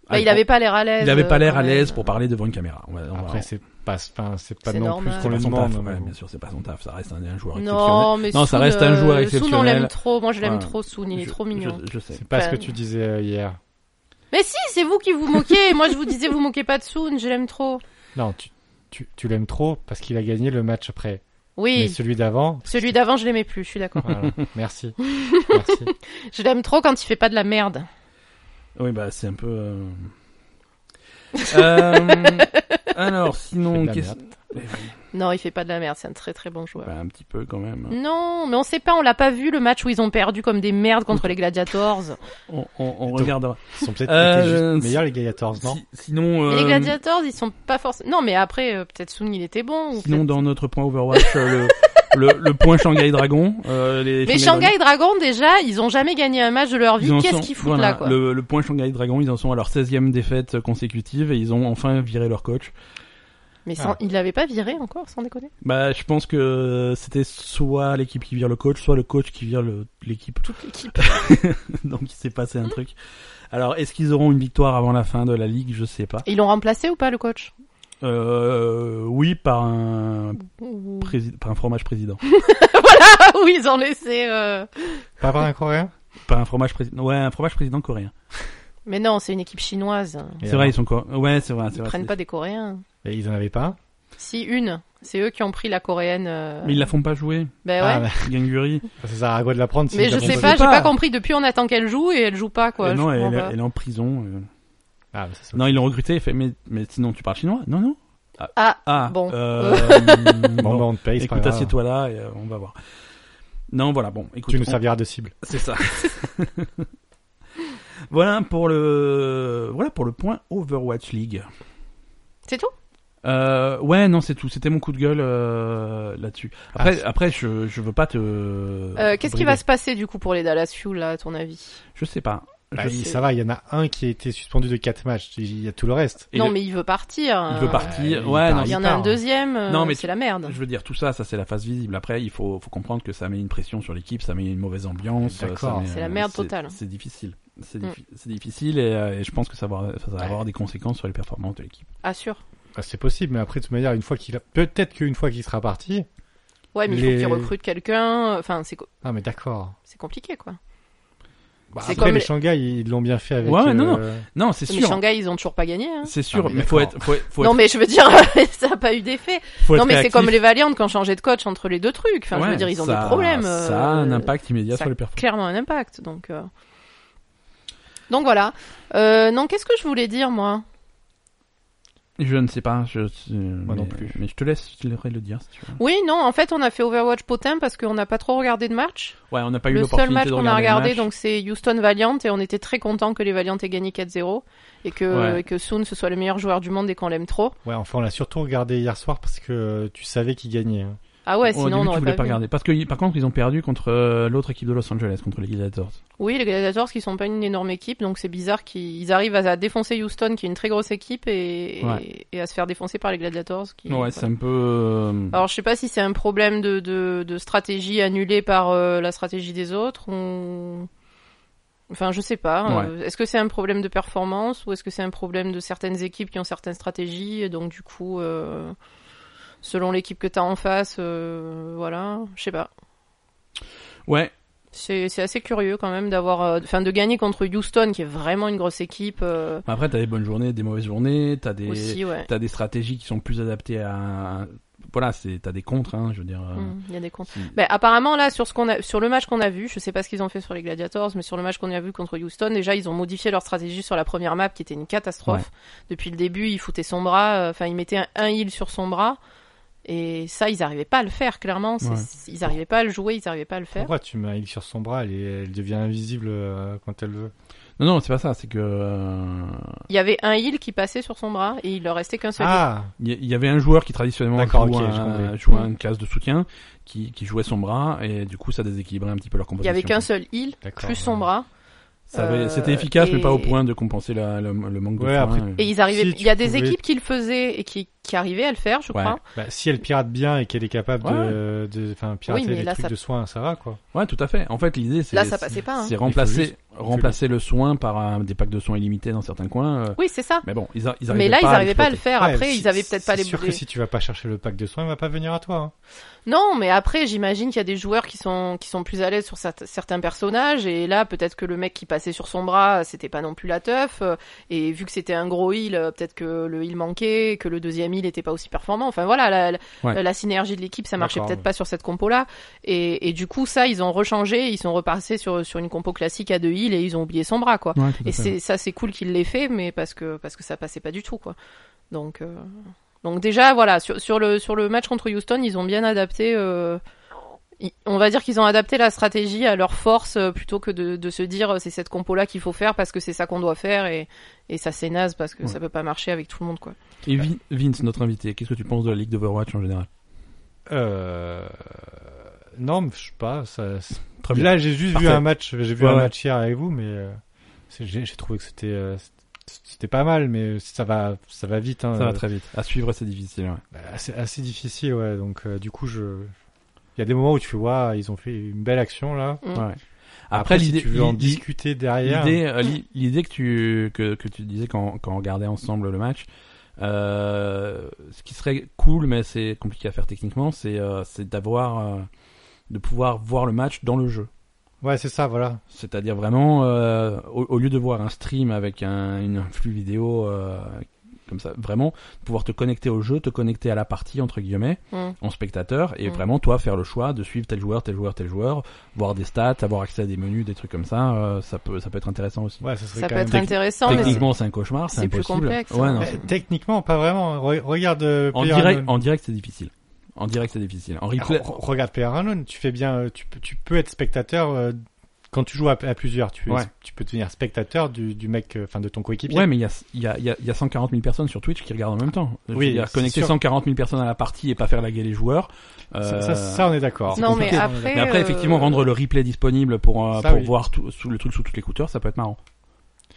S2: Bah, il avait pas l'air à l'aise.
S1: Ah, il avait pas l'air
S2: euh,
S1: à l'aise
S2: quand
S1: pour parler devant une caméra. Ouais, on va-
S3: Après, c'est pas, enfin, c'est pas
S2: C'est
S3: non
S2: normal.
S3: plus ce
S1: c'est
S3: qu'on
S1: pas
S3: lui
S1: son
S3: demande.
S1: taf,
S3: mais
S1: ouais,
S3: bon.
S1: bien sûr, c'est pas son taf, ça reste un, un joueur exceptionnel.
S2: Non, mais
S1: Non, ça
S2: Soun,
S1: reste un
S2: euh,
S1: joueur
S2: Soun, on l'aime
S1: exceptionnel.
S2: trop. Moi, je l'aime
S1: Ouais.
S2: trop, Soun. Il est
S1: Je-
S2: trop mignon.
S1: Je, je sais.
S3: C'est pas ce
S2: Enfin,
S3: que tu disais euh, hier.
S2: Mais si, c'est vous qui vous moquez. Moi, je vous disais, vous moquez pas de Soun. Je l'aime trop.
S3: Non, tu, tu, tu l'aimes trop parce qu'il a gagné le match après. Mais
S2: Oui.
S3: celui d'avant.
S2: Celui d'avant, je l'aimais plus. Je suis d'accord.
S3: voilà. Merci. Merci.
S2: Je l'aime trop quand il fait pas de la merde.
S1: Oui, bah c'est un peu. euh, euh, Alors,
S3: C'est
S1: sinon,
S3: de la
S1: qu'est-ce- Eh
S2: Non, il fait pas de la merde, c'est un très très bon joueur.
S1: Bah, un petit peu quand même.
S2: Non, mais on sait pas, on l'a pas vu le match où ils ont perdu comme des merdes contre les Gladiators.
S1: On, on, on
S3: Donc,
S1: regardera.
S3: Ils sont peut-être
S1: Euh,
S3: étaient
S1: je-
S3: juste meilleurs, les Gaillators, non
S1: Si- sinon,
S2: Mais les
S1: euh,
S2: Gladiators, ils sont pas forcément. Non, mais après, euh, peut-être Soon il était bon. Ou
S1: sinon
S2: peut-être-
S1: dans notre point Overwatch, euh, le, le, le point Shanghai Dragon. euh, les
S2: Mais
S1: Shanghai
S2: Shanghai Dragon, déjà, ils ont jamais gagné un match de leur vie.
S1: Ils en
S2: Qu'est-ce
S1: sont-
S2: qu'ils foutent
S1: voilà,
S2: là, quoi
S1: le, le point Shanghai Dragon, ils en sont à leur 16e défaite consécutive et ils ont enfin viré leur coach.
S2: Mais sans...
S3: Ah.
S2: il l'avait pas viré encore, sans déconner.
S1: Bah, je pense que c'était soit l'équipe qui vire le coach, soit le coach qui vire le- l'équipe.
S2: Toute l'équipe.
S1: Donc il s'est passé un truc. Alors, est-ce qu'ils auront une victoire avant la fin de la ligue Je sais pas.
S2: Et Ils l'ont remplacé ou pas, le coach
S1: Euh, oui, par un,
S2: Ou-
S1: prési- par un fromage président.
S2: Ah oui, ils ont laissé. euh,
S3: Pas par un coréen
S1: Par un fromage président. Ouais, un fromage président coréen.
S2: Mais non, c'est une équipe chinoise.
S3: Et
S1: C'est vrai, ils
S3: alors
S1: sont quoi Ouais, c'est vrai, c'est
S2: Ils
S1: vrai.
S2: prennent
S1: c'est-
S2: pas des Coréens.
S3: Et ils en avaient pas un
S2: Si, une. C'est eux qui ont pris la coréenne. euh,
S1: Mais ils la font pas jouer,
S2: Ben ouais.
S3: Ah, bah,
S1: Ganguri.
S3: ça sert à quoi de la prendre si
S2: Mais
S3: ils
S2: je
S3: la
S2: sais
S3: font
S2: pas, j'ai
S1: pas.
S2: pas compris. Depuis, on attend qu'elle joue et elle joue pas, quoi.
S1: Euh, non,
S2: je
S1: elle,
S2: comprends pas.
S1: elle est en prison. euh.
S3: Ah, bah, ça, c'est
S1: Non, ils l'ont recruté. Il fait, mais, mais sinon, tu parles chinois Non, non.
S2: Ah,
S1: Ah,
S2: Bon.
S1: euh,
S3: ok. Bon,
S1: bon.
S3: bah, on te paye, c'est pas
S1: Écoute,
S3: grave.
S1: assieds-toi là et euh, on va voir. Non, voilà, bon, écoute.
S3: Tu nous
S1: on-
S3: serviras de cible.
S1: C'est ça. voilà pour le voilà pour le point Overwatch League.
S2: c'est tout
S1: Euh, ouais, non, c'est tout. C'était mon coup de gueule euh, là-dessus. Après,
S3: Ah.
S1: après, je je veux pas te.
S2: Euh, Qu'est-ce qui va
S1: brider.
S2: se passer du coup pour les Dallas Fuel là, à ton avis
S1: Je sais pas.
S3: Bah,
S1: Je-
S2: c'est-
S3: ça va, il y en a un qui a été suspendu de 4 matchs. Il y a tout le reste.
S1: Et
S2: Non,
S1: le-
S2: mais il veut partir.
S1: Il
S2: euh,
S1: veut partir.
S3: il
S1: ouais,
S3: part,
S1: non,
S2: Il y
S1: c'est-
S2: en a
S3: part,
S2: un
S3: hein.
S2: deuxième. euh,
S1: Non, mais
S2: c'est
S1: tu-
S2: la merde.
S1: Je veux dire, tout ça, ça c'est la phase visible. Après, il faut, faut comprendre que ça met une pression sur l'équipe, ça met une mauvaise ambiance.
S3: D'accord.
S1: ça met,
S2: C'est
S1: euh,
S2: la merde totale.
S1: C'est difficile. C'est
S2: Mm.
S1: diffi- c'est difficile et, euh, et je pense que ça va, ça va
S3: Ouais.
S1: avoir des conséquences sur les performances de l'équipe.
S2: Ah sûr.
S3: Bah, c'est possible, mais après, de toute manière, une fois qu'il a... peut-être qu'une fois qu'il sera parti.
S2: Ouais, mais
S3: Les-
S2: il faut qu'ils recrutent quelqu'un. Enfin, c'est co-
S3: Ah, mais d'accord.
S2: c'est compliqué quoi.
S3: Bah,
S2: C'est
S3: après,
S2: comme
S3: les
S2: les-
S3: Shanghai, ils l'ont bien fait avec.
S1: Ouais,
S3: euh,
S1: non, Non, c'est
S2: Mais
S1: sûr.
S2: Shanghai, ils ont toujours pas gagné. hein.
S1: C'est sûr,
S3: Ah, mais
S1: mais faut
S3: d'accord.
S1: être, faut être, faut
S2: non,
S1: être-
S2: mais je veux dire, ça a pas eu d'effet.
S1: faut
S2: Non,
S1: être
S2: mais c'est
S1: réactif.
S2: comme les Valiant qui ont changé de coach entre les deux trucs. Enfin, je veux
S1: Ouais,
S2: dire, ils ont
S1: ça-
S2: des problèmes.
S1: Ça a un
S2: euh,
S1: impact immédiat
S2: ça-
S1: sur les performances.
S2: clairement un impact. Donc, euh. donc voilà. Euh, non, qu'est-ce que je voulais dire moi
S1: Je ne sais pas, je, mais-
S3: Moi non plus.
S1: Mais je te laisse, je te laisserai le dire si tu veux.
S2: Oui, non, en fait, on a fait Overwatch potin parce qu'on n'a pas trop regardé de match.
S1: Ouais, on n'a pas eu
S2: le
S1: l'opportunité
S2: seul match
S1: de
S2: qu'on
S1: regarder
S2: a regardé,
S1: le match.
S2: donc c'est Houston Valiant et on était très content que les Valiant aient gagné 4-0 et que
S1: Ouais.
S2: et que Soon ce soit le meilleur joueur du monde et qu'on l'aime trop.
S3: Ouais, enfin, on l'a surtout regardé hier soir parce que euh, tu savais qu'il gagnait. hein.
S2: Ah ouais,
S1: Au
S2: sinon
S1: début,
S2: on
S1: Oh, tu
S2: n'aurait
S1: voulais
S2: pas,
S1: pas
S2: vu.
S1: regarder. Parce que, par contre, ils ont perdu contre euh, l'autre équipe de Los Angeles, contre les Gladiators.
S2: Oui, les Gladiators qui sont pas une énorme équipe, donc c'est bizarre qu'ils arrivent à, à défoncer Houston qui est une très grosse équipe et, et-
S1: Ouais.
S2: et à se faire défoncer par les Gladiators. Qui,
S1: Ouais,
S2: voilà. Oh.
S1: c'est un peu. euh,
S2: Alors je sais pas si c'est un problème de, de, de stratégie annulée par euh, la stratégie des autres ou... Enfin je sais pas.
S1: Ouais.
S2: Euh, Est-ce que c'est un problème de performance ou est-ce que c'est un problème de certaines équipes qui ont certaines stratégies et donc du coup euh, selon l'équipe que t'as en face euh, voilà je sais pas.
S1: Ouais,
S2: C'est c'est assez curieux quand même d'avoir euh, enfin de gagner contre Houston qui est vraiment une grosse équipe euh,
S1: après, t'as des bonnes journées, des mauvaises journées, t'as des,
S2: aussi ouais.
S1: t'as des stratégies qui sont plus adaptées à. Voilà, c'est, t'as des contres, hein, je veux dire. euh,
S2: Mm, Il y a des comptes.
S1: si-
S2: Ben, apparemment là sur ce qu'on a sur le match qu'on a vu, je sais pas ce qu'ils ont fait sur les Gladiators, mais sur le match qu'on a vu contre Houston, déjà ils ont modifié leur stratégie sur la première map qui était une catastrophe. Depuis le début, ils foutaient son bras, euh, enfin ils mettaient un, un heal sur son bras et ça ils arrivaient pas à le faire clairement, C'est-
S1: Ouais.
S2: c'est- ils arrivaient pas à le jouer, ils arrivaient pas à le faire.
S3: Pourquoi tu mets un X sur son bras elle, est- elle devient invisible euh, quand elle veut.
S1: Non, non, c'est pas ça, c'est que. euh,
S2: Il y avait un heal qui passait sur son bras et il leur restait qu'un seul. heal.
S3: Ah
S1: Il y- il y avait un joueur qui traditionnellement joue,
S3: D'accord, ok, je
S1: un,
S3: compris.
S1: joue
S2: Mm.
S1: un classe de soutien qui, qui jouait son bras et du coup ça déséquilibrait un petit peu leur
S2: Il
S1: composition.
S2: y avait qu'un seul heal
S3: D'accord.
S2: plus son bras
S1: Ça avait-
S2: euh,
S1: C'était efficace mais pas au
S2: et-
S1: point de compenser la- le, le manque de
S3: Ouais,
S1: points.
S3: après-
S2: et ils arrivaient.
S3: Si,
S2: il y a
S3: tu
S2: des
S3: pouvais-
S2: équipes qui le faisaient et qui qui arrivaient à le faire, je
S1: Ouais.
S2: crois.
S3: Bah, si elle pirate bien et qu'elle est capable de, de enfin, pirater
S2: Oui, mais
S3: les
S2: là,
S3: trucs
S2: ça-
S3: de soins, ça va quoi.
S1: Ouais, tout à fait. En fait, l'idée c'est
S2: Là ça passait pas. hein.
S1: c'est remplacer
S3: juste-
S1: remplacer le soin par un- des packs de soins illimités dans certains coins. euh,
S2: Oui, c'est ça.
S1: Mais bon, ils, a- ils
S2: Mais
S1: arrivaient
S2: là,
S1: pas
S2: ils
S1: à
S2: n'arrivaient pas à le
S1: l'exploiter.
S2: faire. Après,
S3: Ouais,
S2: ils
S3: si-
S2: avaient peut-être pas les
S3: C'est sûr que si tu vas pas chercher le pack de soins, il va pas venir à toi. hein.
S2: Non, mais après, j'imagine qu'il y a des joueurs qui sont qui sont plus à l'aise sur cer- certains personnages. Et là, peut-être que le mec qui passait sur son bras, c'était pas non plus la teuf. euh, Et vu que c'était un gros heal, euh, peut-être que le heal manquait, que le deuxième heal était pas aussi performant. Enfin voilà, la, la,
S1: Ouais.
S2: la synergie de l'équipe, ça marchait
S3: D'accord,
S2: peut-être
S3: ouais.
S2: pas sur cette compo-là. Et, et du coup, ça, ils ont rechangé. Ils sont repassés sur sur une compo classique à deux heals et ils ont oublié son bras, quoi.
S1: Ouais, tout à
S2: Et
S1: fait.
S2: c'est ça, c'est cool qu'il l'ait fait, mais parce que parce que ça passait pas du tout, quoi. Donc euh, Donc déjà, voilà, sur, sur le, sur le match contre Houston, ils ont bien adapté. euh, i- on va dire qu'ils ont adapté la stratégie à leur force euh, plutôt que de, de se dire euh, c'est cette compo-là qu'il faut faire parce que c'est ça qu'on doit faire et, et ça c'est naze parce que
S1: Ouais.
S2: ça peut pas marcher avec tout le monde quoi.
S1: Et Vin- Vince, notre invité, qu'est-ce que tu penses de la Ligue d'Overwatch en général
S3: Euh... Non, mais je sais pas. Ça... c'est-
S1: Très bien.
S3: Là, j'ai juste
S1: Ah, Parfait.
S3: vu un match. J'ai vu
S1: Ouais,
S3: un
S1: ouais.
S3: match hier avec vous, mais euh, c'est- j'ai j'ai trouvé que c'était euh, c'était pas mal, mais ça va ça va vite. Hein,
S1: Ça va
S3: Euh,
S1: très vite. À suivre, c'est difficile. ouais.
S3: bah, assez, assez difficile, ouais. Donc, euh, du coup, je. Il y a des moments où tu vois, ils ont fait une belle action là.
S2: Mm.
S1: Ouais.
S3: Après, si
S1: l'idée-
S3: tu veux en
S1: l'i-
S3: discuter derrière,
S1: L'idée, euh, li- l'idée que tu que, que tu disais quand, quand on regardait ensemble le match, euh, ce qui serait cool, mais c'est compliqué à faire techniquement, c'est euh, c'est d'avoir euh, de pouvoir voir le match dans le jeu.
S3: ouais, c'est ça, voilà.
S1: C'est-à-dire vraiment euh, au, au lieu de voir un stream avec un une un flux vidéo euh, comme ça, vraiment pouvoir te connecter au jeu, te connecter à la partie entre guillemets
S2: Mm.
S1: en spectateur et
S2: Mm.
S1: vraiment toi faire le choix de suivre tel joueur, tel joueur, tel joueur, voir des stats, avoir accès à des menus, des trucs comme ça, euh, ça peut ça peut être intéressant aussi.
S3: Ouais, ça serait
S2: Ça
S3: quand
S2: peut
S3: même
S2: être
S1: techni-
S2: intéressant, mais
S1: Techniquement, c'est un cauchemar, c'est
S2: c'est plus
S1: impossible.
S2: complexe,
S1: Ouais,
S2: hein.
S1: non,
S2: Mais
S1: c'est-
S3: Eh, Techniquement, pas vraiment. Re- regarde euh,
S1: en,
S3: Player
S1: direct,
S3: Unknown.
S1: en direct, c'est difficile. En direct, c'est difficile. En replay,
S3: Re- re- Regarde Player Unknown, tu fais bien, euh, tu, peux- tu peux être spectateur euh, quand tu joues à, à plusieurs. Tu, es-
S1: Ouais.
S3: tu peux devenir spectateur du, du mec, euh, enfin de ton coéquipier.
S1: ouais, mais il y a, il y, a, il y a- il y a 140 000 personnes sur Twitch qui regardent en même temps. Je veux
S3: Oui,
S1: dire,
S3: c'est
S1: connecter
S3: sûr.
S1: 140 000 personnes à la partie et pas faire laguer les joueurs. euh,
S3: ça, ça, ça, on est d'accord.
S2: non mais
S1: compliqué.
S2: après,
S1: mais après,
S2: euh,
S1: effectivement, rendre le replay disponible pour, euh,
S3: Ça,
S1: pour
S3: oui.
S1: voir tout, sous, le truc sous toutes les couteurs, ça peut être marrant.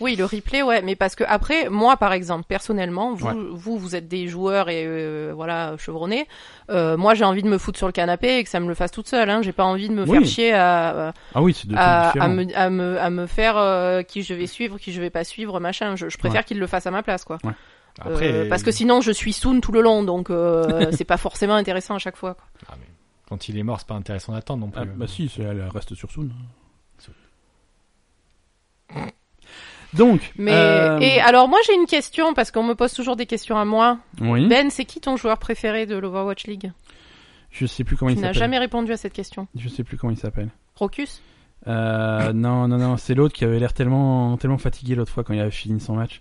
S2: Oui, le replay, ouais, mais parce que après, moi, par exemple, personnellement, vous, vous, vous êtes des joueurs et euh, voilà chevronnés. Euh, moi, j'ai envie de me foutre sur le canapé et que ça me le fasse toute seule. Hein. J'ai pas envie de me
S1: Oui.
S2: faire chier à,
S1: Ah oui, c'est deux
S2: Euh, à,
S1: trucs différents.
S2: à me, à, me, à me faire euh, qui je vais suivre, qui je vais pas suivre, machin. Je, je préfère qu'il le fasse à ma place, quoi. Euh,
S3: Après,
S2: parce que sinon, je suis soon tout le long, donc euh, c'est pas forcément intéressant à chaque fois. quoi.
S3: Ah, mais quand il est mort, c'est pas intéressant d'attendre non plus.
S1: Ah, bah si, c'est- elle reste sur Soon.
S3: Soon.
S1: Donc,
S2: Mais
S1: euh,
S2: et alors, moi, j'ai une question parce qu'on me pose toujours des questions à moi.
S1: oui,
S2: Ben, c'est qui ton joueur préféré de l'Overwatch League
S1: je sais plus comment
S2: Tu
S1: il
S2: n'as
S1: s'appelle.
S2: jamais répondu à cette question.
S1: Je sais plus comment il s'appelle.
S2: Rocus
S1: Euh, non, non, non, c'est l'autre qui avait l'air tellement, tellement fatigué l'autre fois quand il avait fini son match.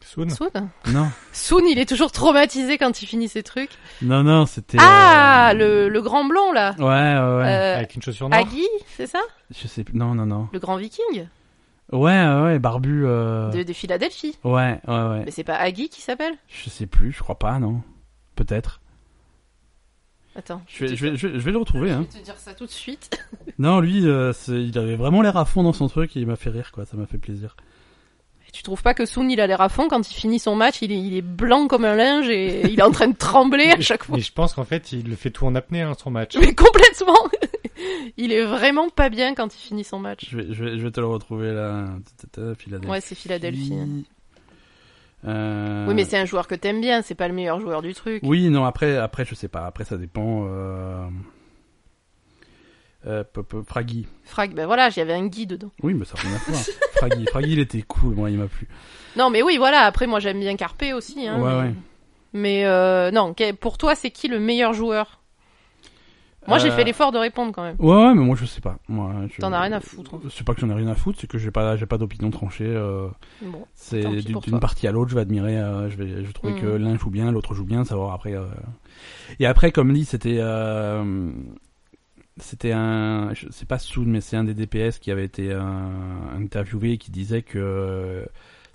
S3: Soon
S2: Soon
S1: Non,
S2: Soon, il est toujours traumatisé quand il finit ses trucs.
S1: non, non, c'était.
S2: Ah,
S1: euh,
S2: le, le grand blond, là
S1: Ouais, ouais, ouais.
S2: Euh,
S3: avec une chaussure noire.
S2: Agui, c'est ça
S1: Je sais plus. Non, non, non.
S2: Le grand viking
S1: Ouais, ouais, ouais, barbu. euh,
S2: de, de Philadelphie.
S1: Ouais, ouais, ouais.
S2: Mais c'est pas Agui qui s'appelle
S1: Je sais plus, je crois pas, non. Peut-être.
S2: Attends.
S1: Je vais, je vais, je vais- je vais le retrouver, hein.
S2: Je vais te dire ça tout de suite.
S1: Non, lui, euh, c'est- il avait vraiment l'air à fond dans son truc et il m'a fait rire, quoi. Ça m'a fait plaisir.
S2: Tu trouves pas que Soon, il a l'air à fond quand il finit son match, il est, il est blanc comme un linge et il est en train de trembler à chaque fois.
S3: Mais je pense qu'en fait, il le fait tout en apnée, hein, son match.
S2: Mais complètement Il est vraiment pas bien quand il finit son match.
S1: Je vais, je vais, je vais te le retrouver là. Tata, Philadelphie.
S2: Ouais, c'est Philadelphie. hein.
S1: Euh,
S2: Oui, mais c'est un joueur que t'aimes bien, c'est pas le meilleur joueur du truc.
S1: Oui, non, après, après, je sais pas. Après, ça dépend. Euh... Euh, peu- peu- Fraggy.
S2: Frag, ben voilà, j'y avais un Guy dedans.
S1: Oui, mais ça n'a rien à voir. Fraggy. Fraggy, il était cool, moi, il m'a plu.
S2: Non, mais oui, voilà. Après, moi, j'aime bien Carpe aussi. Hein,
S1: Ouais,
S2: mais
S1: ouais.
S2: mais, euh, non, que- pour toi, c'est qui le meilleur joueur Moi, j'ai
S1: Euh,
S2: fait l'effort de répondre quand même.
S1: Ouais, ouais, mais moi, je sais pas. Moi, je...
S2: T'en as rien à foutre, hein. en
S1: C'est pas que j'en ai rien à foutre, c'est que j'ai pas, j'ai pas d'opinion tranchée. euh,
S2: Bon,
S1: C'est
S2: Tant pis
S1: d'une
S2: pour
S1: d'une
S2: toi.
S1: partie à l'autre, je vais admirer, euh, je vais, je vais trouver
S2: Mm.
S1: que l'un joue bien, l'autre joue bien, savoir après. euh. Et après, comme dit, c'était, euh, c'était un, je- c'est pas Soon, mais c'est un des DPS qui avait été euh, interviewé et qui disait que euh,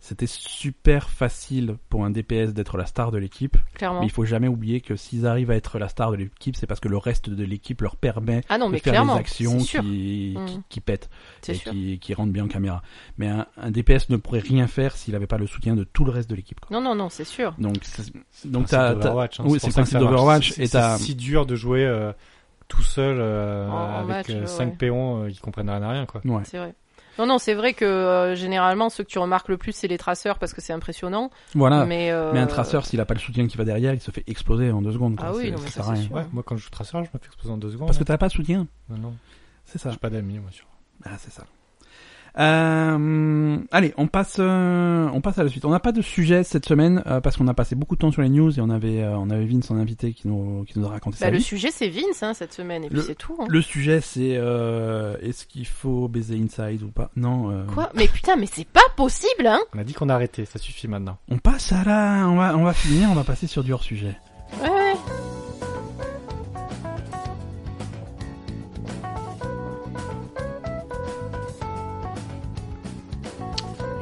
S1: c'était super facile pour un DPS d'être la star de l'équipe,
S2: clairement.
S1: mais il faut jamais oublier que s'ils arrivent à être la star de l'équipe, c'est parce que le reste de l'équipe leur permet
S2: Ah non,
S1: de
S2: mais
S1: faire
S2: clairement.
S1: des actions
S2: C'est sûr.
S1: qui,
S2: Mm.
S1: qui, qui pètent
S2: C'est
S1: et
S2: sûr.
S1: qui, qui rentre bien en caméra. Mais un, un DPS ne pourrait rien faire s'il n'avait pas le soutien de tout le reste de l'équipe. quoi.
S2: Non, non, non, c'est sûr.
S1: Donc, c'est-
S3: C'est
S1: donc
S3: le
S1: t'as-
S3: principe d'Overwatch, hein,
S1: oui,
S3: pour
S1: c'est le
S3: ça que
S1: principe
S3: ça marche.
S1: d'Overwatch,
S3: C'est-
S1: et t'as-
S3: C'est si dur de jouer euh, tout seul euh,
S2: En- en match,
S3: avec
S2: euh,
S3: 5
S2: ouais.
S3: péons euh, qui comprennent rien à rien, quoi.
S1: ouais.
S2: C'est vrai. Non, non, c'est vrai que euh, généralement, ceux que tu remarques le plus, c'est les traceurs parce que c'est impressionnant.
S1: Voilà. Mais,
S2: mais, euh,
S1: un traceur, s'il n'a pas le soutien qui va derrière, il se fait exploser en deux secondes. quoi.
S2: Ah oui,
S1: C'est-
S2: non, mais ça,
S1: sert à
S2: c'est
S1: rien.
S2: sûr.
S3: Ouais, moi quand je joue traceur, je me fais exploser en deux secondes.
S1: Parce que
S3: hein.
S1: t'as pas de soutien.
S3: Non, non,
S1: C'est ça.
S3: j'ai pas d'amis, moi, sur.
S1: Ah, c'est ça. Euh, allez, on passe, euh, on passe à la suite. On n'a pas de sujet cette semaine euh, parce qu'on a passé beaucoup de temps sur les news et on avait, euh, on avait Vince en invité qui nous, qui nous a raconté
S2: Bah,
S1: sa
S2: le
S1: vie.
S2: sujet, c'est Vince hein, cette semaine, et puis c'est tout. hein.
S1: Le sujet, c'est euh, est-ce qu'il faut baiser Inside ou pas Non. euh,
S2: Quoi Mais putain, mais c'est pas possible, hein
S3: On a dit qu'on arrêtait, ça suffit maintenant.
S1: On passe à la, on va, on va finir, on va passer sur du hors sujet.
S2: Ouais, ouais.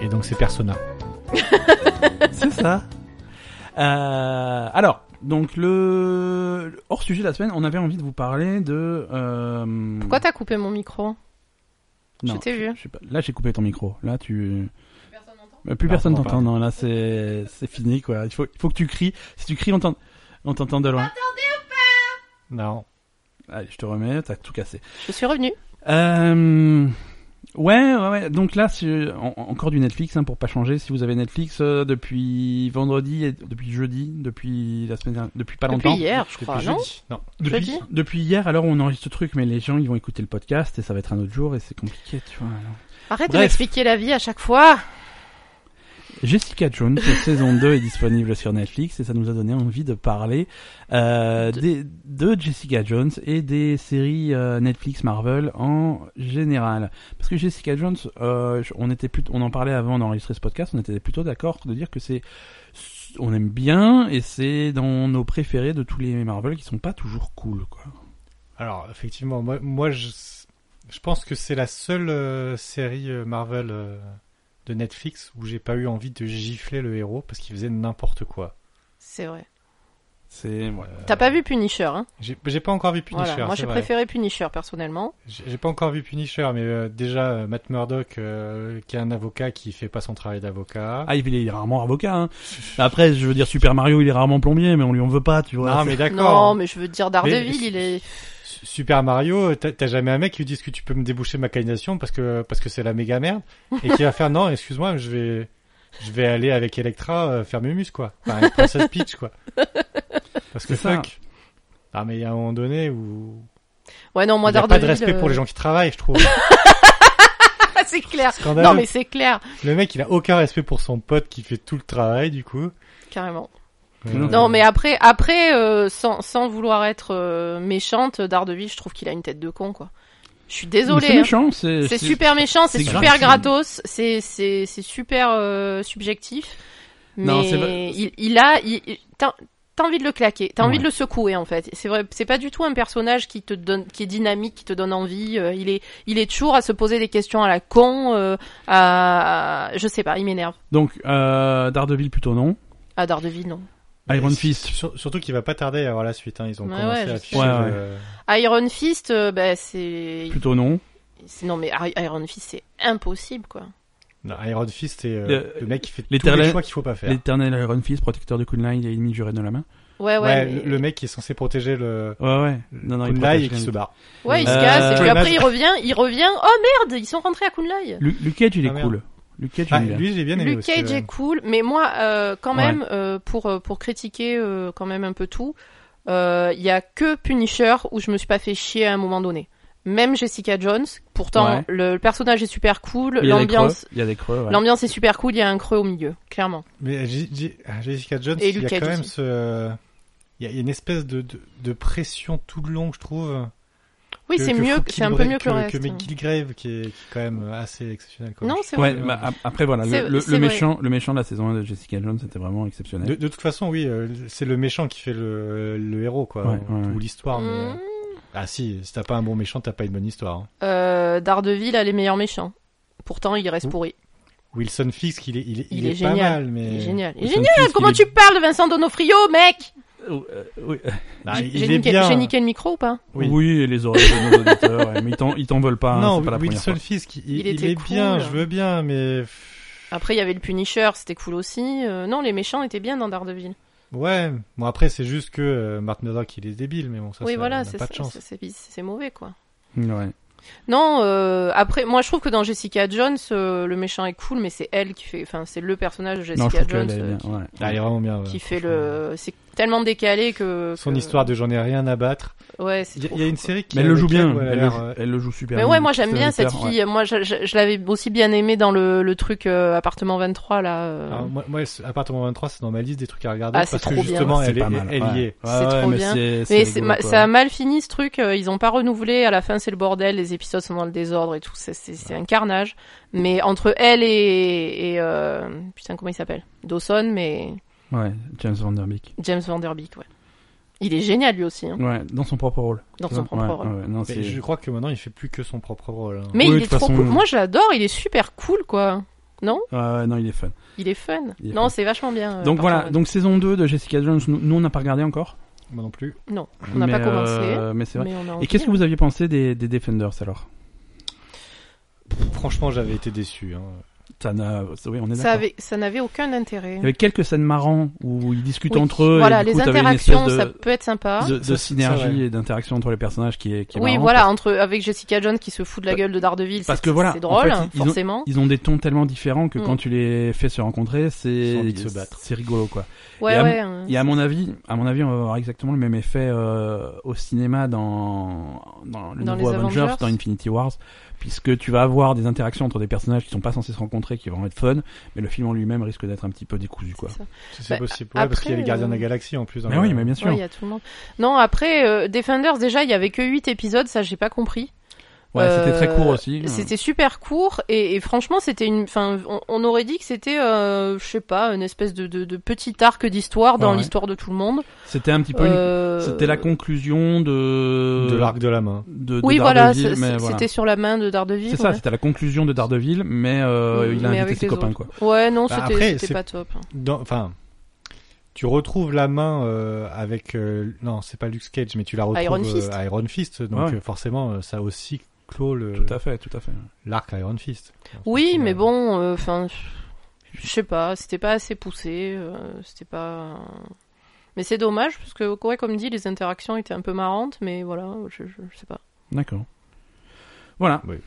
S3: Et donc c'est Persona.
S1: C'est ça. Euh, alors, donc le le hors sujet de la semaine, on avait envie de vous parler de. Euh...
S2: Pourquoi t'as coupé mon micro
S1: Non,
S2: Je t'ai vu.
S1: je sais pas. Là, j'ai coupé ton micro. Là, tu. Euh, Plus personne
S3: Pardon,
S1: t'entend. Non, là, c'est c'est fini quoi. Il faut, il faut que tu cries. Si tu cries, on t'en- on t'entend de loin.
S3: Non.
S1: Allez, je te remets. T'as tout cassé.
S2: Je suis revenu.
S1: Euh... Ouais, ouais, ouais. Donc là, si- en- encore du Netflix, hein, pour pas changer. Si vous avez Netflix euh, depuis vendredi, et... depuis jeudi, depuis la semaine, dernière- depuis pas
S2: Depuis
S1: longtemps.
S2: hier, je crois,
S3: Depuis
S2: non
S3: jeudi. Non.
S1: Depuis,
S2: Jeudi
S1: depuis hier, alors on enregistre ce truc, mais les gens ils vont écouter le podcast et ça va être un autre jour et c'est compliqué, tu vois. alors.
S2: Arrête de
S1: Bref.
S2: m'expliquer la vie à chaque fois.
S1: Jessica Jones, saison 2 est disponible sur Netflix et ça nous a donné envie de parler euh, des, de Jessica Jones et des séries euh, Netflix Marvel en général. Parce que Jessica Jones, euh, je- on était plutôt, on en parlait avant d'enregistrer ce podcast, on était plutôt d'accord de dire que c'est, on aime bien et c'est dans nos préférés de tous les Marvel qui sont pas toujours cool, quoi.
S3: Alors effectivement, moi, moi je, je pense que c'est la seule euh, série euh, Marvel euh, de Netflix où j'ai pas eu envie de gifler le héros parce qu'il faisait n'importe quoi.
S2: C'est vrai.
S1: C'est ouais.
S2: T'as pas vu Punisher, hein
S3: J'ai j'ai pas encore vu Euh, Punisher.
S2: Voilà, moi
S3: c'est
S2: j'ai
S3: vrai.
S2: préféré Punisher personnellement.
S3: J'ai j'ai pas encore vu Punisher, mais euh, déjà euh, Matt Murdock, euh, qui est un avocat qui fait pas son travail d'avocat.
S1: Ah, il est rarement avocat. Hein. Après, je veux dire, Super Mario, il est rarement plombier, mais on lui en veut pas, tu vois.
S3: non mais
S2: Non,
S3: d'accord.
S2: mais je veux dire Daredevil,
S3: Mais-
S2: il est.
S3: S- Super Mario, t'as t'as jamais un mec qui lui dit que tu peux me déboucher ma canalisation parce que parce que c'est la méga merde et qui va faire non, excuse-moi, je vais je vais aller avec Electra euh, faire mes muscles quoi. Enfin, avec Princess Peach quoi. Parce que
S1: C'est ça.
S3: fuck. Ah mais il y a un moment donné où
S2: Ouais, non, moi
S3: il y a pas
S2: Daredevil.
S3: de respect pour les gens qui travaillent, je trouve.
S2: Ah, c'est clair.
S3: Scandaleux.
S2: Non, mais c'est clair,
S3: Le mec, il a aucun respect pour son pote qui fait tout le travail du coup. Euh,
S2: carrément.
S1: Non.
S2: Non, mais après, après, euh, sans, sans vouloir être euh, méchante, Daredevil, je trouve qu'il a une tête de con, quoi. Je suis
S1: Mais
S2: désolée.
S1: C'est
S2: hein.
S1: méchant, c'est.
S2: C'est
S1: c'est-
S2: super méchant, c'est
S1: c'est
S2: super
S1: gratuit.
S2: gratos, c'est c'est c'est super euh, subjectif. Mais
S1: Non, c'est vrai.
S2: il, il a, il- il- t'as t'as envie de le claquer, t'as envie
S1: Ouais.
S2: de le secouer en fait. C'est vrai, c'est pas du tout un personnage qui te donne, qui est dynamique, qui te donne envie. euh, il est, il est toujours à se poser des questions à la con. euh, à, je sais pas, il m'énerve.
S1: Donc, euh, Daredevil plutôt non.
S2: Ah Daredevil non.
S1: Iron
S3: Et
S1: Fist.
S3: sur- surtout qu'il va pas tarder à avoir la suite. Hein. Ils ont
S2: Ouais,
S3: commencé
S2: ouais,
S3: à
S2: je
S3: afficher. euh,
S1: sais. Ouais,
S3: le-
S2: Iron Fist, euh, bah, c'est,
S1: Plutôt non.
S2: c'est- non mais Ar- Iron Fist c'est impossible quoi.
S3: Non, Iron Fist, c'est euh,
S1: Le-
S3: le, mec qui fait
S1: les
S3: tous les
S1: Terla-
S3: choix qu'il faut pas faire.
S1: L'éternel Iron Fist, protecteur de Kunlai et ennemi juré de la main.
S2: Ah Ouais ouais.
S3: Ouais,
S2: mais-
S3: le- le mec qui est censé protéger le
S1: Ouais, ouais. Non, non, il
S3: Kunlai et
S1: protège
S3: qui
S1: les-
S3: se barre.
S2: Ouais, il se
S1: Euh,
S2: casse, et puis
S3: Joey
S2: après
S3: Maz-
S2: il revient, il revient. Oh merde, ils sont rentrés à Kunlai.
S1: Lu- Luke Cage, il est
S3: Ah, merde.
S1: cool. Luke Cage,
S3: Ah,
S1: il est bien.
S3: lui, j'ai bien aimé
S2: Luke
S3: aussi.
S2: Cage
S3: ouais.
S2: est cool, mais moi, euh, quand
S1: Ouais.
S2: même, euh, pour, euh, pour critiquer euh, quand même un peu tout, euh, il y a que Punisher où je me suis pas fait chier à un moment donné. Même Jessica Jones, pourtant
S1: Ouais.
S2: le, le personnage est super cool,
S1: Il y a des creux.
S2: l'ambiance
S1: Il y a des creux. ouais.
S2: l'ambiance est super cool, il y a un creux au milieu, clairement.
S3: Mais euh, J- J- ah, Jessica Jones,
S2: Et
S3: il y
S2: Luke
S3: a
S2: Cage
S3: quand même
S2: aussi.
S3: ce... Il y a- il y a une espèce de, de, de pression tout le long, je trouve.
S2: Oui,
S3: que-
S2: c'est
S3: que
S2: mieux,
S3: faut
S2: c'est un peu
S3: équilibrer-
S2: mieux que, le reste. hein.
S3: Que McGill Grave, qui est, qui est quand même assez exceptionnel. Quand
S2: non,
S3: même.
S2: c'est
S1: Ouais,
S2: vrai.
S1: bah, ap- après voilà,
S2: C'est-
S1: le, le-
S2: c'est
S1: le
S2: vrai.
S1: méchant, le méchant de la saison 1 de Jessica Jones, c'était vraiment exceptionnel.
S3: De, de toute façon, oui, euh, c'est le méchant qui fait le, le héros, quoi.
S1: Ouais, ouais,
S3: ou
S1: ouais.
S3: l'histoire. mais-
S2: Mmh.
S3: Ah si, si t'as pas un bon méchant, t'as pas une bonne histoire. hein.
S2: Euh, Daredevil a les meilleurs méchants. Pourtant, il reste
S3: Ouh.
S2: pourri.
S3: Wilson Fisk, il est, il est,
S2: Il
S3: il
S2: est
S3: est
S2: génial.
S3: pas mal, mais...
S2: Il est génial. Il est
S1: Wilson
S2: génial.
S1: Fisk, il
S2: Comment
S1: est-
S2: tu parles de Vincent Donofrio, mec
S1: Oh, euh, oui.
S3: Bah,
S2: J'ai
S3: il
S2: j'ai
S3: est
S2: niqué,
S3: bien.
S2: j'ai niqué le micro ou pas
S1: Oui.
S3: Oui.
S1: et les oreilles de nos auditeurs, ouais, mais ils t'en- ils t'en veulent pas. hein,
S3: non,
S1: c'est pas la première
S3: Wilson
S1: fois.
S3: Fisk, il,
S2: Il
S3: il
S2: était
S3: est bien,
S2: cool.
S3: je veux bien, mais
S2: Après, il y avait le Punisher, c'était cool aussi. Euh, non, les méchants étaient bien dans Daredevil.
S3: ouais. Bon après, c'est juste que euh, Martin Murdock, il est débile, mais bon ça,
S2: oui,
S3: ça, on
S2: voilà,
S3: a
S2: c'est
S3: pas de
S2: ça,
S3: chance.
S2: c'est- c'est c'est mauvais, quoi.
S1: Ouais.
S2: Non, euh, après, moi, je trouve que dans Jessica Jones, euh, le méchant est cool, mais c'est elle qui fait... Enfin, c'est le personnage de
S1: Non, je
S2: Jessica
S1: trouve
S2: Jones
S1: qu'elle est
S2: euh,
S1: bien.
S2: qui,
S1: ouais.
S3: Ah, il est Ah, vraiment bien. ouais.
S2: qui fait le... C'est tellement décalé que.
S3: Son
S2: que-
S3: histoire de j'en ai rien à battre.
S2: Ouais, c'est
S3: Il y, a-
S2: trop
S3: il y a une série qui.
S1: Mais elle le
S3: avec
S1: joue bien,
S3: où elle
S1: elle,
S3: a
S1: le
S3: l'air,
S1: joue,
S3: euh,
S1: elle le joue super
S2: Mais
S1: bien.
S2: ouais, moi j'aime bien cette
S1: Solitaire, ouais.
S2: fille. Moi, je, je- je l'avais aussi bien aimée dans le, le truc euh, appartement 23 là. euh.
S1: Ah.
S3: alors, Ah, moi, moi, ce- appartement 23, c'est dans ma liste des trucs à regarder
S2: Ah, c'est
S3: parce que
S2: trop bien.
S3: justement,
S1: C'est
S3: elle, est,
S1: pas mal,
S3: elle y
S1: ouais.
S3: est.
S2: C'est
S1: Ouais,
S2: trop
S1: mais
S2: bien.
S1: c'est- c'est
S2: mais c'est-
S1: rigolo,
S2: ma-
S1: quoi.
S2: ça a mal fini ce truc. euh, Ils ont pas renouvelé. À la fin, c'est le bordel. Les épisodes sont dans le désordre et tout. C'est c'est- c'est un carnage. Mais entre elle et, et, euh, putain comment il s'appelle Dawson, mais
S1: Ouais, James Van Der Beek.
S2: James Van Der Beek, ouais. Il est génial lui aussi hein,
S1: Ouais, dans son propre rôle.
S2: dans
S1: C'est
S2: son
S1: ça
S2: propre
S1: Ouais,
S2: rôle.
S1: ouais, non,
S3: Mais
S1: c'est-
S3: je crois que maintenant, il fait plus que son propre rôle. hein.
S2: Mais
S1: Oui,
S2: il
S1: de
S2: est
S1: toute
S2: trop
S1: façon- euh,
S2: cool. Moi, je l'adore. Il est super cool quoi.
S1: Ouais, ouais, non, il est fun.
S2: Il est fun.
S1: Il est
S2: non,
S1: fun.
S2: c'est vachement bien. euh,
S1: Donc
S2: Park
S1: voilà,
S2: Chan-wook.
S1: donc saison 2 de Jessica Jones, nous, nous, on n'a pas regardé encore.
S3: Moi non plus.
S2: Non, on n'a
S1: Mais,
S2: pas commencé.
S1: euh, mais c'est vrai.
S2: mais on hein. a
S1: Et
S2: envie.
S1: qu'est-ce que vous aviez pensé des, des Defenders alors
S3: Franchement, j'avais été déçu. Hein.
S1: ça n'a- Oui, on est
S2: Ça
S1: d'accord.
S2: avait, ça n'avait aucun intérêt.
S1: Il y avait quelques scènes marrantes où ils discutent
S2: Oui.
S1: entre eux.
S2: Voilà,
S1: et du
S2: les
S1: coup, t'avais une
S2: interactions,
S1: espèce
S2: ça
S1: de,
S2: peut être sympa.
S1: de, de
S3: Ça, c'est-
S1: synergie
S3: ça, ouais.
S1: et d'interaction entre les personnages qui est, qui est
S2: Oui,
S1: marrant,
S2: voilà, entre avec Jessica Jones qui se fout de la gueule de Daredevil,
S1: parce
S2: c'est-
S1: que voilà,
S2: c'est
S1: en fait,
S2: drôle,
S1: ils- ils ont-
S2: forcément.
S1: Ils ont des tons tellement différents que
S2: Mm.
S1: quand tu les fais se rencontrer,
S3: Ils ont
S1: c'est
S3: envie de se battre.
S1: c'est rigolo quoi.
S2: Ouais,
S1: et à-
S2: ouais. hein.
S1: Et à mon avis, à mon avis, on va avoir exactement le même effet euh, au cinéma dans dans le
S2: Dans
S1: nouveau
S2: les
S1: Avengers,
S2: Avengers.
S1: dans Infinity Wars, puisque tu vas avoir des interactions entre des personnages qui sont pas censés se rencontrer, qui vont être fun, mais le film en lui-même risque d'être un petit peu décousu quoi.
S2: C'est ça.
S3: Si c'est
S2: Bah,
S3: possible. Ouais, parce
S2: après,
S3: qu'il y a les gardiens de la
S2: euh,
S3: galaxie en plus. dans
S1: Mais
S3: le-
S1: oui, mais bien sûr.
S2: Ouais, il y a tout le monde. Non, après euh, Defenders déjà, il y avait que 8 épisodes, ça j'ai pas compris.
S1: Ouais, c'était très
S2: Euh,
S1: court aussi.
S2: C'était super court et, et franchement, c'était une enfin on, on aurait dit que c'était euh, je sais pas, une espèce de, de, de petit arc d'histoire dans
S1: Ouais, ouais.
S2: l'histoire de tout le monde.
S1: C'était un petit peu une-
S2: Euh,
S1: C'était la conclusion de
S3: De l'arc de la main.
S1: de, de
S2: Oui, voilà,
S1: Daredevil,
S2: c'est-
S1: mais
S2: c'était
S1: voilà.
S2: sur la main de Daredevil.
S1: C'est ça,
S2: ouais.
S1: c'était la conclusion de Daredevil, mais euh,
S2: Mm,
S1: il a invité
S2: mais avec
S1: ses
S2: les
S1: copains
S2: autres.
S1: quoi.
S2: Ouais, non,
S3: Bah,
S2: c'était
S3: après,
S2: c'était
S3: c'est-
S2: pas top. hein.
S3: Dans- Enfin, tu retrouves la main euh, avec euh, non, c'est pas Luke Cage, mais tu la retrouves
S2: Iron
S3: euh,
S2: Fist.
S3: à Iron Fist. Donc
S1: Ouais.
S3: euh, forcément, euh, ça aussi clôt le
S1: Tout à fait, tout à fait.
S3: l'arc Iron Fist.
S2: Oui,
S3: Donc,
S2: mais
S3: euh,
S2: bon, enfin, je sais pas, c'était pas assez poussé, euh, c'était pas. Mais c'est dommage parce que, ouais, comme dit, les interactions étaient un peu marrantes, mais voilà, je, je- je sais pas.
S1: D'accord. Voilà.
S3: Oui.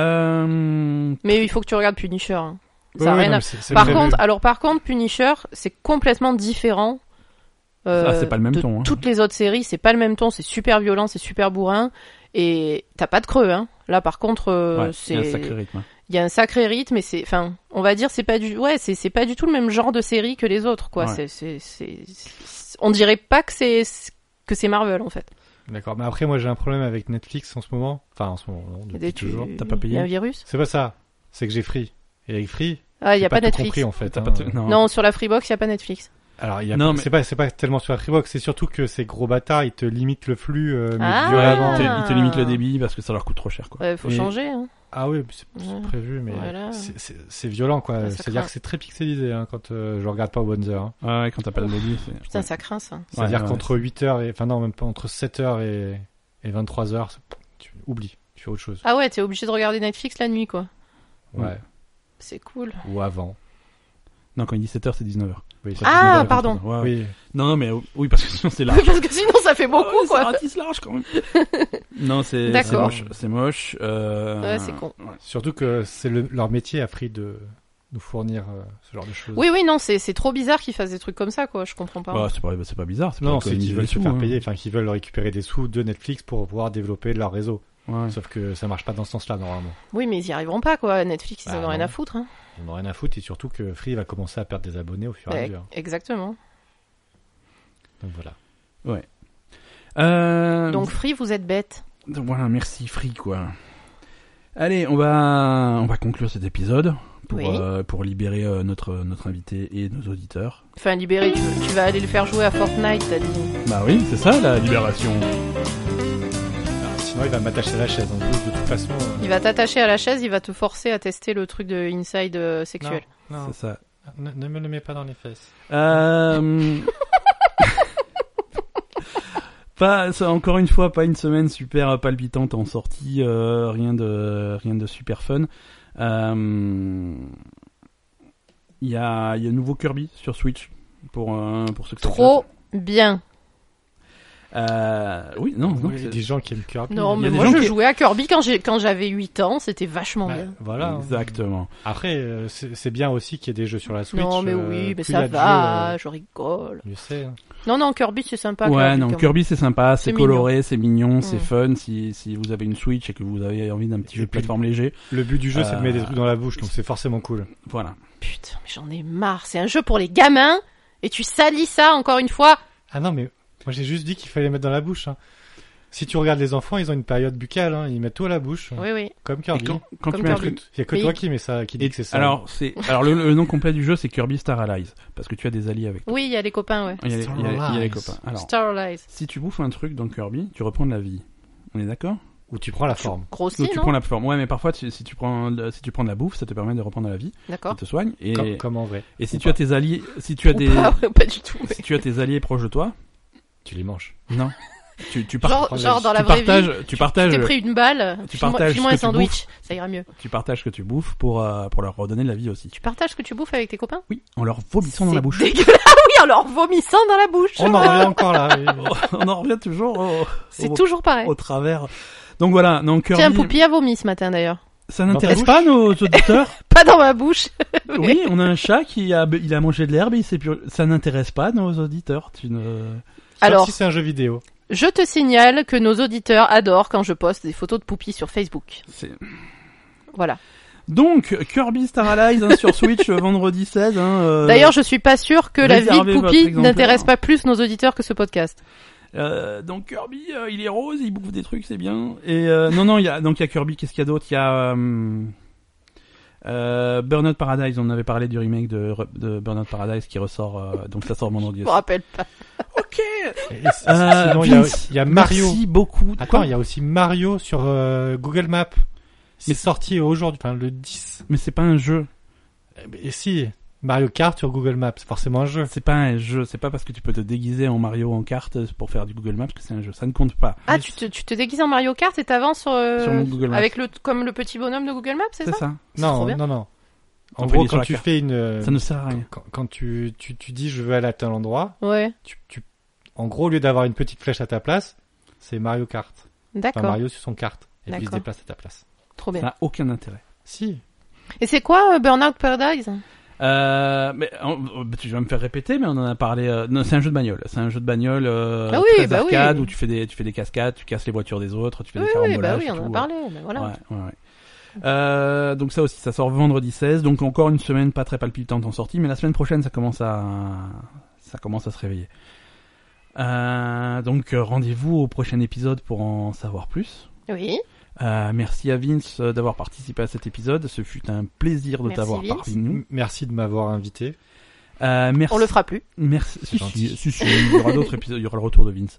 S1: Euh,
S2: Mais il faut que tu regardes Punisher. hein. Ça
S3: ouais,
S2: a
S3: ouais,
S2: rien
S3: non,
S2: à-
S3: mais c'est- c'est
S2: Par
S3: prévu.
S2: contre, alors par contre, Punisher, c'est complètement différent. euh,
S1: Ah, c'est pas le même
S2: de
S1: ton, hein.
S2: Toutes les autres séries, c'est pas le même ton, c'est super violent, c'est super bourrin, et t'as pas de creux, hein. Là, par contre, euh,
S1: ouais, il y
S2: c'est
S1: a un sacré rythme. hein.
S2: il y a un sacré rythme et c'est enfin on va dire c'est pas du ouais c'est c'est pas du tout le même genre de série que les autres quoi
S1: Ouais.
S2: c'est c'est c'est c'est- on dirait pas que c'est que c'est Marvel en fait
S3: D'accord. Mais après, moi, j'ai un problème avec Netflix en ce moment. Enfin, en ce moment, non, depuis
S2: Dès que tu-
S3: toujours.
S1: t'as pas payé
S2: il y a un virus
S3: C'est pas ça. C'est que j'ai Free. Et avec Free,
S2: ah il y
S3: j'ai
S2: a pas,
S3: tout
S2: Netflix
S3: compris en fait.
S1: T'as
S3: hein.
S1: pas tout- euh, Non.
S2: non sur la Freebox il y a pas Netflix
S3: Alors, il y a
S1: Non,
S3: pas-
S1: mais-
S3: c'est pas c'est pas tellement sur la Freebox, c'est surtout que ces gros bâtards, ils te limitent le flux euh, mais
S2: Ah.
S1: Ouais,
S3: violemment.
S1: ils, te, ils te limitent le
S2: Ah.
S1: débit parce que ça leur coûte trop cher quoi.
S2: ouais, faut
S3: Et-
S2: changer hein.
S3: Ah oui, mais c'est c'est
S2: Ouais.
S3: prévu, mais
S2: Voilà.
S3: c'est- c'est c'est violent, quoi.
S2: Ouais, ça
S3: C'est-à-dire
S2: craint.
S3: que c'est très pixelisé hein, quand euh, je regarde pas Wonder. Hein.
S1: Ah ouais, quand t'as pas le débit, c'est
S2: putain
S1: ouais.
S2: ça craint ça
S3: C'est-à-dire
S1: Ouais, ouais,
S3: qu'entre 8h et... Enfin non, même pas, entre 7h et, et 23h, c'est- tu oublies, tu fais autre chose.
S2: ah ouais t'es obligé de regarder Netflix la nuit quoi Ah.
S3: Ouais.
S2: c'est cool
S3: Ou avant.
S1: Non, quand il dit 7h, c'est 19h.
S3: Oui.
S2: Ah, pardon.
S1: Oui.
S3: oui.
S1: Non, non, mais euh, oui, parce que sinon c'est large. Oh,
S2: parce que sinon ça fait beaucoup
S1: Ouais, Ça
S2: quoi
S1: ratisse large quand même. non, c'est c'est
S2: D'accord.
S1: moche. C'est moche. euh,
S2: Ouais, c'est con.
S1: ouais.
S3: Surtout que c'est le- leur métier à Free de nous fournir euh, ce genre de choses.
S2: oui oui non c'est c'est trop bizarre qu'ils fassent des trucs comme ça quoi je comprends pas
S1: Bah, c'est pas, c'est pas bizarre. c'est
S3: Non,
S1: pour
S3: c'est qu'ils
S1: économiser
S3: veulent
S1: des
S3: se
S1: sous,
S3: faire
S1: hein.
S3: payer, enfin qu'ils veulent récupérer des sous de Netflix pour pouvoir développer leur réseau.
S1: Ouais.
S3: Sauf que ça marche pas dans ce sens-là normalement.
S2: oui mais ils y arriveront pas quoi Netflix ils
S3: Bah,
S2: en ont rien
S3: non.
S2: à foutre hein.
S3: Ils n'ont rien à foutre et surtout que Free va commencer à perdre des abonnés au fur et à
S2: Ouais,
S3: mesure.
S2: exactement
S3: Donc voilà.
S1: Euh,
S2: donc Free vous êtes bête
S1: Donc voilà, merci Free quoi. Allez, on va on va conclure cet épisode pour
S2: Oui.
S1: euh, pour libérer euh, notre notre invité et nos auditeurs.
S2: Enfin, libéré, tu, tu vas aller le faire jouer à Fortnite, t'as dit.
S1: Bah oui, c'est ça la libération.
S3: Alors, sinon, il va m'attacher à la chaise. En plus, de toute façon. euh,
S2: Il va t'attacher à la chaise, il va te forcer à tester le truc de inside euh, sexuel.
S3: Non,
S1: C'est ça.
S3: Ah, ne, ne me le mets pas dans les fesses.
S1: Euh... pas ça, encore une fois pas une semaine super palpitante en sortie, euh, rien de rien de super fun. Euh, Il y a il y a un nouveau Kirby sur Switch pour euh, pour ceux que ça
S2: Trop bien.
S1: Euh, oui, non, non,
S3: Il y a
S1: c'est-
S3: des gens qui aiment Kirby.
S2: Non,
S1: Il y a
S2: mais
S1: des
S2: moi
S1: gens
S2: je
S1: qui-
S2: jouais à Kirby quand j'ai- quand j'avais 8 ans, c'était vachement
S3: Bah,
S2: bien.
S3: voilà. hein.
S1: Exactement.
S3: Après, euh, c'est c'est bien aussi qu'il y ait des jeux sur la Switch.
S2: Non, mais
S3: euh,
S2: oui, mais
S3: plus
S2: ça
S3: il y a de
S2: va,
S3: jeux,
S2: je rigole.
S3: euh, mieux c'est. hein.
S2: Non, non, Kirby, c'est sympa.
S1: euh. ouais,
S2: Kirby,
S1: non,
S2: quand
S1: Kirby c'est sympa,
S2: hein. C'est
S1: c'est coloré, c'est mignon, c'est
S2: Mm.
S1: fun. Si, si vous avez une Switch et que vous avez envie d'un petit
S3: Et
S1: jeu de
S3: puis-
S1: plateforme léger,
S3: Le but du jeu, c'est de
S1: Euh,
S3: mettre des trucs dans la bouche, donc c'est forcément cool.
S1: voilà.
S2: même. Putain, mais j'en ai marre, c'est un jeu pour les gamins, et tu salis ça encore une fois.
S3: Ah non, mais moi j'ai juste dit qu'il fallait les mettre dans la bouche. hein. Si tu regardes les enfants, ils ont une période buccale, hein, ils mettent tout à la bouche,
S2: Oui, oui.
S3: comme
S1: Et
S3: Kirby.
S1: quand, quand
S2: Comme
S1: tu mets un
S2: Kirby.
S1: truc
S3: Il y a que
S2: Mais
S3: toi
S2: il-
S3: qui mets ça, qui
S1: Et
S3: dit que c'est ça.
S1: Alors, c'est, alors le, le nom complet du jeu, c'est Kirby Star Allies, parce que tu as des alliés avec toi.
S2: Oui, il y a les copains, ouais.
S1: Il y a,
S3: Star
S1: il y a- il y a les
S3: Allies.
S1: copains. Alors,
S2: Starlight.
S1: si tu bouffes un truc dans Kirby, tu reprends de la vie. On est d'accord
S3: Ou tu prends la forme.
S2: Grossi,
S1: Donc tu
S2: non
S1: prends la forme. Ouais, mais parfois, tu- si tu prends, de- si tu prends de la bouffe, ça te permet de reprendre de la vie, ça
S2: D'accord.
S1: te soigne. Et,
S3: Comme, comme en vrai.
S1: et si
S3: ou
S1: tu as tes alliés, si tu as
S2: Oh. Ou
S1: des,
S2: pas, ouais, pas du tout. mais-
S1: si tu as tes alliés proches de toi,
S3: Tu les manges.
S1: non. Tu, tu, par-
S2: Genre,
S3: prendre
S2: genre
S3: la-
S2: dans la
S1: tu
S2: vraie vie,
S1: partages, tu partages,
S2: t'es pris une balle,
S1: Euh, tu
S2: file-moi-
S1: partages
S2: file-moi
S1: ce
S2: un
S1: que tu
S2: sandwich, ça ira mieux.
S1: tu partages ce que tu bouffes pour, euh, pour leur redonner de la vie aussi.
S2: Tu partages ce que tu bouffes avec tes copains
S1: Oui, en leur vomissant dans la
S2: C'est
S1: bouche. Oh,
S2: dégueulasse. oui, en leur vomissant dans la bouche.
S3: On en revient encore là. oui, oui.
S1: On en revient toujours au,
S2: C'est
S1: on-
S2: toujours pareil.
S1: au travers. Donc voilà, donc Kirby,
S2: Tiens, Poupie a vomi ce matin d'ailleurs.
S1: ça
S3: Dans ta
S1: n'intéresse
S3: bouche
S1: pas nos auditeurs.
S2: Pas dans ma bouche.
S1: oui, on a un chat qui a, il a mangé de l'herbe, il s'est pur- ça n'intéresse pas nos auditeurs. Tu ne...
S3: Sauf
S2: Alors,
S3: si c'est un jeu vidéo.
S2: je te signale que nos auditeurs adorent quand je poste des photos de Poupie sur Facebook.
S1: c'est-
S2: Voilà.
S1: Donc Kirby Star Allies hein, sur Switch euh, vendredi 16. hein, euh,
S2: D'ailleurs, je suis pas sûre que la vie de
S1: réservez votre
S2: Poupie
S1: exemplaire.
S2: n'intéresse pas plus nos auditeurs que ce podcast.
S1: euh, donc Kirby, euh, il est rose, il bouffe des trucs, c'est bien. Et euh, non non, il y a donc il y a Kirby. Qu'est-ce qu'il y a d'autre Il y a euh, euh, Burnout Paradise. On avait parlé du remake de, de Burnout Paradise qui ressort. euh, donc ça sort vendredi.
S2: Je me
S1: aussi.
S2: rappelle pas.
S1: Ok.
S3: Et- et c- sinon, il y a-
S1: Euh, Vince,
S3: il y, a Mario.
S1: Merci beaucoup.
S3: Attends, il y a aussi Mario sur euh, Google Maps. C'est
S1: Mais-
S3: sorti aujourd'hui, enfin le 10.
S1: Mais c'est pas un jeu.
S3: Et si Mario Kart sur Google Maps, c'est forcément un jeu.
S1: C'est pas un jeu. C'est pas parce que tu peux te déguiser en Mario en carte pour faire du Google Maps que c'est un jeu. Ça ne compte pas.
S2: Ah, tu te, tu te déguises en Mario Kart et t'avances sur, euh,
S1: Sur mon Google Maps.
S2: avec le comme le petit bonhomme de Google Maps, c'est ça,
S1: C'est ça.
S2: C'est trop
S3: Non,
S2: bien.
S3: non, non. En
S1: Enfin, il
S3: gros,
S1: est sur
S3: quand
S1: la
S3: tu
S1: carte.
S3: fais une, euh,
S1: Ça ne sert à rien.
S3: quand, quand tu, tu, tu dis je veux aller à tel endroit,
S2: Ouais,
S3: tu, tu, en gros, au lieu d'avoir une petite flèche à ta place, c'est Mario Kart. Enfin,
S2: d'accord,
S3: Mario sur son kart. Et puis il se
S2: D'accord.
S3: déplace à ta place.
S2: trop
S1: Ça
S2: bien.
S1: n'a aucun intérêt.
S3: Si.
S2: Et c'est quoi euh, Burnout Paradise
S1: Euh, mais en- bah, tu vas me faire répéter, mais on en a parlé. euh, non, c'est un jeu de bagnole. C'est un jeu de bagnole euh,
S2: Ah oui,
S1: très
S2: bah oui.
S1: arcade où tu fais des tu fais des cascades, tu casses les voitures des autres, tu fais
S2: Oui,
S1: des
S2: oui, bah
S1: carambolages.
S2: oui,
S1: et
S2: on
S1: tout.
S2: en a parlé. mais voilà.
S1: Ouais, ouais, ouais. Euh, donc ça aussi, ça sort vendredi 16. Donc encore une semaine pas très palpitante en sortie, mais la semaine prochaine ça commence à ça commence à se réveiller. Euh, donc euh, rendez-vous au prochain épisode pour en savoir plus.
S2: Oui,
S1: Euh, merci à Vince euh, d'avoir participé à cet épisode. Ce fut un plaisir de
S2: Merci,
S1: t'avoir
S2: Vince.
S1: parmi nous.
S3: M- Merci de m'avoir invité.
S1: Euh, merci.
S2: on le fera plus.
S1: Merci. Si,
S3: gentil.
S1: si, si, si, il y aura d'autres épisodes. Il y aura le retour de Vince.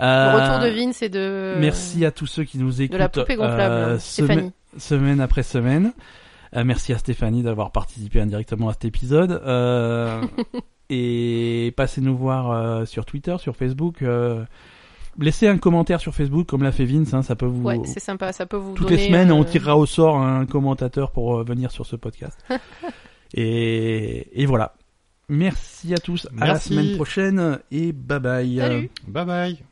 S2: Le
S1: Euh,
S2: retour de Vince et de
S1: Merci à tous ceux qui nous écoutent.
S2: de la poupée gonflable, hein.
S1: euh, semaine-
S2: Stéphanie.
S1: semaine après semaine. Euh, merci à Stéphanie d'avoir participé indirectement à cet épisode. Euh, et passez nous voir euh, sur Twitter, sur Facebook. euh, laissez un commentaire sur Facebook comme l'a fait Vince, hein, ça peut vous...
S2: Ouais, c'est sympa, ça peut vous
S1: Toutes
S2: donner.
S1: les semaines, on
S2: euh,
S1: tirera au sort un commentateur pour euh, venir sur ce podcast. et, et voilà. Merci à tous. À la
S3: Merci.
S1: semaine prochaine et bye bye.
S2: Salut.
S3: Bye bye.